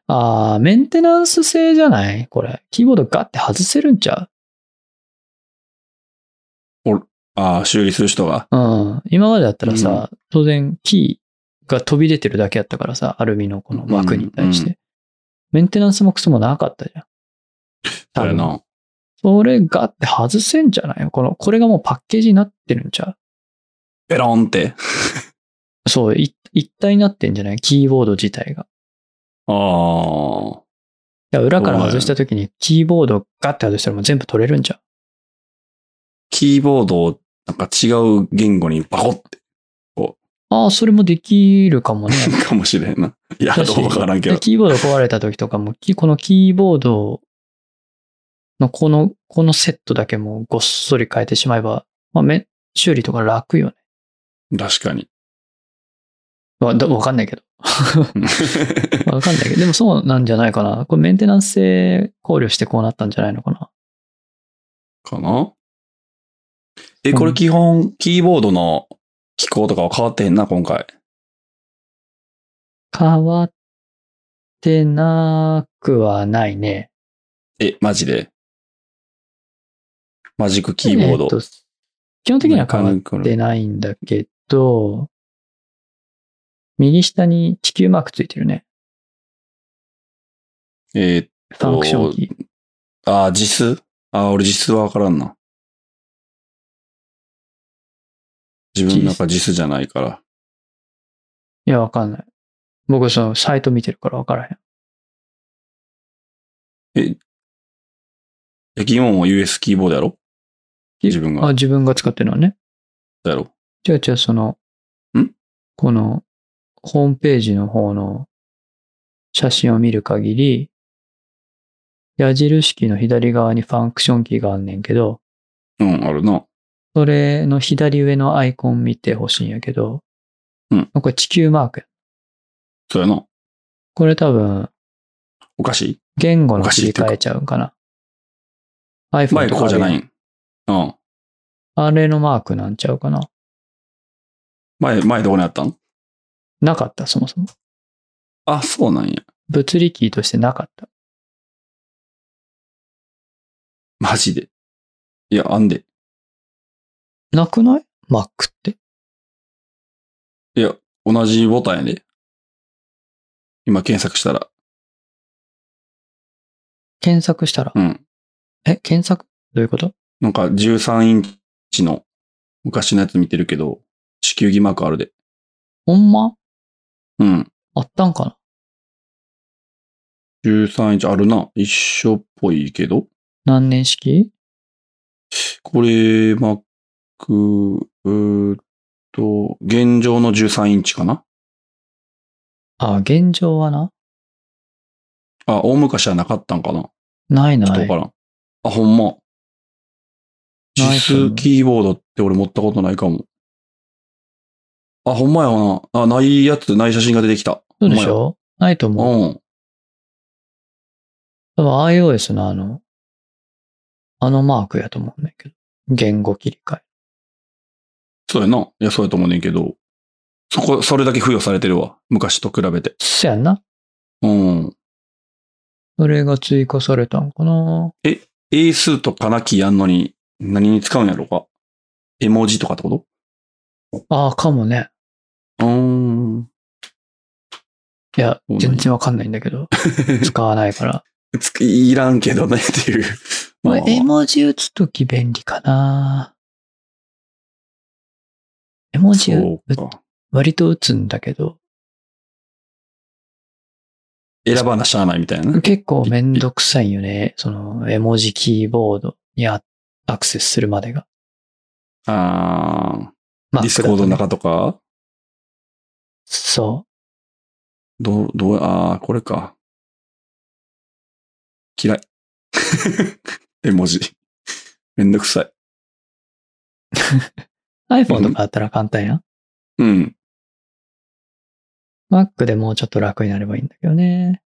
A: あー、メンテナンス性じゃないこれ。キーボードガッて外せるんちゃ
B: ああ、修理する人が。
A: ううん。今までだったらさ、当然キーが飛び出てるだけやったからさ、アルミのこの枠に対して。
B: うん
A: メンテナンスもクソもなかったじゃん。多
B: そうや
A: 分
B: な。
A: それガッて外せんじゃないこの、これがもうパッケージになってるんちゃ
B: ペロンって。
A: うそう、い一体になってんじゃないキーボード自体が。
B: ああ。
A: いや裏から外した時にキーボードガッて外したらもう全部取れるんじゃん。
B: キーボードをなんか違う言語にバコって
A: ああ、それもできるかもね。
B: かもしれんな。いや、
A: だし
B: どうわからんけど
A: で。キーボード壊れた時とかも、キこのキーボードのこの、このセットだけもうごっそり変えてしまえば、まあ、め修理とか楽よね。
B: 確かに。
A: わだわかんないけど。 わかんないけど。でもそうなんじゃないかな。これメンテナンス性考慮してこうなったんじゃないのかな。
B: かなえ、これ基本、キーボードの機構とかは変わってへんな、今回。
A: 変わってなくはないね。
B: え、マジで。マジックキーボード。
A: えっと基本的には変わってないんだけど、右下に地球マークついてるね。
B: えー
A: ファンクションキー。
B: あー、実あー、俺実はわからんな。自分の中実じゃないから。
A: いや、わかんない。僕、その、サイト見てるからわからへん。
B: え、ギモンは US キーボードやろ自分
A: あ、
B: が。
A: 自分が使ってるのはね。
B: やろ。
A: 違う違う、その、
B: ん
A: この、ホームページの方の写真を見る限り、矢印キーの左側にファンクションキーがあんねんけど、
B: うん、あるな。
A: それの左上のアイコン見てほしいんやけど、
B: うん
A: これ地球マークや。
B: そうやな。
A: これ多分、
B: おかしい
A: 言語の切り替えちゃうんかな。iPhone
B: 前
A: と
B: こ
A: か
B: うじゃな
A: あ
B: い
A: れ
B: ん。うん。
A: あれのマークなんちゃうかな。
B: 前、前どこにあったん
A: なかった、そもそも。
B: あ、そうなんや。
A: 物理キーとしてなかった。
B: マジで。いや、あんで。
A: なくない ?Mac って。
B: いや、同じボタンやで。今検索したら。
A: 検索したら。
B: うん。
A: え、検索どういうこと
B: なんか13インチの昔のやつ見てるけど、地球儀マークあるで。
A: ほんま
B: うん。
A: あったんかな
B: 13インチあるな。一緒っぽいけど。
A: 何年式
B: これ、Mac、うーっと、現状の13インチかな
A: あ、現状はな。
B: あ、大昔はなかったんかな
A: ない
B: ちょっ
A: な
B: とわ
A: い
B: か。らん。あ、ほんま。
A: ないと思う
B: JIS キーボードって俺持ったことないかも。あ、ほんまやわな。あ、ないやつ、ない写真が出てきた。
A: そうでしょないと
B: ほん
A: 思う。
B: まやうん。
A: 多分 iOS のあの、あのマークやと思うんだけど。言語切り替え。
B: そうやな。いや、そうやと思うねんけど。そこ、それだけ付与されてるわ。昔と比べて。
A: そやんな。
B: うん。
A: それが追加されたんかな
B: 英数とかなきやんのに、何に使うんやろか。絵文字とかってこ
A: ああ、かもね。
B: とうーん。
A: いや
B: そうなん、や
A: 全然わかんないんだけ ど。使わないから。
B: つくいらんけどねっていう。まあまあまあ
A: 絵文字打つとき便利かな絵文字
B: そううか。
A: 割と打つんだけど、
B: 選ばなしゃあないみたいなね。
A: 結構めんどくさいよね。その絵文字キーボードにアアクセスするまでが。
B: あ
A: ま
B: ー。ディスコードの中とか
A: そ
B: どう、どう、ああ、これか。嫌い。 絵文字。めんどくさい。
A: iPhone とかだったら簡単やん。
B: うん。
A: Mac でもうちょっと楽になればいいんだけどね。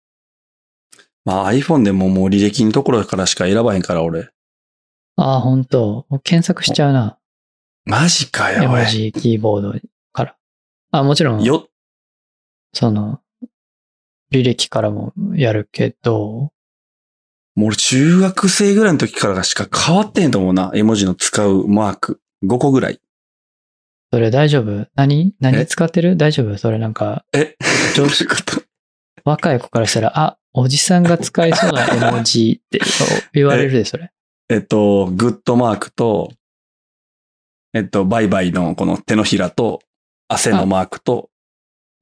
B: まあ iPhone でももう履歴のところからしか選ばへんから俺。
A: ああ、本当検索しちゃうな。
B: マジか
A: 絵
B: よ、お
A: 文
B: い。
A: 字、キーボードから。あ、もちろん、
B: よ、
A: その、履歴からもやるけど、
B: もう俺中学生ぐらいの時からしか変わってへんと思うな。絵文字の使うマーク。5個ぐらい。
A: それ大丈夫何
B: え
A: 何使ってる大丈夫それなんか、
B: えどういうこと
A: 若い子からしたら、あ、おじさんが使いそうな絵文字って言われるで、それ。
B: えっと、グッドマークと、えっと、バイバイのこの手のひらと、汗のマークと、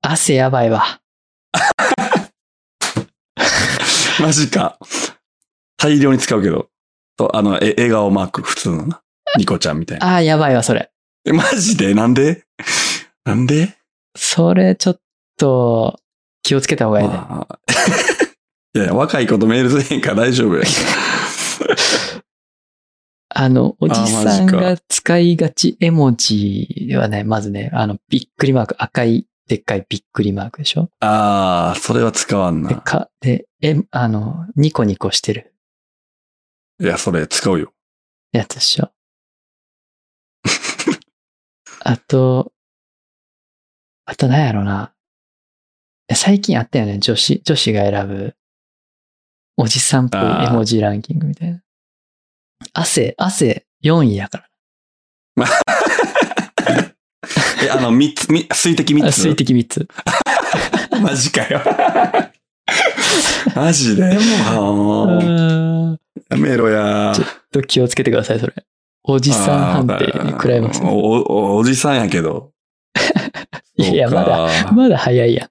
A: 汗やばいわ。
B: マジか。大量に使うけど、と、あの、え、笑顔マーク、普通のな。ニコちゃんみたいな。
A: あーやばいわ、それ。
B: え、マジでなんでなんで
A: それちょっと気をつけた方がいいね。
B: まあ いやいや、若い子とメールせえへんから 大丈夫や。
A: あの、おじさん
B: あマ
A: が使いがち絵文字ではね、まずね、あの、びっくりマーク、赤い、でっかいびっくりマークでしょ
B: ああ、それは使わん
A: で、
B: な。
A: か、で、え、あの、ニコニコしてる
B: いや、それ使うよ。
A: やつでしょあと、あと何やろな。いや最近あったよね、女子、女子が選ぶ、おじさんっぽい絵文字ランキングみたいな。汗、汗4位やから。
B: え、あの、三つ、み水滴三
A: あ
B: つ。
A: 水滴3つ。
B: マジかよ。マジで
A: う
B: もう、
A: ーん
B: やめろや
A: ち。ょと気をつけてください、それ。おじさん判定に食らいますね、
B: あーおおおじさんやけど。
A: いや
B: そうか
A: まだ早いや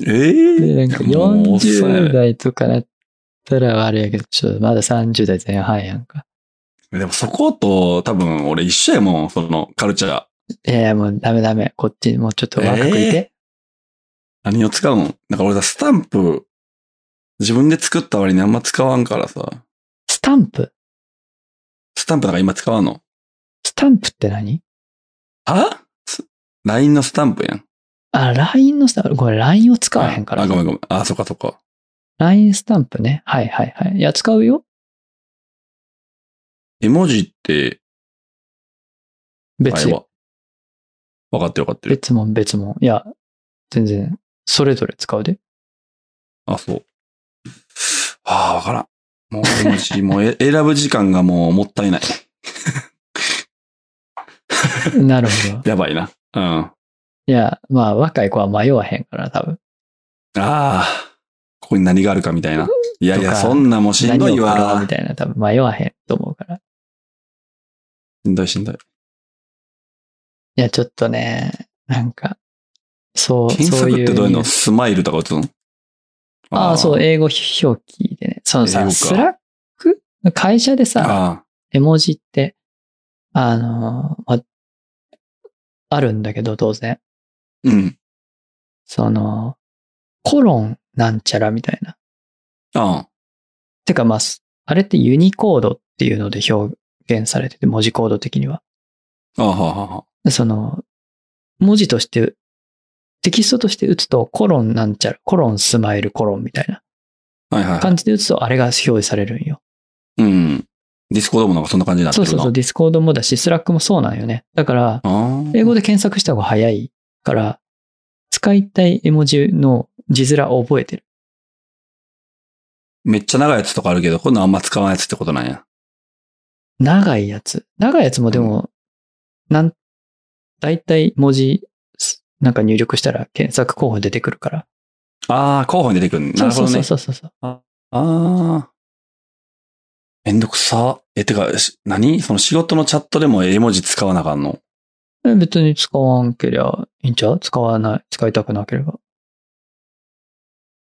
B: えー
A: ん。で、なんか
B: いやもうおっさんやね
A: 40代とかなったらあれやけど、ちょっとまだ30代前半やんか。
B: でもそこと多分俺一緒やもん、そのカルチャー。
A: いやいや、もうダメダメ。こっち、もうちょっと若くいて。
B: 何を使うんなんか俺さ、スタンプ、自分で作った割にあんま使わんからさ。
A: スタンプ
B: スタンプなんか今使わんの
A: スタンプって何
B: はす ?LINE のスタンプやん。
A: あ、LINE のスタンプ。これ LINE を使わへんから
B: あ、。ごめんごめん。あ、そっかそっか。
A: LINE スタンプね。はいはいはい。いや、使うよ。
B: 絵文字って、あ
A: 別
B: れ
A: に。
B: は。分かってる分かってる。
A: 別もん別もん。いや、全然、それぞれ使う で。
B: あ、そう。ああ、わからん。もう絵文字、もうえ 選ぶ時間がもうもったいない。
A: なるほど。
B: やばいな。うん。あ
A: いや、まあ、若い子は迷わへんから、多分。
B: あ、ここに何があるかみ たいな。いやいや、
A: とか
B: そんなもうしんどい
A: 何を買おう
B: わ
A: み。たいな、多分迷わへんと思うから。い
B: しんどいしんどい。
A: や、ちょっとね、なんか、そう、
B: 検
A: そう
B: 索
A: い
B: っ
A: う。
B: てどういうのスマイルとか打つの
A: ああ、そう、
B: え。
A: 英語表記でね。その
B: 英語
A: さ、
B: か
A: スラック会社でさ、
B: あ
A: 絵文字って、あのー、まあるんだけど、当然。
B: あ、うん。
A: その、コロンなんちゃらみたいな。
B: あ
A: てか、まあ、すあれってユニコードっていうので表現されてて、文字コード的には。
B: あ、ああ、はあはあ。
A: その、文字として、テキストとして打つと、コロンなんちゃら、コロンスマイルコロンみたいな
B: はいはいはい。
A: 感じで打つと、あれが表示されるんよ。
B: うん。ディスコードもなんかそんな感じになって
A: そう
B: るな。
A: そうそう、ディスコードもだし、スラックもそうなんよね。だから、
B: ああ。
A: 英語で検索した方が早いから、使いたい絵文字の字面を覚えてる。
B: めっちゃ長いやつとかあるけど、こんなんあんま使わないやつってことなんや。
A: 長いやつ。長いやつもでも、なん、だいたい文字、すなんか入力したら検索候補出てくるから。
B: ああ、候補に出てくる。な
A: そう
B: るほ
A: そ
B: ど
A: うそう。そ
B: ね
A: うそう。
B: ああ。めんどくさ。え、てか、し何その仕事のチャットでも絵文字使わなあかんの
A: え別に使わんけりゃいいんちゃう使わない、使いたくなければ。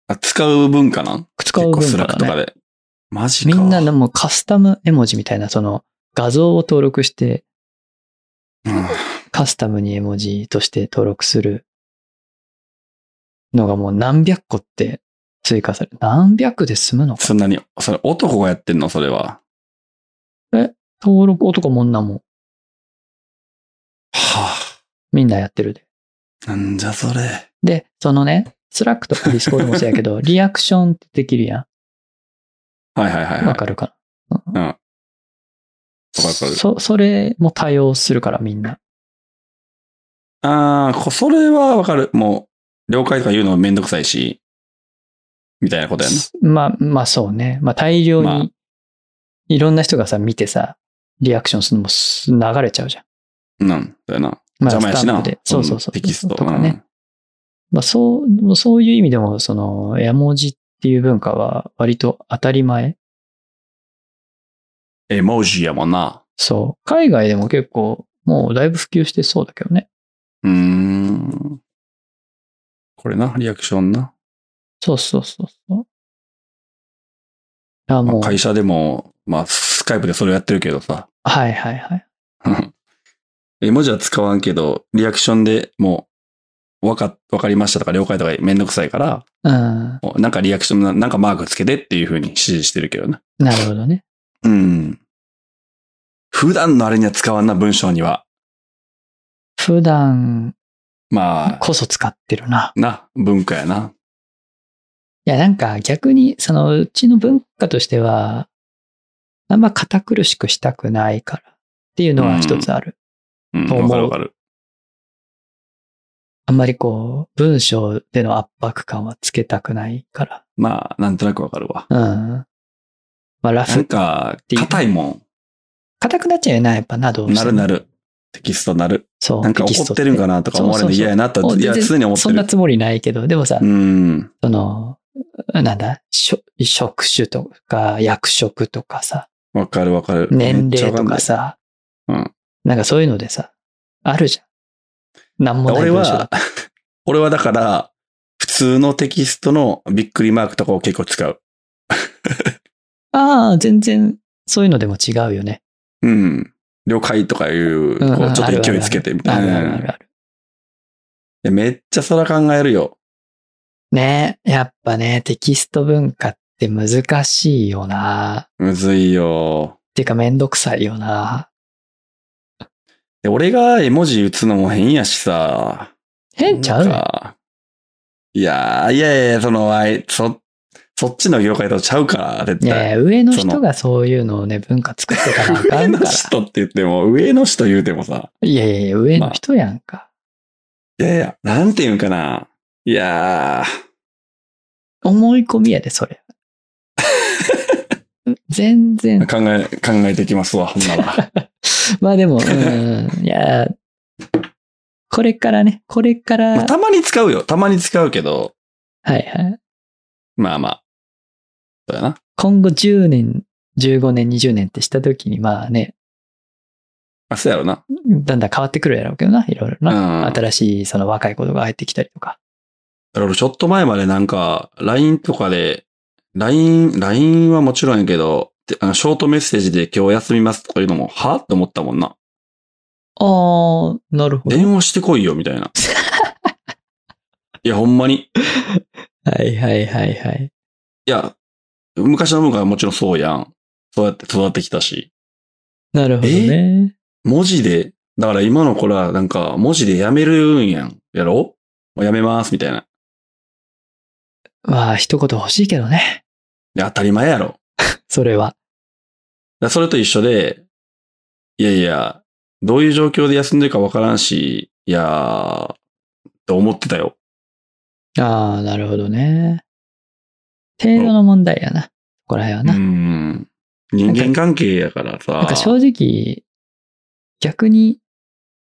B: あ使う文化なん
A: 使う文
B: 結構ス
A: 化
B: ラッ
A: だ
B: クと
A: ね
B: か。で。マジ
A: み
B: か。
A: んなのもうカスタム絵文字みたいな、その画像を登録して
B: うん
A: カスタムに絵文字として登録するのがもう何百個って追加される。何百で済むのか。
B: そんなに、それ男がやってんのそれは。
A: 登録男も女も
B: は
A: みんなやってるで。
B: あ、なんじゃそれ。
A: で、そのね、スラックとかディスコードもそうやけ ど、リアクションってできるや
B: はいはいは
A: ん。
B: い、は
A: わ
B: い。
A: かるか
B: うん。わか
A: な、
B: るわかる。
A: そ、それも対応するからみんな。
B: ああ、こそれはわかる。もう、了解とか言うのめんどくさいし、みたいなことやな。
A: まあ、まあそうね。まあ大量
B: まあ
A: に、いろんな人がさ、見てさ、リアクションするのもす流れちゃうじゃん。
B: うん、そうやな。
A: まあ、
B: 邪魔やし
A: スタン
B: な
A: プで。そうそうそう。
B: テキスト
A: とかね。。まあそう、そういう意味でも、その、絵文字っていう文化は割と当たり前。
B: うん絵文字やもんな。
A: そう。海外でも結構、もうだいぶ普及してそうだけどね。
B: うーん。これな、リアクションな。
A: そうそうそうそう。あ、
B: まあ
A: もう、はい
B: 会社でも、まあ、スカイプでそれやってるけどさ。
A: はいはい。
B: 絵文字は使わんけど、リアクションでもう、わか、わかりましたとか了解とかめんどくさいから、
A: うん。
B: もうなんかリアクションな、なんかマークつけてっていう風に指示してるけどな。
A: なるほどね。
B: うん。普段のあれには使わんな、文章には。
A: 普段
B: まあ、
A: こそ使ってるな。
B: な、文化やな。
A: いや、なんか逆に、その、うちの文化としては、あんま堅苦しくしたくないからっていうのは一つある。
B: うん、
A: と思う
B: わかるわかる。
A: あんまりこう、文章での圧迫感はつけたくないから。
B: まあ、なんとなくわかるわ。
A: うん。まあ、ラ
B: なん
A: フ、
B: か、硬いも。
A: 硬くなっちゃうよな、やっぱな、どうん
B: なるな
A: る。
B: る。テキストなる。
A: そう。
B: なんか
A: テキス
B: 怒
A: ト
B: ってるんかなとか思われるの嫌やなと
A: そ
B: は、
A: うそう
B: い
A: そう
B: や、
A: 全然
B: 常に思っ
A: そ
B: て
A: んな
B: る。
A: つもりないけど、でもさ、
B: うん。
A: その、なんだ、職職種とか、役職とかさ、
B: わかるわかる。
A: 年齢と
B: めっ
A: か
B: ちゃ
A: さ、
B: わかんない
A: なんかそういうのでさ、あるじゃん。なんもない
B: 俺
A: 文章だ
B: は、俺はだから、普通のテキストのびっくりマークとかを結構使う。
A: ああ、全然、そういうのでも違うよね。
B: うん。了解とかいう、
A: うん
B: こ
A: うん
B: うちょっ
A: あ
B: と
A: るある
B: 勢いつけてみた
A: あ
B: い
A: るあ
B: な
A: る
B: う
A: あ
B: ん
A: るある。
B: いや。めっちゃそら考えるよ。
A: ねやっぱね、テキスト文化って難しいよな。
B: むずいよ。
A: っていうかめんどくさいよな。
B: で俺が絵文字打つのも変やしさ。
A: 変ちゃ
B: なん
A: う
B: かいやー、いやいや、その、あい、そ、そっちの業界とちゃうから、絶
A: い
B: 対。
A: やいや、上の
B: その
A: 人がそういうのをね、文化作ってたらあか
B: 上
A: んか
B: の
A: ら。
B: 人って言っても、上の人言うてもさ、
A: いやいやいや、上の人やんか。
B: いやいや、なんて言うんかな。いや
A: 思い込みやで、それ。全然
B: ー、。考え、考えてきますわ、ほんなら。
A: まあでも、うん、いや、これからね、これから、
B: まあ
A: はい
B: たまに使うよ、たまに使うけど、
A: はい。
B: まあまあ。そうやな。
A: 今後10年、15年、20年ってした時に、まあね、
B: あ、そうやろな。
A: だんだん変わってくるやろうけどな、いろいろな。
B: うん。
A: 新しい、その若い子とか入ってきたりとか。
B: だからちょっと前までなんか、LINE とかで、LINE、LINE はもちろんやけど、であのショートメッセージで今日休みますとかいうのも、はって思ったもんな。
A: ああ、なるほど。
B: 電話してこいよ、みたいな。いや、ほんまに。
A: はいはいはいはい。
B: いや、昔の文化はもちろんそうやん。そうやって育ってきたし。
A: なるほどね。
B: 文字で、だから今の子ら、なんか、文字でやめるんやん。やろもうやめます、みたいな。
A: まあ、一言欲しいけどね。
B: で当たり前やろ。
A: それは。
B: だからそれと一緒で、いやいや、どういう状況で休んでるかわからんし、いやー、と思ってたよ。
A: ああ、なるほどね。程度の問題やな。ここら辺はな。
B: うん。人間関係やからさ。
A: なんか正直、逆に、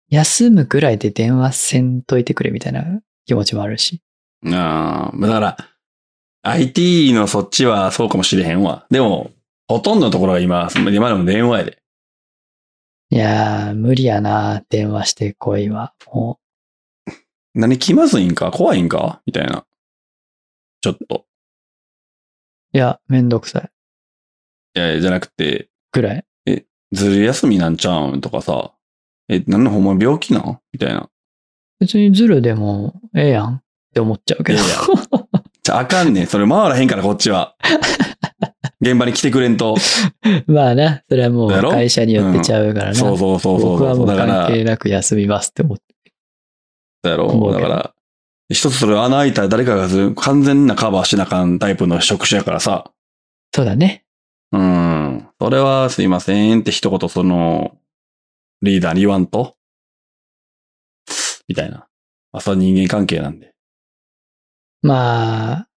A: 休むぐらいで電話せんといてくれみたいな気持ちもあるし。
B: ああ、だから、IT のそっちはそうかもしれへんわ。でも、ほとんどのところは今、その今でも電話やで。
A: いやー、無理やな、電話してこいは。も
B: 何気まずいんか怖いんかみたいな。ちょっと。
A: う、いや、めんどくさい。
B: いやいやじゃなくて、
A: ぐらい。
B: ずる休みなんちゃうんとかさ。え、なんのほんま病気なんみたいな。
A: 別にズルでもええやんって思っちゃうけど
B: いや。い
A: い
B: ちゃあか んねん。それ回らへんから、こっちは。現場に来てくれんと。
A: まあな、それはもう
B: だろ
A: 会社によってちゃうからな。
B: そうそうそうそう
A: 僕は
B: そ
A: も
B: う。
A: う
B: だから
A: 関、係なく休みますって思って。
B: だ
A: 思
B: ろ
A: う
B: だ
A: け
B: か
A: ど
B: ら、一つそれ穴開いたら誰かがず完全なカバーしなあかんタイプの職種やからさ。
A: そうだね。
B: うん。それはすいませんって一言その、リーダーに言わんと。みたいな。あ、それは人間関係なんで。
A: まあ、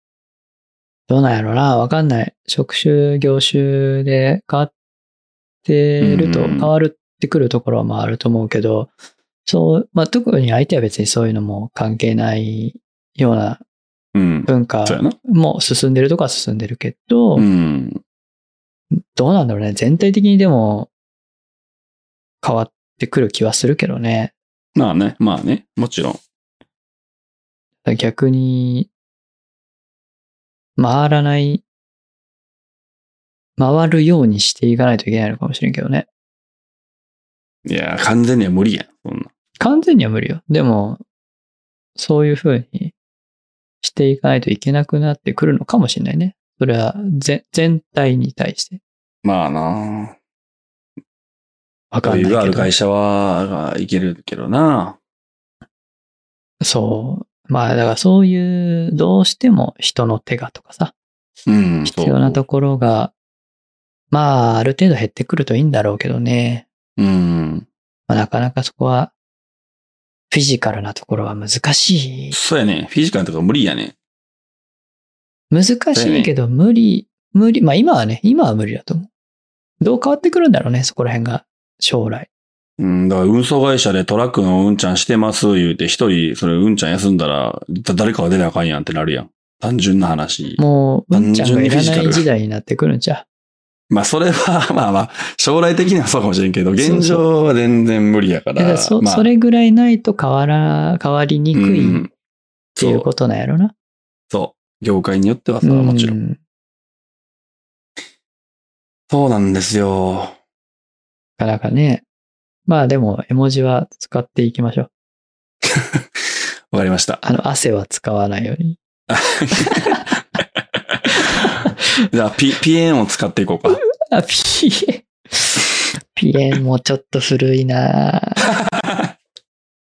A: どうなんやろうな。わかんない。職種、業種で変わってると、
B: うん
A: 変わるってくるところはまああると思うけど、そう、まあ特に相手は別にそういうのも関係ないような
B: うん。
A: 文化
B: そうやな。
A: も進んでるとか進んでるけど、
B: うん。
A: どうなんだろうね。全体的にでも変わってくる気はするけどね。
B: まあね、まあね、もちろん。
A: 逆に、回らない、回るようにしていかないといけないのかもしれんけどね。
B: いや、完全には無理やん。そんな。
A: 完全には無理よ。でも、そういう風にしていかないといけなくなってくるのかもしれないね。それは全全体に対して。
B: まあな
A: わかん
B: 余
A: ない
B: 裕があ
A: け
B: る
A: ど。
B: 会社は、がいけるけどな
A: そう。まあ、だからそういう、どうしても人の手がとかさ、
B: うん。
A: 必要なと
B: こ。
A: ころが、まあ、ある程度減ってくるといいんだろうけどね。
B: うん。
A: まあ、なかなかそこは、フィジカルなところは難しい。
B: そうやね。フィジカルとか無理やね。
A: 難しいけど無理、無理。まあ今はね、今は無理だと思う。どう変わってくるんだろうね、そこら辺が。将来。
B: うん、だから運送会社でトラックのうんちゃんしてます言うて、一人、それうんちゃん休んだら、だ誰かが出なあかんやんってなるやん。単純な話。
A: もう、うんちゃんがいら
B: 単純にフィジカ
A: な
B: ル
A: い時代になってくるんちゃ
B: まあ、それは、 まあまあ、将来的にはそうかもしれんけど、現状は全然無理やか。
A: う。だかららそ、
B: まあ、
A: それぐらいないと変わら、変わりにく
B: う
A: いっ
B: ん
A: ていう
B: そう
A: ことなんやろな。
B: そう。業界によってはさ、
A: う
B: もちろん。
A: ん。
B: そうなんですよ。
A: なかなかね。まあでも、絵文字は使っていきましょう。
B: わかりました。
A: あの、汗は使わないように。
B: じゃあ、ピ、ピエンを使っていこうか。
A: あ、ピエ。ピエもちょっと古いなぁ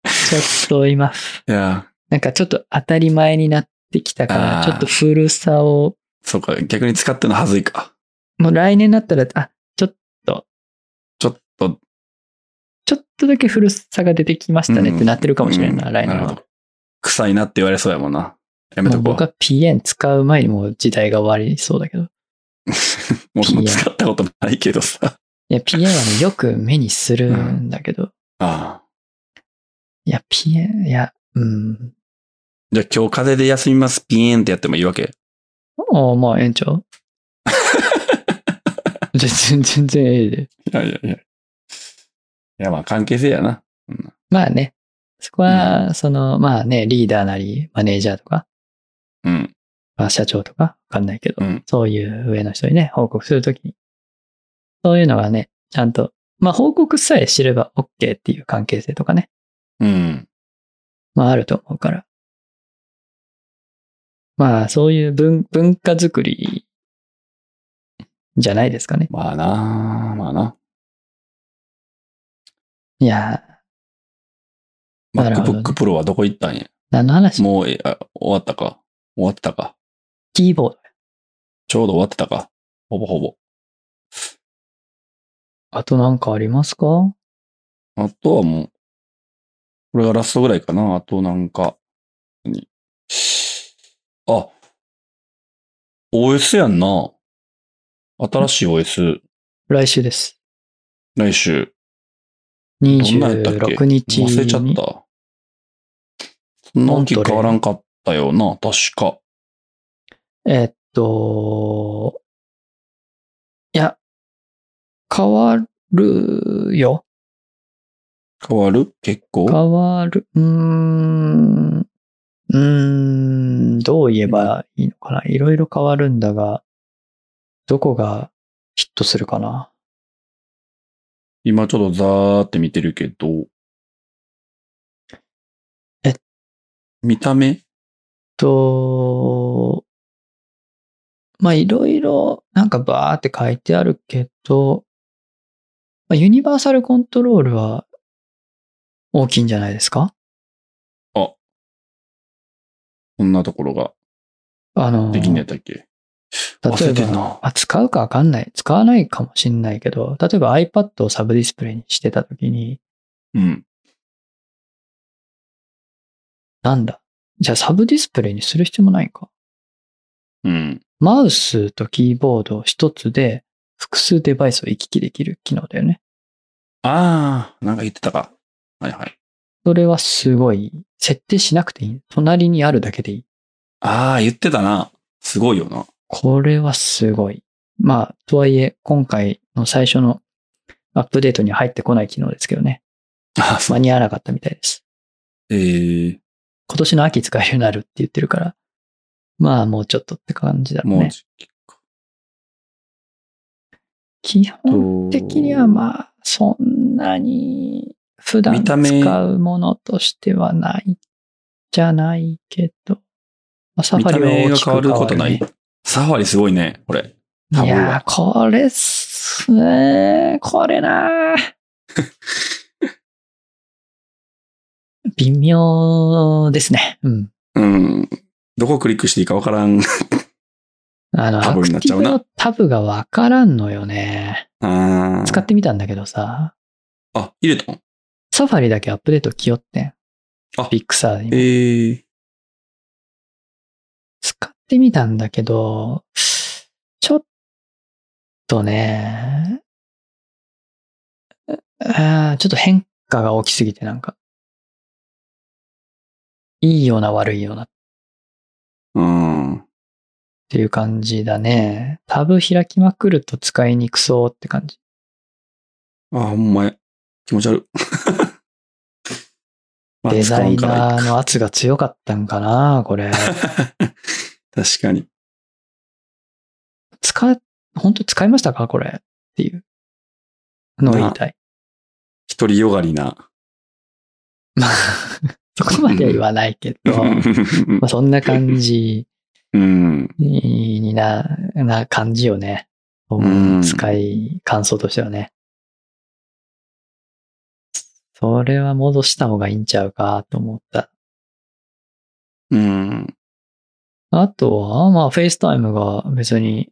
A: ちょっと今、
B: いや、
A: なんかちょっと当たり前になってきたから、
B: あー
A: ちょっと古さを、
B: そうか。逆に使ってんのはずいか。
A: もう来年になったら、あ、
B: ちょっと。
A: ちょっとだけ古さが出てきましたねってなってるかもしれんな、
B: うん
A: 来年
B: なるほ
A: は
B: ど。臭いなって言われそうやもんな。やめ
A: もう
B: とこう
A: 僕。はピエン使う前にもう時代が終わりそうだけど。い
B: もう
A: ピエン
B: 使ったことないけどさ。
A: や、ピエンはね、よく目にするんだけど。
B: ああ。
A: いや、ピエン、いや、うん。
B: じゃあ今日風邪で休みます、ピエンってやってもいいわけ。
A: ああ、まあ、園 長全然、全然ええで。
B: いやいやいや。いやまあ関係性やな。
A: まあね。そこは、その、まあね、リーダーなり、マネージャーとか、
B: うん。
A: まあ、社長とか、わかんないけど、
B: うん
A: そういう上の人にね、報告するときに、そういうのがね、ちゃんと、まあ、報告さえ知れば OK っていう関係性とかね、
B: うん。
A: まあ、あると思うから。まあ、そういう文文化づくり、じゃないですかね。
B: まあなあまあな。
A: いやなるほどね
B: MacBook Pro はどこ行ったんや。
A: ー、何の話
B: もうえあ終わったか。終わってたか。
A: キーボード。
B: ちょうど終わってたか。ほぼほぼ。
A: あとなんかありますか
B: あとはもう、これがラストぐらいかな。あとなんか、何あ、OS やんな。新しい OS、
A: 来週です。
B: 来週。んなんやったっけ
A: 26日に。
B: 忘れちゃった。そんな大きく変わらんかったよな、確か。
A: えっと、いや、変わるよ。
B: 変わる結構
A: 変わる。うーん。うーん、どう言えばいいのかな。いろいろ変わるんだが、どこがヒットするかな。
B: 今ちょっとザーって見てるけど。
A: え
B: 見た目
A: と、まあいろいろなんかバーって書いてあるけど、まあ、ユニバーサルコントロールは大きいんじゃないですか
B: こんなところが
A: あの、
B: できんのやったっけ
A: 例
B: 忘
A: え
B: れてん
A: ば、
B: な。
A: あ使うかわかんない。使わないかもしんないけど、例えば iPad をサブディスプレイにしてたときに、
B: うん。
A: なんだじゃあサブディスプレイにする必要もないか。
B: うん。
A: マウスとキーボード一つで複数デバイスを行き来できる機能だよね。
B: ああ、なんか言ってたか。はいはい。
A: それはすごい、設定しなくていい。隣にあるだけでいい。
B: ああ、言ってたな。すごいよな。
A: これはすごい。まあ、とはいえ、今回の最初のアップデートには入ってこない機能ですけどね。
B: ああ、そ
A: 間
B: う。
A: に合わなかったみたいです。
B: えー、
A: 今年の秋使えるようになるって言ってるから。まあ、もうちょっとって感じだろう
B: もう
A: ね。
B: じき、
A: 基本的にはまあ、そんなに普段
B: 見た目
A: 使うものとしてはないじゃないけど、まあ、サフ
B: 見
A: ァ
B: た
A: リは
B: 目
A: 大
B: が
A: きく
B: 変
A: 変
B: わ
A: わる
B: る
A: ね
B: ことない。サファリすごいね、これ。
A: い
B: 多分
A: やー、これっすね。これな ー微妙ですね。うん。
B: うん。どこクリックしていいかわからん。
A: あの、
B: タ
A: ア
B: ブになっ
A: クテ
B: ち
A: ィ
B: ゃう
A: ブ
B: な
A: のタブがわからんのよね。
B: あ
A: 使
B: ー
A: ってみたんだけどさ、
B: あ、入れたの
A: サファリだけアップデート来よってん。
B: あ
A: ビッグサーにも。
B: ええー。
A: 使ってみたんだけど、ちょっとね、あーちょっと変化が大きすぎてなんか、いいような悪いようなっ
B: うん。
A: ていう感じだね。タブ開きまくると使いにくそうって感じ。
B: あ、ほんまや。気持ち悪い。 まあ
A: デザイナー
B: 使
A: の圧が強かったんかな、これ。
B: わんからいか確かに。
A: 使、本当に使いましたかこれ。っていうのを言いたい。
B: 一人よがりな。
A: まあ、そこまでは言わないけ ど、 まあ、そんな感じ
B: うん。
A: にな、な感じよね。
B: うん
A: 使い、感想としてはね。それは戻した方がいいんちゃうかと思った。
B: うん。
A: あとは、まあ、FaceTime が別に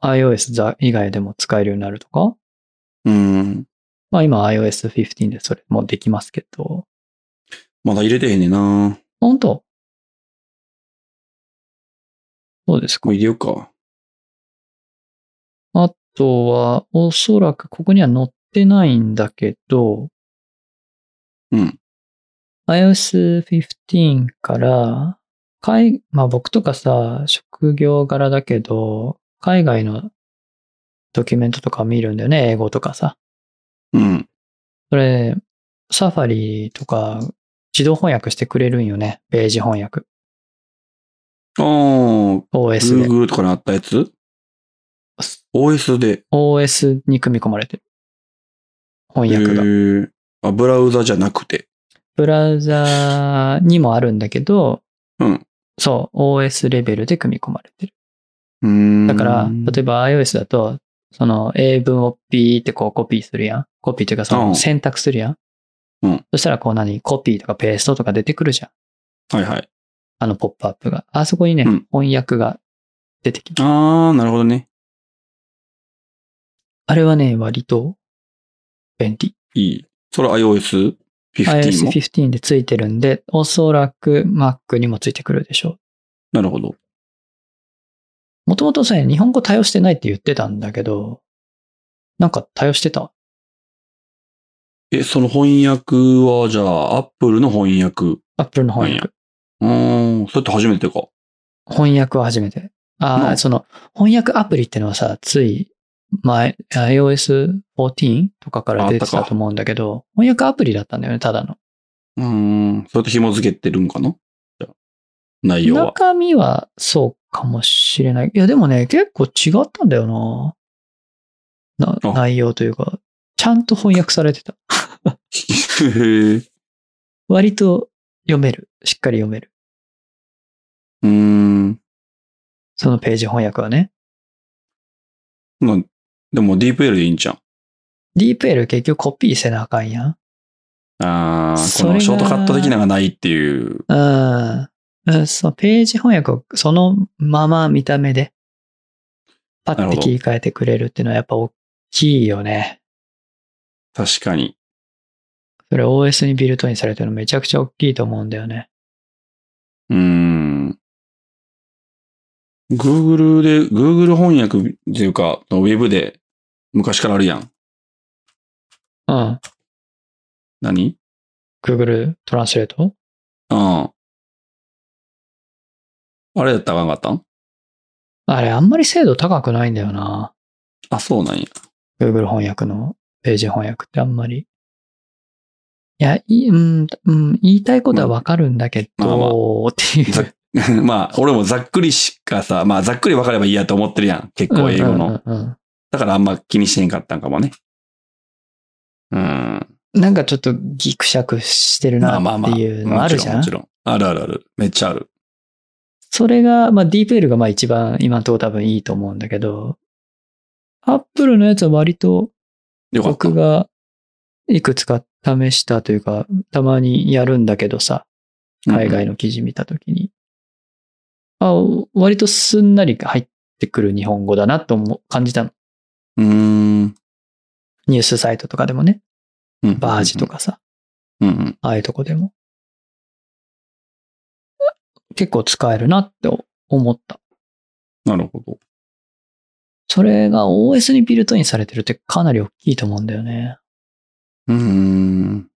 A: iOS ざ以外でも使えるようになるとか
B: うん。
A: まあ今 iOS15 でそれもできますけど。
B: まだ入れてへんねんな。も
A: 本当そうですか
B: う入れようか。
A: あとは、おそらくここには載ってないんだけど、
B: うん。
A: iOS15 から、海、まあ僕とかさ、職業柄だけど、海外のドキュメントとか見るんだよね、英語とかさ。
B: うん。
A: それ、サファリとか自動翻訳してくれるんよね、ベージ翻訳。
B: あー、
A: OS で。
B: Google とかにあったやつ ?OS で。
A: OS に組み込まれてる。翻訳が。
B: へーあ、ブラウザじゃなくて。
A: ブラウザにもあるんだけど、
B: うん
A: そう、OS レベルで組み込まれてる。
B: うーん。
A: だから、例えば iOS だと、その英文をピーってこうコピーするやん。コピーというかそうの
B: ん
A: 選択するやん。
B: うん
A: そしたらこう何コピーとかペーストとか出てくるじゃん。
B: はいはい。
A: あのポップアップが。あそこにね、
B: うん
A: 翻訳が出てきます。
B: あー、なるほどね。
A: あれはね、割と便利。
B: いい。それ iOS15 も。
A: iOS15 でついてるんで、おそらく Mac にもついてくるでしょう。
B: なるほど。
A: もともとさ、日本語対応してないって言ってたんだけど、なんか対応してた
B: え、その翻訳は、じゃあ、Apple の翻訳。
A: ?Apple の翻訳。
B: うーん、それって初めてか。
A: 翻訳は初めて。あ
B: う
A: あ、
B: ん
A: その、翻訳アプリってのはさ、つい前、iOS14 とかから出てた
B: ああったか
A: と思うんだけど、翻訳アプリだったんだよね、ただの。
B: うーん、それと紐付けてるんかなじゃあ内容は。
A: 中身はそうかもしれない。いや、でもね、結構違ったんだよな。な
B: あ
A: 内容というか、ちゃんと翻訳されてた。
B: へえう
A: 割と読める。しっかり読める。
B: ーん。
A: そのページ翻訳はね。
B: まあ、でも DeepL でいいんじゃん。
A: DeepL 結局コピーせなあかんやん。
B: ああ、
A: そ
B: こ
A: れが
B: のショートカット的なのがないっていう。
A: うんうん。そう、ページ翻訳をそのまま見た目で、パ
B: な
A: ッ
B: る
A: て
B: ほど
A: 切り替えてくれるっていうのはやっぱ大きいよね。
B: 確かに。
A: それ OS にビルトインされてるのめちゃくちゃ大きいと思うんだよね。
B: うーん。Google で、Google 翻訳っていうか、ウェブで昔からあるやん。
A: うん。
B: 何
A: Google トランスレート
B: うん。あれやったらあかんかったん
A: あれあんまり精度高くないんだよな。
B: あ、そうなんや。
A: Google 翻訳のページ翻訳ってあんまり。いや、いいうん、うん、言いたいことはわかるんだけど、
B: まあまあ
A: っていう。
B: ざ っまあ、俺もざっくりしかさ、まあ、ざっくり分かればいいやと思ってるやん。結構英語の。
A: うんうんうんうん
B: だからあんま気にしてへんかったんかもね。うん。
A: なんかちょっとギクシャクしてる
B: ま
A: な
B: あまあ
A: っ
B: ま
A: て
B: あ。
A: いうのあるじゃん
B: もちろん。もちろんあるあるある。めっちゃある。
A: それが、まあ DeepL がまあ一番今のところ多分いいと思うんだけど、Apple のやつは割と
B: よかった
A: 僕。がいくつか試したというか、たまにやるんだけどさ、海外
B: の。
A: の記事見たときに、あ、割とすんなり入ってくる日本語だなと思う感じたの。
B: うーん。
A: ニュースサイトとかでもね、
B: うん
A: バージと。かさ、
B: うんうん。
A: ああいうとこでも。結構使えるなって思った。
B: なるほど。
A: それが OS にビルトインされてるってかなり大きいと思うんだよね。
B: うーん。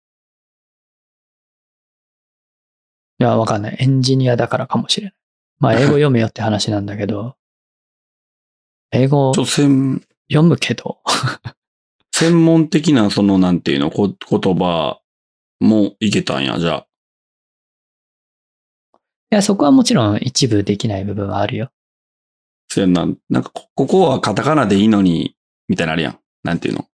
A: いや、わかんない。エンジニアだからかもしれない。まあ、英語読めよって話なんだけど、 英語
B: ちょっと専、
A: 読むけど、
B: 専門的な、その、なんていうの、こ言葉もいけたんや、じゃあ。
A: いや、そこはもちろん一部できない部分はあるよ。
B: せやんな、なんかこ、ここはカタカナでいいのに、みたいなのあるやん。なんていうの。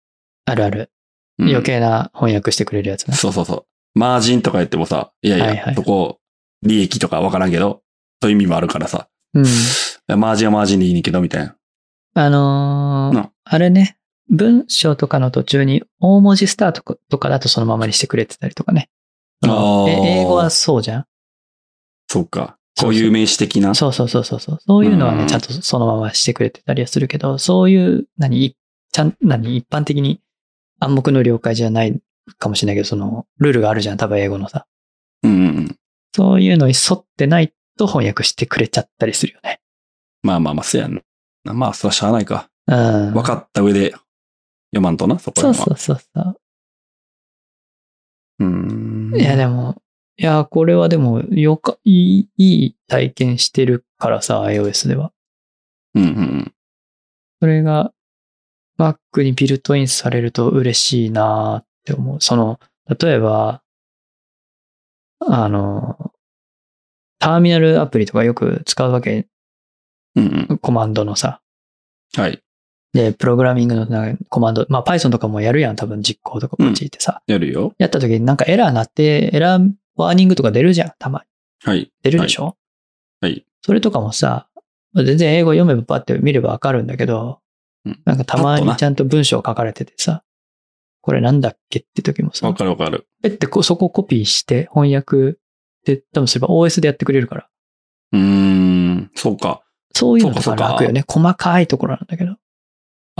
A: あるある。
B: うん
A: 余計な翻訳してくれるやつな。
B: そうそうそう。マージンとか言ってもさ、いやいや、
A: はいはい
B: そこ、利益とかわからんけど、そういう意味もあるからさ、
A: うん。
B: マージンはマージンでいいねんけど、みたいな。
A: あのー
B: な
A: あれね、文章とかの途中に大文字スタートとかだとそのままにしてくれてたりとかね。
B: あー
A: え英語はそうじゃん
B: そうか。
A: そ
B: こ
A: うそう
B: ういう名詞的な。
A: そうそうそうそうそう。そういうのは
B: う
A: ね、
B: ん
A: ちゃんとそのまましてくれてたりはするけど、そういう、何、いちゃん、何、一般的に暗黙の了解じゃないかもしれないけど、その、ルールがあるじゃん、多分英語のさ。
B: うんうんうん。
A: そういうのに沿ってないと翻訳してくれちゃったりするよね。
B: まあまあまあ、せやんな。まあ、それはしゃあないか。
A: うん。
B: 分かった上で、読まんとな、そこら
A: そう
B: 辺は。。
A: そうそうそう
B: ん。
A: う。いや、でも、いや、これはでも、よか、いい、いい体験してるからさ、iOS では。
B: うんうんうん。
A: それが Mac にビルトインされると嬉しいなーって思う。その、例えば、あの、ターミナルアプリとかよく使うわけ、
B: うんうん。
A: コマンドのさ。
B: はい。
A: で、プログラミングのなんかコマンド、まあ Python とかもやるやん、多分実行とか用いてさ。
B: やるよ。
A: やった時になんかエラーなって、エラーワーニングとか出るじゃん、たまに。
B: はい。
A: 出るでしょ、
B: はいはい
A: それとかもさ、まあ全然英語読めばパって見ればわかるんだけど、
B: うん
A: なんかたま
B: パッと
A: に
B: な
A: ちゃんと文章書かれててさ、これなんだっけって時も
B: わ
A: さ、
B: かるわかる。
A: ペってこうそこをコピーして翻訳で多分すれば OS でやってくれるから、
B: うーん。そうか。
A: そういうのと
B: そ
A: か
B: うかそうか
A: 楽よね。細かいところなんだけど。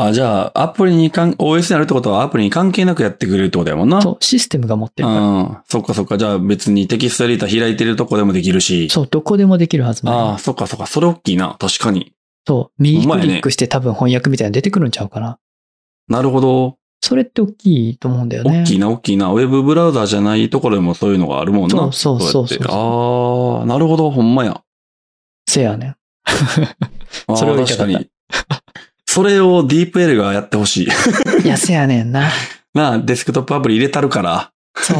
B: あ、じゃあ、アプリにかん、OS にあるってことはアプリに関係なくやってくれるってことやもんな。
A: そう、システムが持ってるから。
B: うん。そっかそっか。じゃあ別にテキストエディター開いてるとこでもできるし。
A: そう、どこでもできるはずなの
B: ああ、そっかそっか。それ大きいな。確かに。
A: そう、右
B: ほん
A: ク
B: まやね
A: リックして多分翻訳みたいなの出てくるんちゃうかな。
B: なるほど。
A: それって大きいと思うんだよね。
B: 大きいな、大きいな。ウェブブラウザじゃないところでもそういうのがあるもんな。
A: そうそうそうそう
B: やってああ、なるほど。ほんまや。
A: せやねん。
B: あー
A: それを言いたかった
B: 確かに。それを DeepL がやってほしい。
A: いや、せやねんな。
B: なあ、デスクトップアプリ入れたるから、
A: そ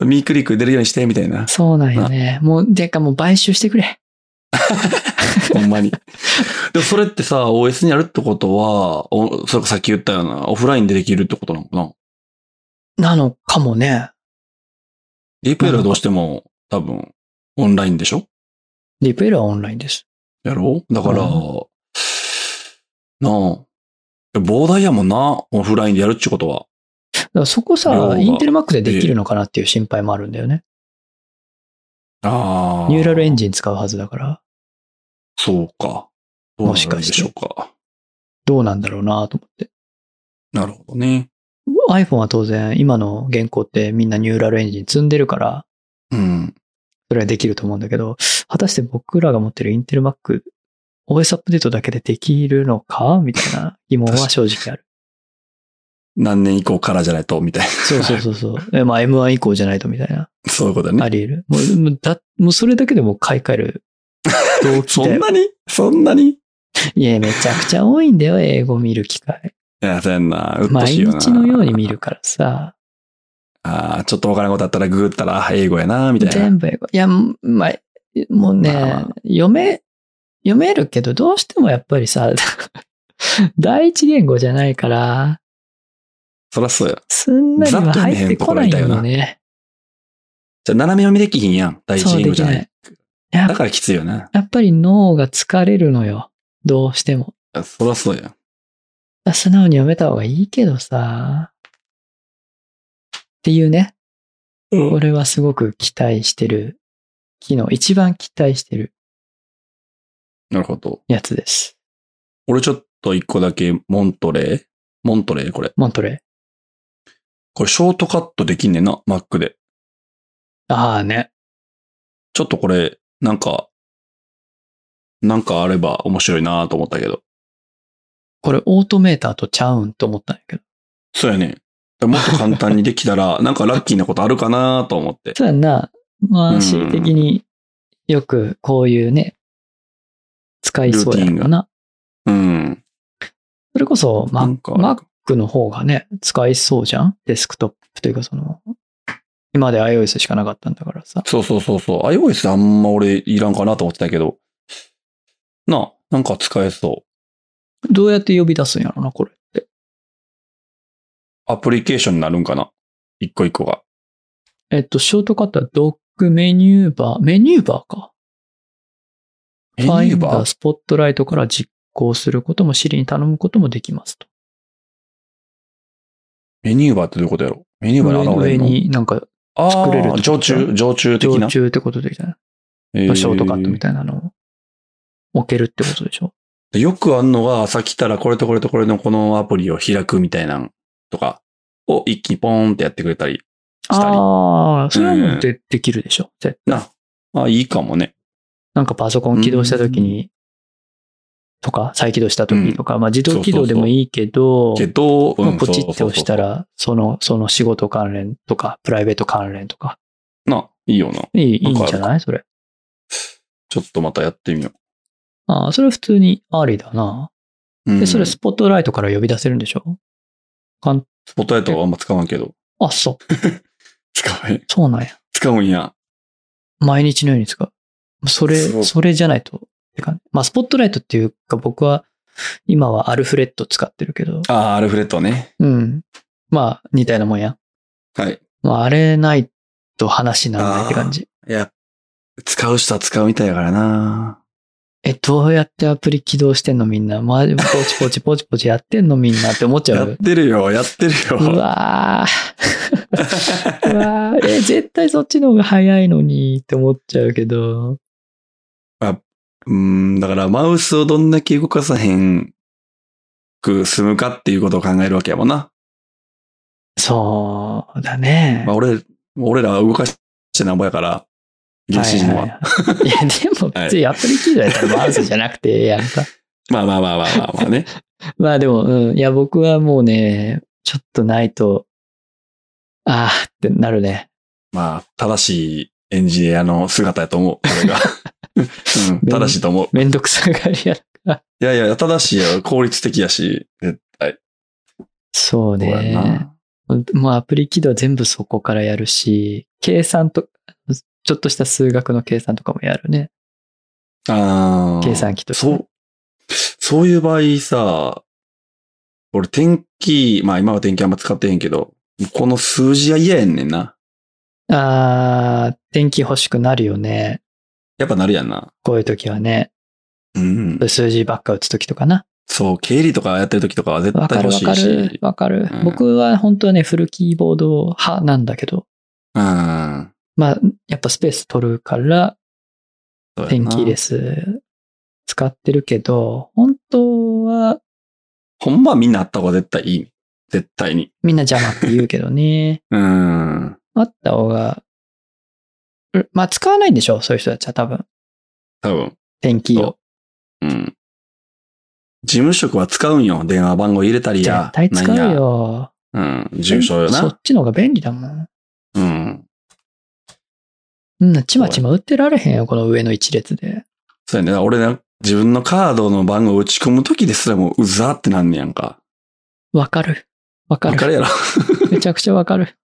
A: う。。
B: ミークリック出るようにして、みたい な
A: そうなんよね。もう、てかもう買収してくれ。
B: ほんまに。でもそれってさ、OS にあるってことは、おそれかさっき言ったような、オフラインでできるってことなのかな
A: なのかもね。
B: ?DeepL はどうしても、多分、オンラインでしょ
A: リプエルはオンラインです。
B: やろだから、
A: うん
B: なあ。膨大やもんな、オフラインでやるっちゅうことは。
A: だからそこ
B: 量
A: さ
B: が、
A: インテルマックでできるのかなっていう心配もあるんだよね。
B: ああ。
A: ニューラルエンジン使うはずだから、
B: そうか。どうな
A: もし
B: るん
A: か
B: で
A: して
B: しょうか。
A: どうなんだろうなと思って。
B: なるほどね。
A: iPhone は当然、今の現行ってみんなニューラルエンジン積んでるから、
B: うん。
A: それはできると思うんだけど、果たして僕らが持ってるインテルマック、OS アップデートだけでできるのかみたいな疑問は正直ある。
B: 何年以降からじゃないと、みた い
A: そうそうそうそう。 えまあ M1 以降じゃないとみたいな。
B: な。 そういうことだ
A: あ
B: ね。
A: り得る。もう、もうだ、もうそれだけでもう買い替え る動機
B: そ
A: だ
B: ん
A: よ。
B: なにそんなにい
A: いや、めちゃくちゃ多いんだよ、英語見る機会。
B: や、そうやんな。うっと
A: 毎
B: しいよな。
A: 日のように見るからさ。
B: ああ、ちょっとわからんことあったらググったら、あ英語やな、みたいな。
A: 全部英語。いや、まあ、もうね、
B: まあま
A: 読め、読めるけど、どうしてもやっぱりさ、 第一言語じゃないから、
B: そらそうや。
A: すんなりは入ってこないよね。
B: じゃあ、斜め読みできひんやん。第一
A: そう
B: 言
A: で
B: 語じ
A: き
B: ゃな。
A: ないい。や
B: だからきついよな。
A: やっぱり脳が疲れるのよ。どうしても。
B: そらそうや。
A: 素直に読めた方がいいけどさ。っていうね。これはすごく期待してる。昨日一番期待してる
B: なるほど。
A: やつです。
B: 俺ちょっと一個だけ、モントレーモントレーこれ。
A: モントレ
B: これショートカットできんねんな、Mac で。
A: ー。ああね。
B: ちょっとこれ、なんか、なんかあれば面白いなと思ったけど。
A: これオートメーターとちゃうんと思ったんやけど。
B: そうやね。もっと簡単にでき たら、なんかラッキーなことあるかなと思って。
A: そうやんな。まあ、
B: うん
A: 恣意的によくこういうね、使いそうや
B: ルーティ
A: か
B: ン
A: な。
B: うん。
A: それこそ
B: な
A: Mac
B: んかあるか
A: Mac の方がね、使いそうじゃんデスクトップというかその、今まで iOS しかなかったんだからさ。
B: そうそうそうそう。iOS あんま俺いらんかなと思ってたけど。なあ、なんか使えそう。
A: どうやって呼び出すんやろな、これって。
B: アプリケーションになるんかな一個一個が。
A: えっと、ショートカットはドック、メニューバー、メニューバーか。
B: メ
A: フ
B: ニ
A: ァイ
B: ュー
A: ン
B: バ
A: ダー
B: ー
A: スポットライトから実行することも、シリに頼むこともできますと。
B: メニューバーってどういうことやろメニューバーに現れ
A: 上
B: るの
A: になんか
B: あ
A: 作れるって
B: あ、
A: こと
B: 常駐、常駐的
A: 常
B: な。
A: 駐ってことできたね。
B: え
A: ショートカットみ
B: い
A: たいなのを置けるってことでしょ。
B: な。よくあんのが、さっき来たらこれとこれとこれのこのアプリを開くみたいなんとかを一気にポーンってやってくれたりしたり。
A: ああ、それは
B: う
A: も
B: ん
A: うでできるでしょ。絶対
B: な、あ、いいかもね。
A: なんかパソコン起動した時に、とか、再起動した時とか、まあ自動起動でもいいけど、
B: けど、う
A: まあ
B: ん
A: ポチって押した。ら、その、その仕事関連とか、プライベート関連とか、
B: そうそうそうな、いいよな。
A: いい、い
B: ないん
A: ん
B: かある
A: じゃないそれ。
B: ちょっとまたやってみよ
A: ああ、それは普通にありだな。
B: う。うん
A: で、それスポットライトから呼び出せるんでしょかん、
B: スポットライトはあんま使わんけど。
A: あ、そう、
B: 使わへん。
A: そうなんや。
B: 使うんや。
A: 毎日のように使う。それ、
B: そう
A: それじゃないと。って感じ。まあ、スポットライトっていうか、僕は、今はアルフレッド使ってるけど、
B: ああ、アルフレッドね。
A: うん。まあ、似たようなもんや。
B: はい。
A: まあ、あれないと話にならないって感じ。
B: いや、使う人は使うみたいやからな。
A: え、どうやってアプリ起動してんのみんな。まあ、ポチポチポチポチやってんのみんなって思っちゃ
B: やっ
A: う。
B: てるよ、やってる
A: う
B: よ。
A: わー うわーえ、絶対そっちの方が早いのにって思っちゃうけど。
B: うん、だからマウスをどんだけ動かさへんく済むかっていうことを考えるわけやもんな。
A: そうだね。
B: まあ俺、俺らは動かしてなんぼやから、原始人は。
A: いいい、いや、でも別にアプリ起動やったらマウスじゃなくてえ えやんか。
B: まあまあまあまあまあまあね。
A: まあでも、うん。いや、僕はもうね、ちょっとないと、ああってなるね。
B: まあ、正しいエンジニアの姿や と思う、それが。うん、 正しいと思う。
A: めんどくさがりや。
B: いやいや、正しいや、効率的やし、絶対。
A: そう
B: そうや
A: ね。
B: な。
A: もうアプリ起動は全部そこからやるし、計算と、ちょっとした数学の計算とかもやるね。
B: あー
A: 計算機とか
B: そう、そういう場合さ、俺天気、まあ今は天気あんま使ってへんけど、この数字は嫌やんねんな。
A: あー、天気欲しくなるよね。
B: やっぱなるやんな。
A: こういう時はね。
B: うん
A: そうい。う数字ばっか打つときとかな。
B: そう、経理とかやってる時とかは絶
A: わ
B: 対
A: かる
B: 欲
A: わ
B: し
A: か
B: い
A: る
B: し。
A: わかる
B: う。ん
A: 僕は本当はね、フルキーボード派なんだけど、
B: うん。
A: まあ、やっぱスペース取るから、
B: そうやな
A: ペンキーレ。ス使ってるけど、本当は
B: ほんまはみんなあった方が絶対いい。絶対に。
A: みんな邪魔って言うけどね。
B: うん。
A: あった方が、うまあ使わないんでしょそういう人たちは多分。
B: 多分。
A: ペンキー
B: そ
A: を。
B: うん。事務職は使うんよ。電話番号入れたりや
A: 絶。対使
B: な
A: う
B: んや。
A: よ。
B: うん。住所よ
A: そ
B: な
A: っ。ちの方が便利だもん。
B: うん。
A: うん、ちまちま売ってられへんよ、この上の一列で。
B: そうやね。だから俺ね、自分のカードの番号打ち込む時ですらもううざってなんねやんか。
A: わかる。わか
B: わ
A: る。
B: かるやろ。
A: めちゃくちゃわかる。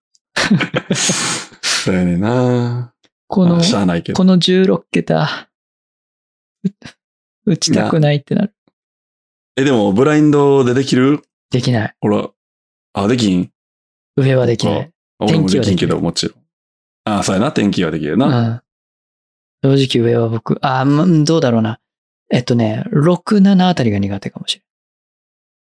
B: そうやねんな。
A: こ
B: ま
A: の
B: あ、しゃあないけど。
A: この16桁、う打ちたくないってなる。
B: え、でも、ブラインドでできる
A: できない。
B: ほら。あ、できん
A: 上はできない。
B: 俺
A: 天
B: も
A: 気
B: で
A: は
B: き
A: で
B: ん
A: き
B: け
A: る
B: ど、もちろん。あ、そうやな。天気はできるよな。
A: うん。正直上は僕、あー、うんどうだろうな。えっとね、6、7あたりが苦手かもし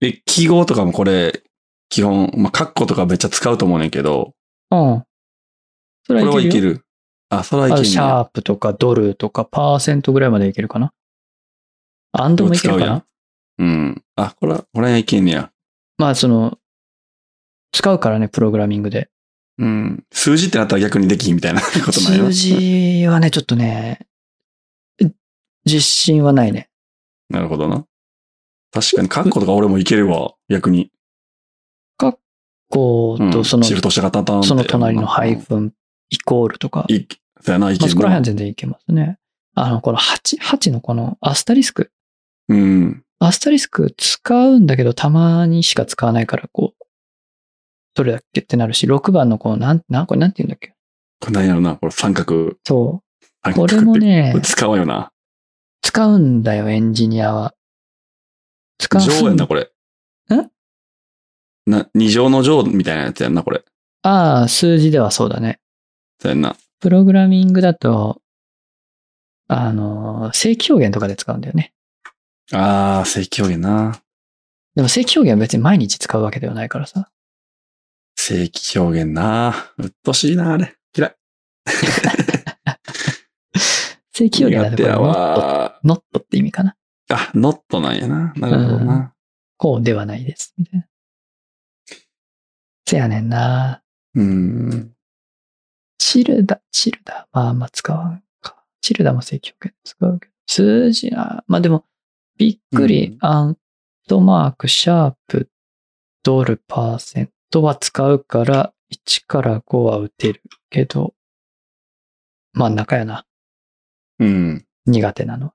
B: え、記号とかもこれ、基本、まあ、カッコとかめっちゃ使うと思うねんけど、
A: れん。うん。そ
B: こ
A: れ
B: れはいけ
A: るよ。
B: る。あ、それはい
A: あ
B: ける、
A: と
B: ね
A: シャ
B: や。
A: ープとかドルとかパーセントぐらいまでいけるかな。アンドもいけるか
B: 使うや。
A: なん
B: うん。あ、これは、これはいけんねや。
A: まあその、使うからね、プログラミングで。
B: うん。数字ってなったら逆にできひんみたいな ことないよ。
A: 数字はね、ちょっとね、実信はないね。
B: なるほどな。確かに、カッコとか俺もいけるわ。逆に。
A: こうと、
B: ん
A: その、
B: シフトしてタタンって
A: その隣のハイフン、イコールとか。
B: いけそうやな、いけ
A: まあ、
B: る
A: そこら辺
B: な
A: は。全然いけますね。あの、この8、8のこのアスタリスク。
B: うん。
A: アスタリスク使うんだけど、たまにしか使わないから、こう、どれだっけってなるし、6番のこの、なん、なん、これなんて言うんだっけ
B: これ何やろな。これ三角、
A: そ
B: 三
A: う。
B: 角
A: こ
B: って。
A: れもね
B: これ、使うよな。
A: 使うんだよ、エンジニアは。使
B: 上や
A: うんんだ
B: な、。これ。
A: ん
B: な、二乗の上みたいなやつやんな、これ。
A: ああ、数字ではそうだね。
B: そうやんな。
A: プログラミングだと、あの、正規表現とかで使うんだよね。
B: あー、正規表現な。
A: でも正規表現は別に毎日使うわけではないからさ。
B: 正規表現な。うっとうしいな、あれ。嫌い。
A: 正規表現だ
B: 苦
A: とこ
B: 手
A: れ
B: や
A: ノット、
B: わ。
A: ノットって意味かな。
B: あ、ノットなんやな。なるほどな。
A: こうではないです、みたいな。せやねんな。
B: うん。
A: チルダ、チルダ。まああんま使わんか。チルダも正規表現使うけど。数字な。まあでも、びっくり、
B: うん
A: アントマーク、シャープ、ドル、パーセントは使うから、1から5は打てるけど、真ん中やな。
B: うん。
A: 苦手なの。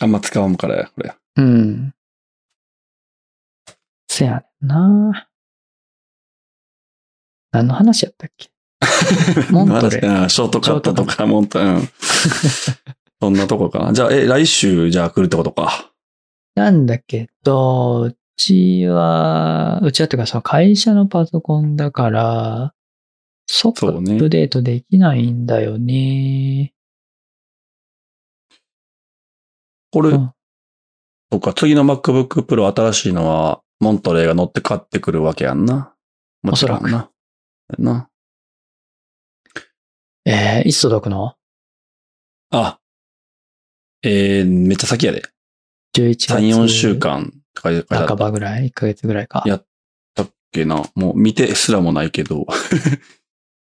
B: あんま使わんからや、これ。
A: うん。せやねんな。何の話やったっ けモントレー。
B: あーショートカットとか、モント、 うん。そんなとこかな。じゃあ、え、来週、じゃあ来るってことか。
A: なんだけど、うちは、うちはっていうかその会社のパソコンだから、即ア
B: そうね
A: ップデートできないんだよね。
B: これ、
A: うん
B: そっか、次の MacBook Pro 新しいのは、モントレーが乗って買ってくるわけやんな。もちろん
A: おそ
B: な。な。
A: えー、いつ届くの
B: あ。えー、めっちゃ先やで。
A: ?11 月。
B: 3、4週。間とか書いてあった
A: 半
B: っ
A: ばぐらい ?1 ヶ月ぐらいか。
B: いやけな。もう見てすらもないけど。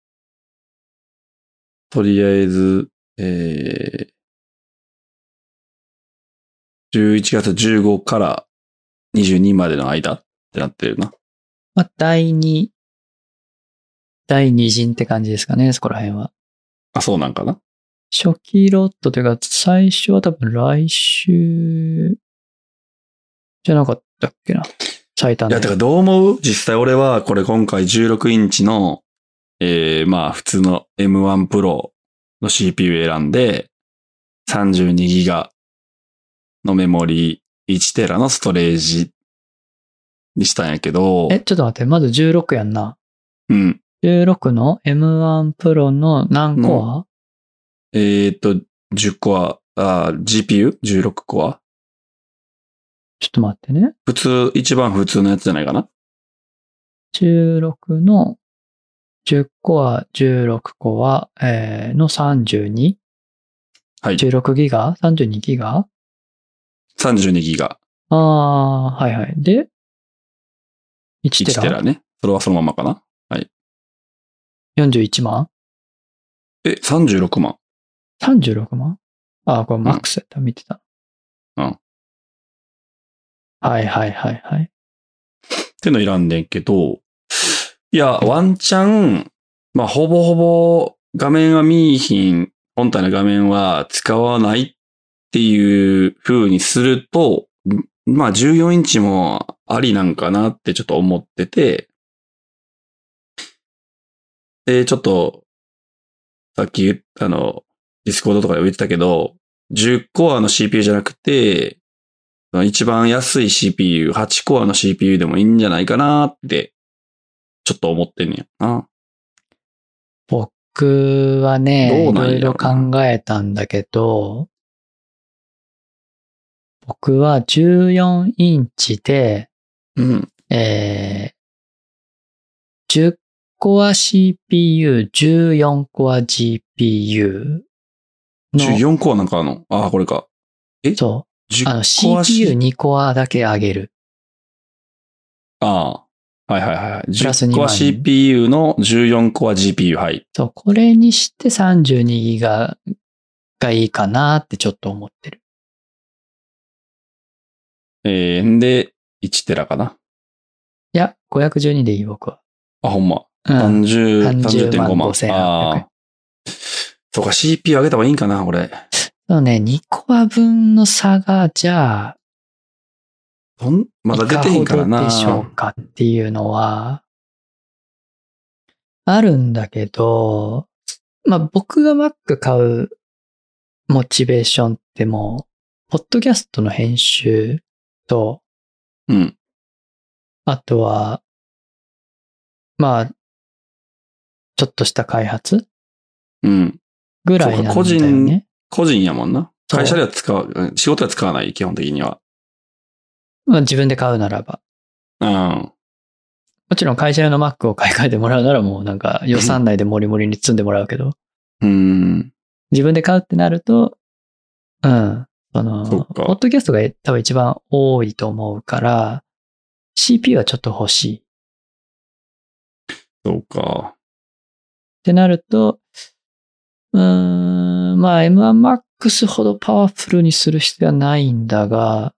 B: とりあえず、えー、11月15から22までの間ってなってるな。
A: まあ、第二、第二陣って感じですかね、そこら辺は。
B: あ、そうなんかな。
A: 初期ロットというか、最初は多分来週、じゃなかったっけな。最短
B: い
A: で。
B: や、てかどう思う実際俺はこれ今回16インチの、えー、まあ普通の M1 Pro の CPU 選んで、32ギガのメモリー、1テラのストレージにしたんやけど、
A: え、ちょっと待って、まず16やんな。
B: うん。
A: 16の M1 Pro の何コア、
B: えーっと、10コア、あー、GPU?16 コア
A: ちょっと待ってね。
B: 普通、一番普通のやつじゃないかな
A: 16の10個は16個は、えー、の 32?16
B: はい。
A: ギガ ?32 ギガ
B: 32ギガ。
A: ああ、はいはい。で、1
B: 1
A: テ
B: テ
A: ラ
B: ラね。それはそのままかな
A: ?41 万
B: え、36万。
A: ?36 万ああ、これマックスやった。見てた。
B: うん。
A: はいはいはいはい。
B: ってのいらんねんけど、いや、ワンチャン、まあ、ほぼほぼ画面は見いひん、本体の画面は使わないっていう風にすると、んまあ、14インチもありなんかなってちょっと思ってて、で、ちょっと、さっき言っあの、ディスコードとかでも言ってたけど、10コアの CPU じゃなくて、その一番安い CPU、8コアの CPU でもいいんじゃないかなって、ちょっと思ってんねやな。
A: 僕はね、
B: どう
A: い
B: なん
A: ろ
B: や
A: い
B: ろ
A: ろ
B: うな
A: 考えたんだけど、僕は14インチで、
B: うん。
A: えー、10コア CPU、14コア GPU の、
B: 14コアなんかあんのああ、これか。
A: そ
B: 10
A: う、あの
B: コア C-
A: CPU2 コアだけ上げる。
B: ああ。はいはいはいはい。
A: プラス2
B: 10コア
A: 万
B: CPU の14コア GPU。はい。
A: そう、これにして32ギガがいいかなってちょっと思ってる。
B: えー、んで、1テラかな。
A: いや、512でいい僕は。
B: あ、ほんま。
A: うん。
B: 30、30.5
A: 30
B: 万。
A: 万5800
B: ああ。そうか、CPU 上げた方がいいんかな、これ。
A: そうね、2コア分の差が、じゃあ、
B: そんまだ出てへんから
A: い
B: な。
A: かほどでしょうかっていうのは、あるんだけど、まあ僕が Mac 買うモチベーションってもう、ポッドキャストの編集と、
B: うん。
A: あとは、まあ、ちょっとした開発
B: うん。
A: ぐらいなんだよね。
B: そうか個人個人やもんな。
A: そう
B: 会社では使う、うん仕事では使わない、基本的には。
A: まあ自分で買うならば。
B: うん。
A: もちろん会社用の Mac を買い替えてもらうならもうなんか予算内でモリモリに積んでもらうけど。
B: うん。
A: 自分で買うってなると、うん。その、
B: そっか
A: ポッドキャストが多分一番多いと思うから、CPU はちょっと欲しい。っ
B: そうか。
A: てなると、うーん、まあ M1MAX ほどパワフルにする必要はないんだが、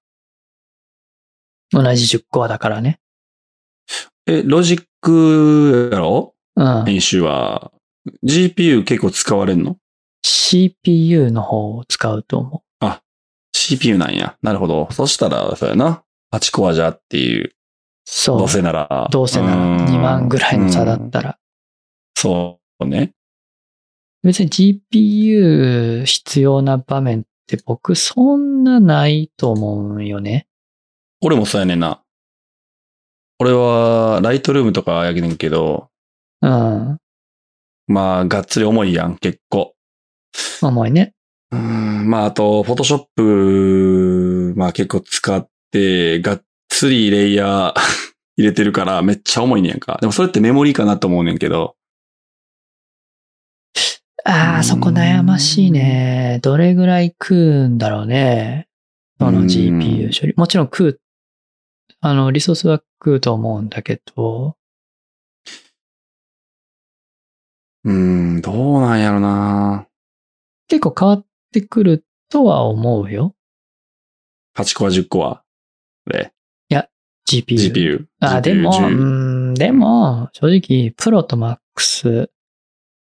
A: 同じ10コアだからね。
B: え、ロジックやろ
A: うん。
B: 編集は。GPU 結構使われんの
A: CPU の方を使うと思
B: ?CPU なんや。なるほど。そしたら、そうやな。8コアじゃっていう。
A: う。そう。
B: どうせなら。
A: どうせな
B: うん
A: ら2万ぐらいの差だ
B: う
A: っ
B: ん
A: たら。
B: そうね。
A: 別に GPU 必要な場面って僕そんなないと思うんよね。
B: 俺もそうやねんな。俺は、ライトルームとかやけねんけど、
A: うん。
B: まあ、がっつり重いやん、結構。
A: 重いね。
B: うーんまあ、あと、フォトショップ、まあ結構使って、がっつりレイヤー 入れてるからめっちゃ重いねんか。でもそれってメモリーかなと思うねんけど。
A: あ
B: うん
A: あ、そこ悩ましいね。どれぐらい食うんだろうね。その GPU 処理。もちろん食う、あの、リソースは食うと思うんだけど、
B: うーん、どうなんやろな
A: 結構変わってくるとは思うよ。
B: 8個は10個は。で、
A: GPU。
B: GPU。
A: あ、
B: GPU
A: でも、う
B: 10
A: ん、でも、正直、プロと MAX、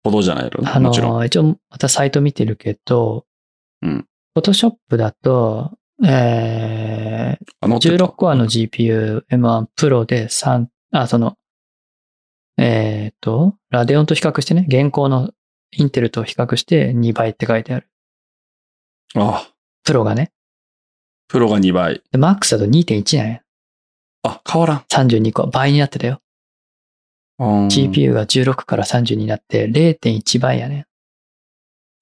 B: ほどじゃないやろ。
A: あ
B: もちろん。
A: の、一応、またサイト見てるけど、
B: うん
A: フォトショップだと、え
B: あの
A: ー、16コアの GPU M1 Pro で3、あ、その、えっ、と、ラデオンと比較してね、現行のインテルと比較して2倍って書いてある。
B: あ、
A: プロがね。
B: プロが2倍。
A: で、マックスだと2.1なんや。
B: あ、変わらん。
A: 32個。倍になってたよ。
B: うーん
A: GPU が16から30になって0.1倍やねん。っ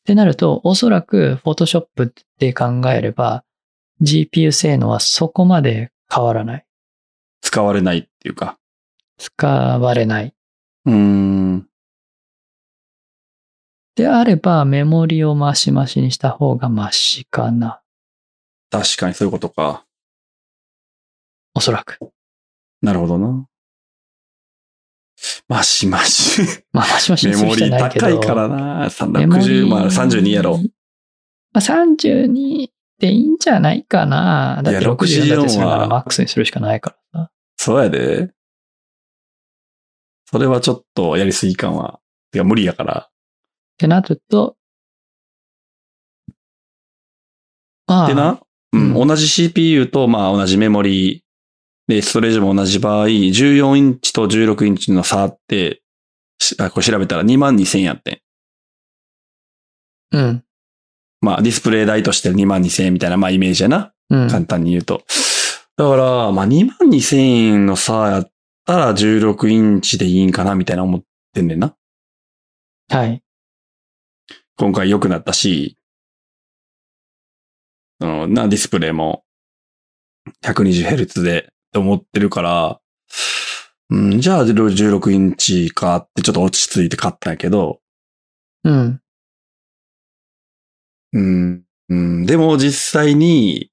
A: てなると、おそらく Photoshop で考えれば、 GPU 性能はそこまで変わらない。
B: 使われないっていうか。
A: 使われない。
B: うーん。
A: であれば、メモリをマシマシにした方がマシかな。
B: 確かにそういうことか。
A: おそらく。
B: なるほどな。マシマシ。
A: まあ、マシマシに
B: メ
A: する
B: モ
A: 必
B: リ
A: 要ないけど。
B: 高いからな。
A: メモリ
B: 360、まあ32やろ。。
A: まあ、32でいいんじゃないかな。だっ
B: い
A: て
B: や
A: 64だってするな
B: 64
A: ら
B: は
A: マックスにするしかないからさ。
B: そうやで。それはちょっとやりすぎ感は、てか無理やから。
A: ってなると、まあ、
B: でな、うん、
A: う
B: 同じ CPU と、まあ同じメモリーで、ストレージも同じ場合、14インチと16インチの差って、しあこれ調べたら22,000やってん。
A: うん、
B: まあディスプレイ代として22,000みたいな、まあイメージやな。
A: うん。
B: 簡単に言うと。だから、まあ22,000円の差やったら16インチでいいんかなみたいな思ってんねんな。
A: はい。
B: 今回良くなったし、そのな、ディスプレイも 120Hz でと思ってるから、うん、じゃあ16インチかってちょっと落ち着いて買ったんやけど、
A: うん。
B: うん、うん、でも実際に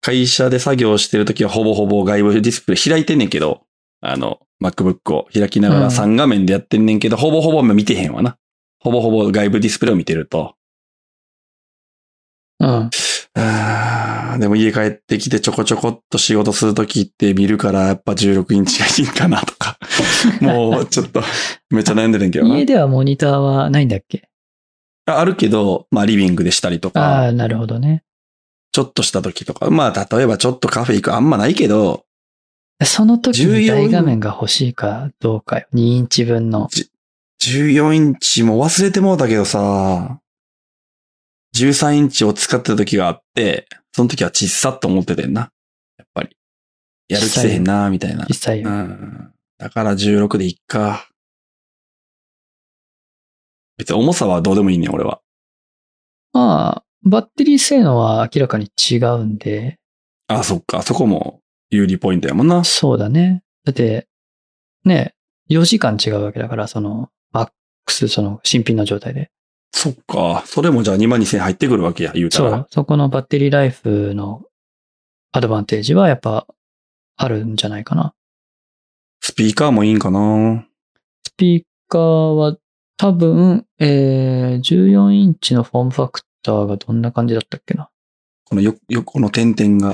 B: 会社で作業してるときはほぼほぼ外部ディスプレイ開いてんねんけど、あの、MacBook を開きなが
A: う
B: ら
A: ん
B: 3画面でやってんねんけど、ほぼほぼ見てへんわな。ほぼほぼ外部ディスプレイを見てると。
A: うん。
B: あーでも家帰ってきてちょこちょこっと仕事するときって見るからやっぱ16インチがいいんかなと か。もうちょっとめっちゃ悩んでるんやけどな
A: 家。ではモニターはないんだっけ
B: ああるけど、まあリビングでしたりと
A: あ
B: か、
A: あ、なるほどね。
B: ちょっとしたときとか、まあ例えばちょっとカフェ行くあんまないけど、
A: その時
B: 14
A: に大画面が欲しいかどうかよ。2インチ分の。
B: 14インチも忘れてもうたけどさ、13インチを使ってたときがあって、そのときは小さっと思っててんな。やっぱり。やる気せえへんな、みたいな
A: 実。際
B: う
A: は。
B: んだから16でいっか。別に重さはどうでもいいねん、俺は。
A: まあ、バッテリー性能は明らかに違うんで、
B: あそっか。そこも有利ポイントやもんな。
A: そうだね。だって、ね、4時間違うわけだから、その、マックス、その、新品の状態で。
B: そっか。それもじゃあ2万2000入ってくるわけや、言うた
A: そ
B: ら
A: う。。そこのバッテリーライフのアドバンテージはやっぱあるんじゃないかな。
B: スピーカーもいいんかな。
A: スピーカーは多分、えー、14インチのフォームファクターがどんな感じだったっけな。
B: このよ、横の点々が。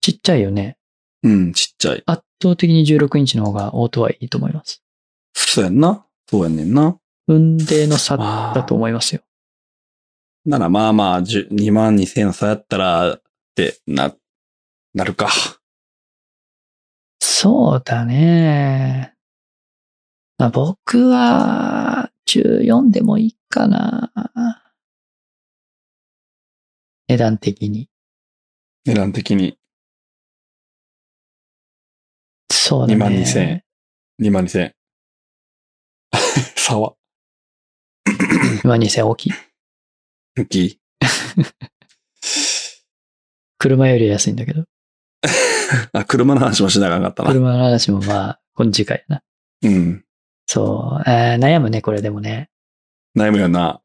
A: ちっちゃいよね。
B: うん、ちっちゃい。
A: 圧倒的に16インチの方がオートはいいと思います。
B: そうやんな。そうやんねんな。
A: 運命の差
B: まあ
A: だと思いますよ。
B: ならまあまあ、10 2万2000の差やったら、ってな、なるか。
A: そうだね。まあ、僕は14でもいいかな。値段的に。
B: 値段的に。
A: そうだね。
B: 2万2000円2万2000。差は。
A: 2万2000円大きい。
B: 大き い。
A: 車より安いんだけど。
B: あ、車の話もしなあかんかったな。
A: 車の話もまあ、この次回やな。
B: うん。
A: そう。えー悩むね、これでもね。
B: 悩むよな。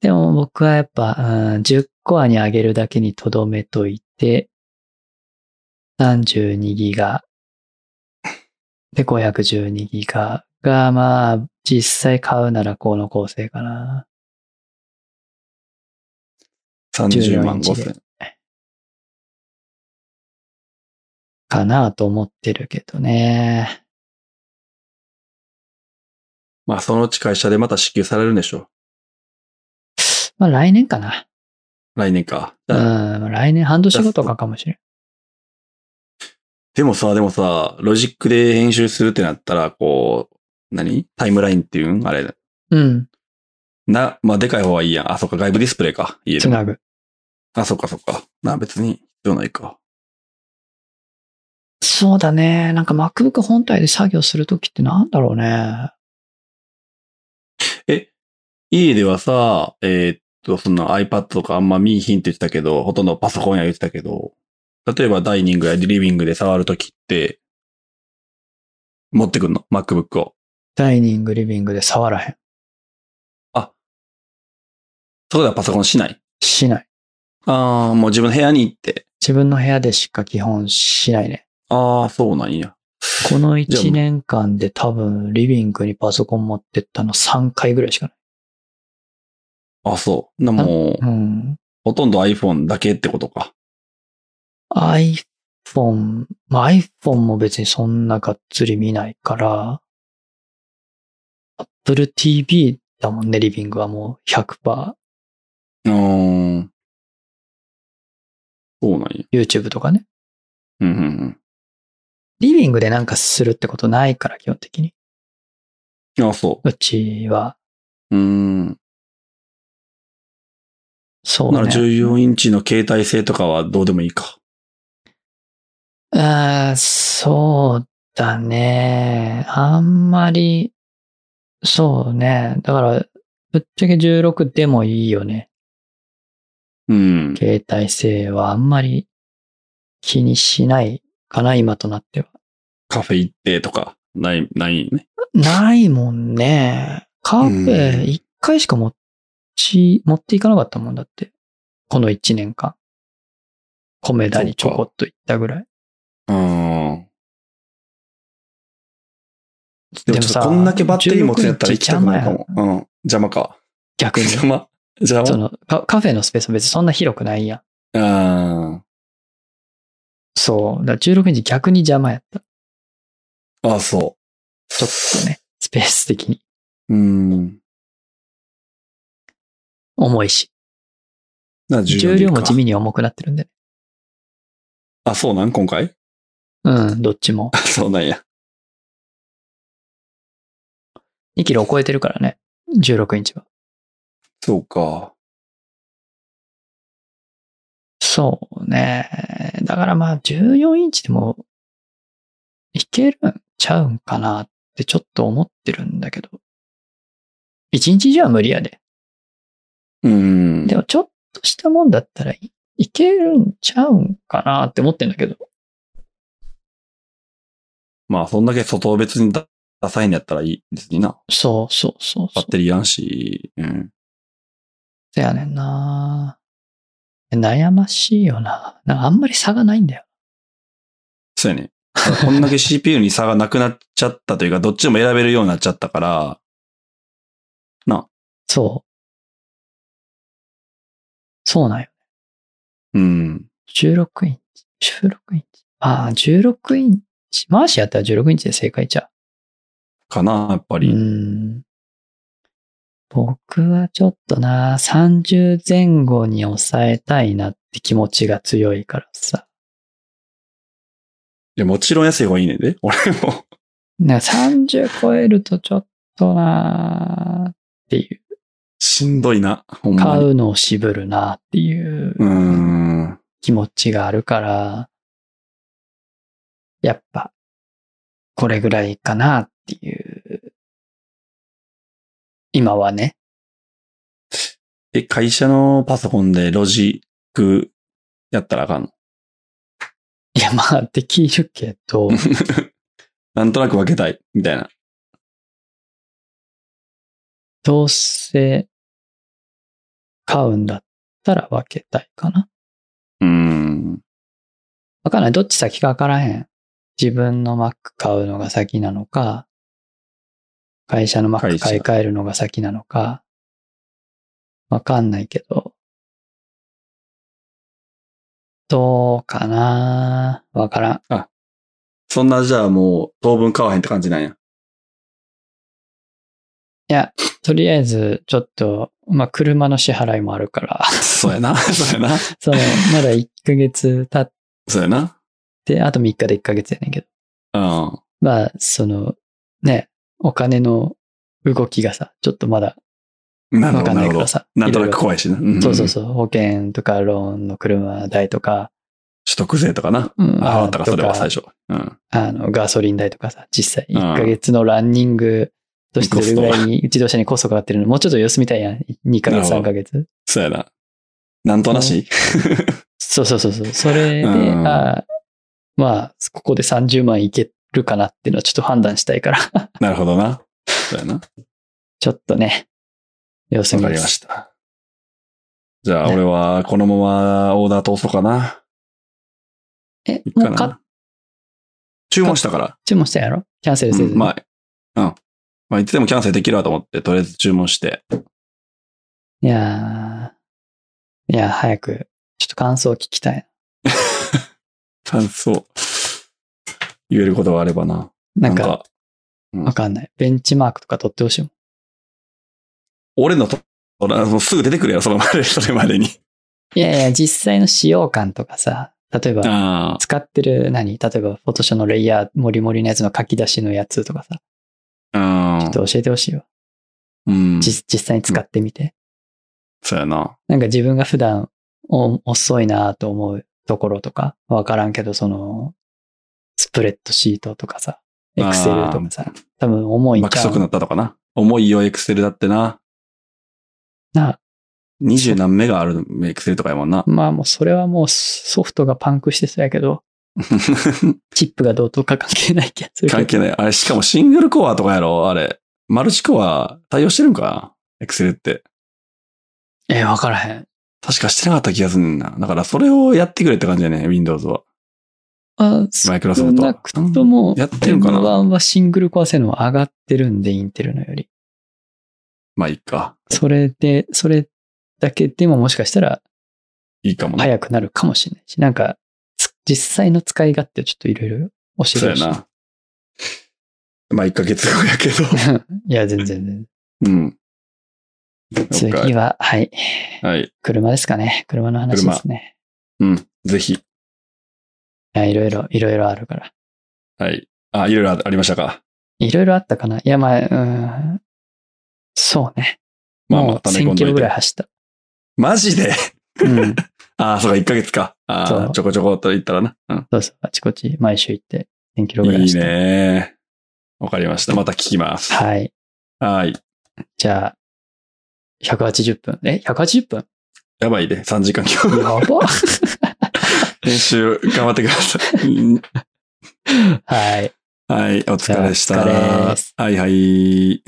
A: でも僕はやっぱ、うん、10コアに上げるだけにとどめといて、32ギガ。で、512ギガが、まあ、実際買うならこの構成かな。
B: 30万5
A: 14イ
B: 千。
A: かなと思ってるけどね。
B: まあ、そのうち会社でまた支給されるんでしょ
A: まあ来年かな。
B: う。来年か。
A: う
B: だ
A: ん、来年半年後とかかもしれん。
B: でもさ、でもさ、ロジックで編集するってなったら、こう、何タイムラインっていうんあれ。
A: うん、
B: な、まあ、でかい方がいいやん。あ、そっか、外部ディスプレイか。家で
A: つ
B: も。
A: なぐ。
B: あ、そっか、そっか。な、別に必要ないか。
A: そうだね。なんか MacBook 本体で作業するときってなんだろうね。
B: え、家ではさ、えーっとその iPad とかあんま見いひんって言ってたけど、ほとんどパソコンや言ってたけど、例えばダイニングやリビングで触るときって、持ってくんの ?MacBook を。
A: ダイニング、リビングで触らへん。
B: そこではパソコンしない。
A: しない。
B: ああ、もう自分の部屋に行って。
A: 自分の部屋でしか基本しないね。
B: ああ、そうなんや。
A: この
B: じゃあ
A: 1年間で多分リビングにパソコン持ってったの3回ぐらいしか
B: あそう。な、もう
A: な、い。うん。
B: ほとんど iPhone だけってことか。
A: iPhone、まあ、iPhone も別にそんながっつり見ないから、Apple TV だもんね、リビングはもう100%。
B: うーん。そうなんや。
A: YouTube とかね。
B: うん、うん、うん。
A: リビングでなんかするってことないから、基本的に。
B: あ、そう
A: ちは。
B: う。うーん。
A: そう
B: なら
A: ね。
B: 14インチの携帯性とかはどうでもいいか。
A: あーそうだね。あんまり、そうね。だから、ぶっちゃけ16でもいいよね。
B: うん。
A: 携帯性はあんまり気にしないかな、今となっては。
B: カフェ行ってとか、ない、ないね。
A: ないもんね。カフ
B: う
A: ェ
B: ん
A: 一回しか持ち、持っていかなかったもんだって。この一年間。米田にちょこっと行ったぐらい。
B: うーん。
A: で
B: でも
A: も
B: ちょっ
A: さ
B: とこんだけバッテリー持つんやったら行きたくないかも。うん。邪魔か。
A: 逆に。
B: 邪魔。邪
A: そ
B: 魔。
A: のカカフェのスペースは別にそんな広くないやん。
B: あ
A: そう。だから16日逆に邪魔やった。
B: あ。あ、そう。
A: ちょっとね。スペース的に。
B: うん。
A: 重いし。
B: な
A: 重量も地
B: 味。
A: 味に重くなってるんで。
B: あ、そうなん今回
A: うん、どっちも。
B: そうなんや。
A: 2キロを超えてるからね。16インチは。
B: そうか。
A: そうね。だからまあ14インチでもいけるんちゃうんかなってちょっと思ってるんだけど。1日じゃ無理やで。
B: うん。
A: でもちょっとしたもんだったらいいけるんちゃうんかなって思ってんだけど。
B: まあ、そんだけ外を別に出さへんやったらいいですにな。
A: そうそうそうそ
B: バ
A: う
B: ッ。テリーやんし。うん。
A: そやねんな。悩ましいよな。なんかあんまり差がないんだよ。
B: そうやね。こんだけ CPU に差がなくなっちゃったというか、どっちでも選べるようになっちゃったから、
A: そう。そうなんよ
B: うん。
A: 16インチ。16インチ。ああ、16インチ。マーシーやったら16インチで正解ちゃ
B: かな、やっぱ
A: う。う
B: り。
A: ん。僕はちょっとな、30前後に抑えたいなって気持ちが強いからさ。
B: でもちろん安い方がいいねんで。俺も。
A: なんか30超えるとちょっとなっていう。
B: しんどいな、ほんま
A: 買
B: に。
A: うのを渋るなっていう
B: うーん。
A: 気持ちがあるから、やっぱ、これぐらいかなっていう、今はね、
B: え、会社のパソコンでロジックやったらあかんの
A: いや、まあ、できるけど、
B: なんとなく分けたい、みたいな。
A: どうせ、買うんだったら分けたいかな。
B: うーん。
A: わかんない。どっち先かわからへん。自分の Mac 買うのが先なのか、会社の Mac
B: 会社
A: 買い替えるのが先なのか、わかんないけど、どうかなわからん。
B: そんな、じゃあもう、当分買わへんって感じなん や。
A: とりあえず、ちょっと、まあ、車の支払いもあるから、
B: そうやな。そうやな。
A: その、まだ1ヶ月経っ
B: そうやな。
A: て、あと3日で1ヶ月やねんけど、
B: うん。
A: まあ、その、ね、お金の動きがさ、ちょっとまだ
B: なる
A: わ
B: ほ
A: かん
B: ど、な
A: ないか
B: るほど
A: ら。さ。
B: なんと
A: い
B: な
A: ろい
B: く
A: ろ
B: 怖いしな。んん
A: そうそうそう。保険とかローンの車代とか、
B: 取得税とかな。
A: うん
B: あ、あったか、
A: と
B: それは最初。うん。
A: あの、ガソリン代とかさ、実際
B: うん
A: 1ヶ月のランニングとしてどれぐらいに自動車にコストかかってるのもうちょっと様子見たいやん。2ヶ月、
B: なる
A: 3
B: ほど
A: ヶ月。
B: そうやな。なんとなし、
A: そうそうそうそう。それで、
B: うん
A: ああまあ、ここで30万いけるかなっていうのはちょっと判断したいから、
B: なるほどな。そうやな。わ
A: ちょっとね、様子見
B: か
A: ま。
B: りますした。じゃあ、
A: ね
B: 俺はこのままオーダー通そうかな。
A: え
B: い、っ
A: も
B: か
A: う買っ
B: な。注文したから。
A: 注文したやろキャンセルせずに。
B: うんまあ、うん。まあ、いつでもキャンセルできるわと思って、とりあえず注文して。
A: いやーいや、早く、ちょっと感想聞きたい。
B: 感想、言えることがあればな。
A: なんか、
B: うん
A: わかんない。ベンチマークとか取ってほしいもん。
B: 俺のと、俺はもうすぐ出てくるよ、そのまで、それま でに。
A: いやいや、実際の使用感とかさ、例えば、
B: あ
A: 使ってる何例えば、フォトショーのレイヤー、モリモリのやつの書き出しのやつとかさ、
B: あ。
A: ちょっと教えてほしいよ。
B: うん。
A: じ実際に使ってみて。
B: そうやな。
A: なんか自分が普段お遅いなと思うところとか、わからんけど、その、スプレッドシートとかさ、エクセルとかさ、多分重いん
B: 爆
A: ちゃ
B: 速に
A: う
B: なったとかな。重いよ、エクセルだってな。
A: な。。
B: 二十何目があるエクセルとかやもんな
A: まあもうそれはもうソフトがパンクしてそうやけど、チップがどうとか関係ない気がするけど
B: 関係ない。あれ、しかもシングルコアとかやろあれ。マルチコア対応してるんかなエクセルって。
A: えー、わからへん。
B: 確かしてなかった気がするんだな。だからそれをやってくれって感じだね、Windows は。
A: あ、
B: マイクロソ
A: 少
B: フト
A: な
B: は。
A: くとも、
B: やってるかな
A: M1 はシングルコア性能上がってるんで、インテルのより。
B: まあいいか。
A: それで、それだけでももしかしたら
B: いいかもね。
A: 早くなるかもしれないし、なんか、つ実際の使い勝手をちょっといろいろ教えて
B: そうや
A: ほしい。
B: な。まあ1ヶ月後やけど。
A: いや、全然全然。
B: うん。
A: 次は、はい。
B: はい。
A: 車ですかね。車の話ですね。
B: うん。ぜひ。
A: いや、いろいろ、いろいろあるから。
B: はい。あ、いろいろあありましたか。
A: いろいろあったかないや、まあ、うん。そうね。
B: まあ、
A: もう
B: またね、
A: 1000キロぐらい
B: 今度行って
A: 走った。
B: マジで
A: うん。
B: ああ、そうか、1ヶ月か。あ
A: そ
B: あ、
A: う
B: ちょこちょこっと行ったらな。うん。
A: そうそう。あちこち、毎週行って、1000キロぐらい
B: いい
A: 走った。
B: ねわかりました。また聞きます。
A: はい。
B: はい。
A: じゃあ、180分。え、180分
B: やばいね。3時 間今
A: や
B: 日。
A: ば
B: 編集、頑張ってください。うん
A: はい。
B: はい、お疲れでした。
A: お疲れです
B: はいはい。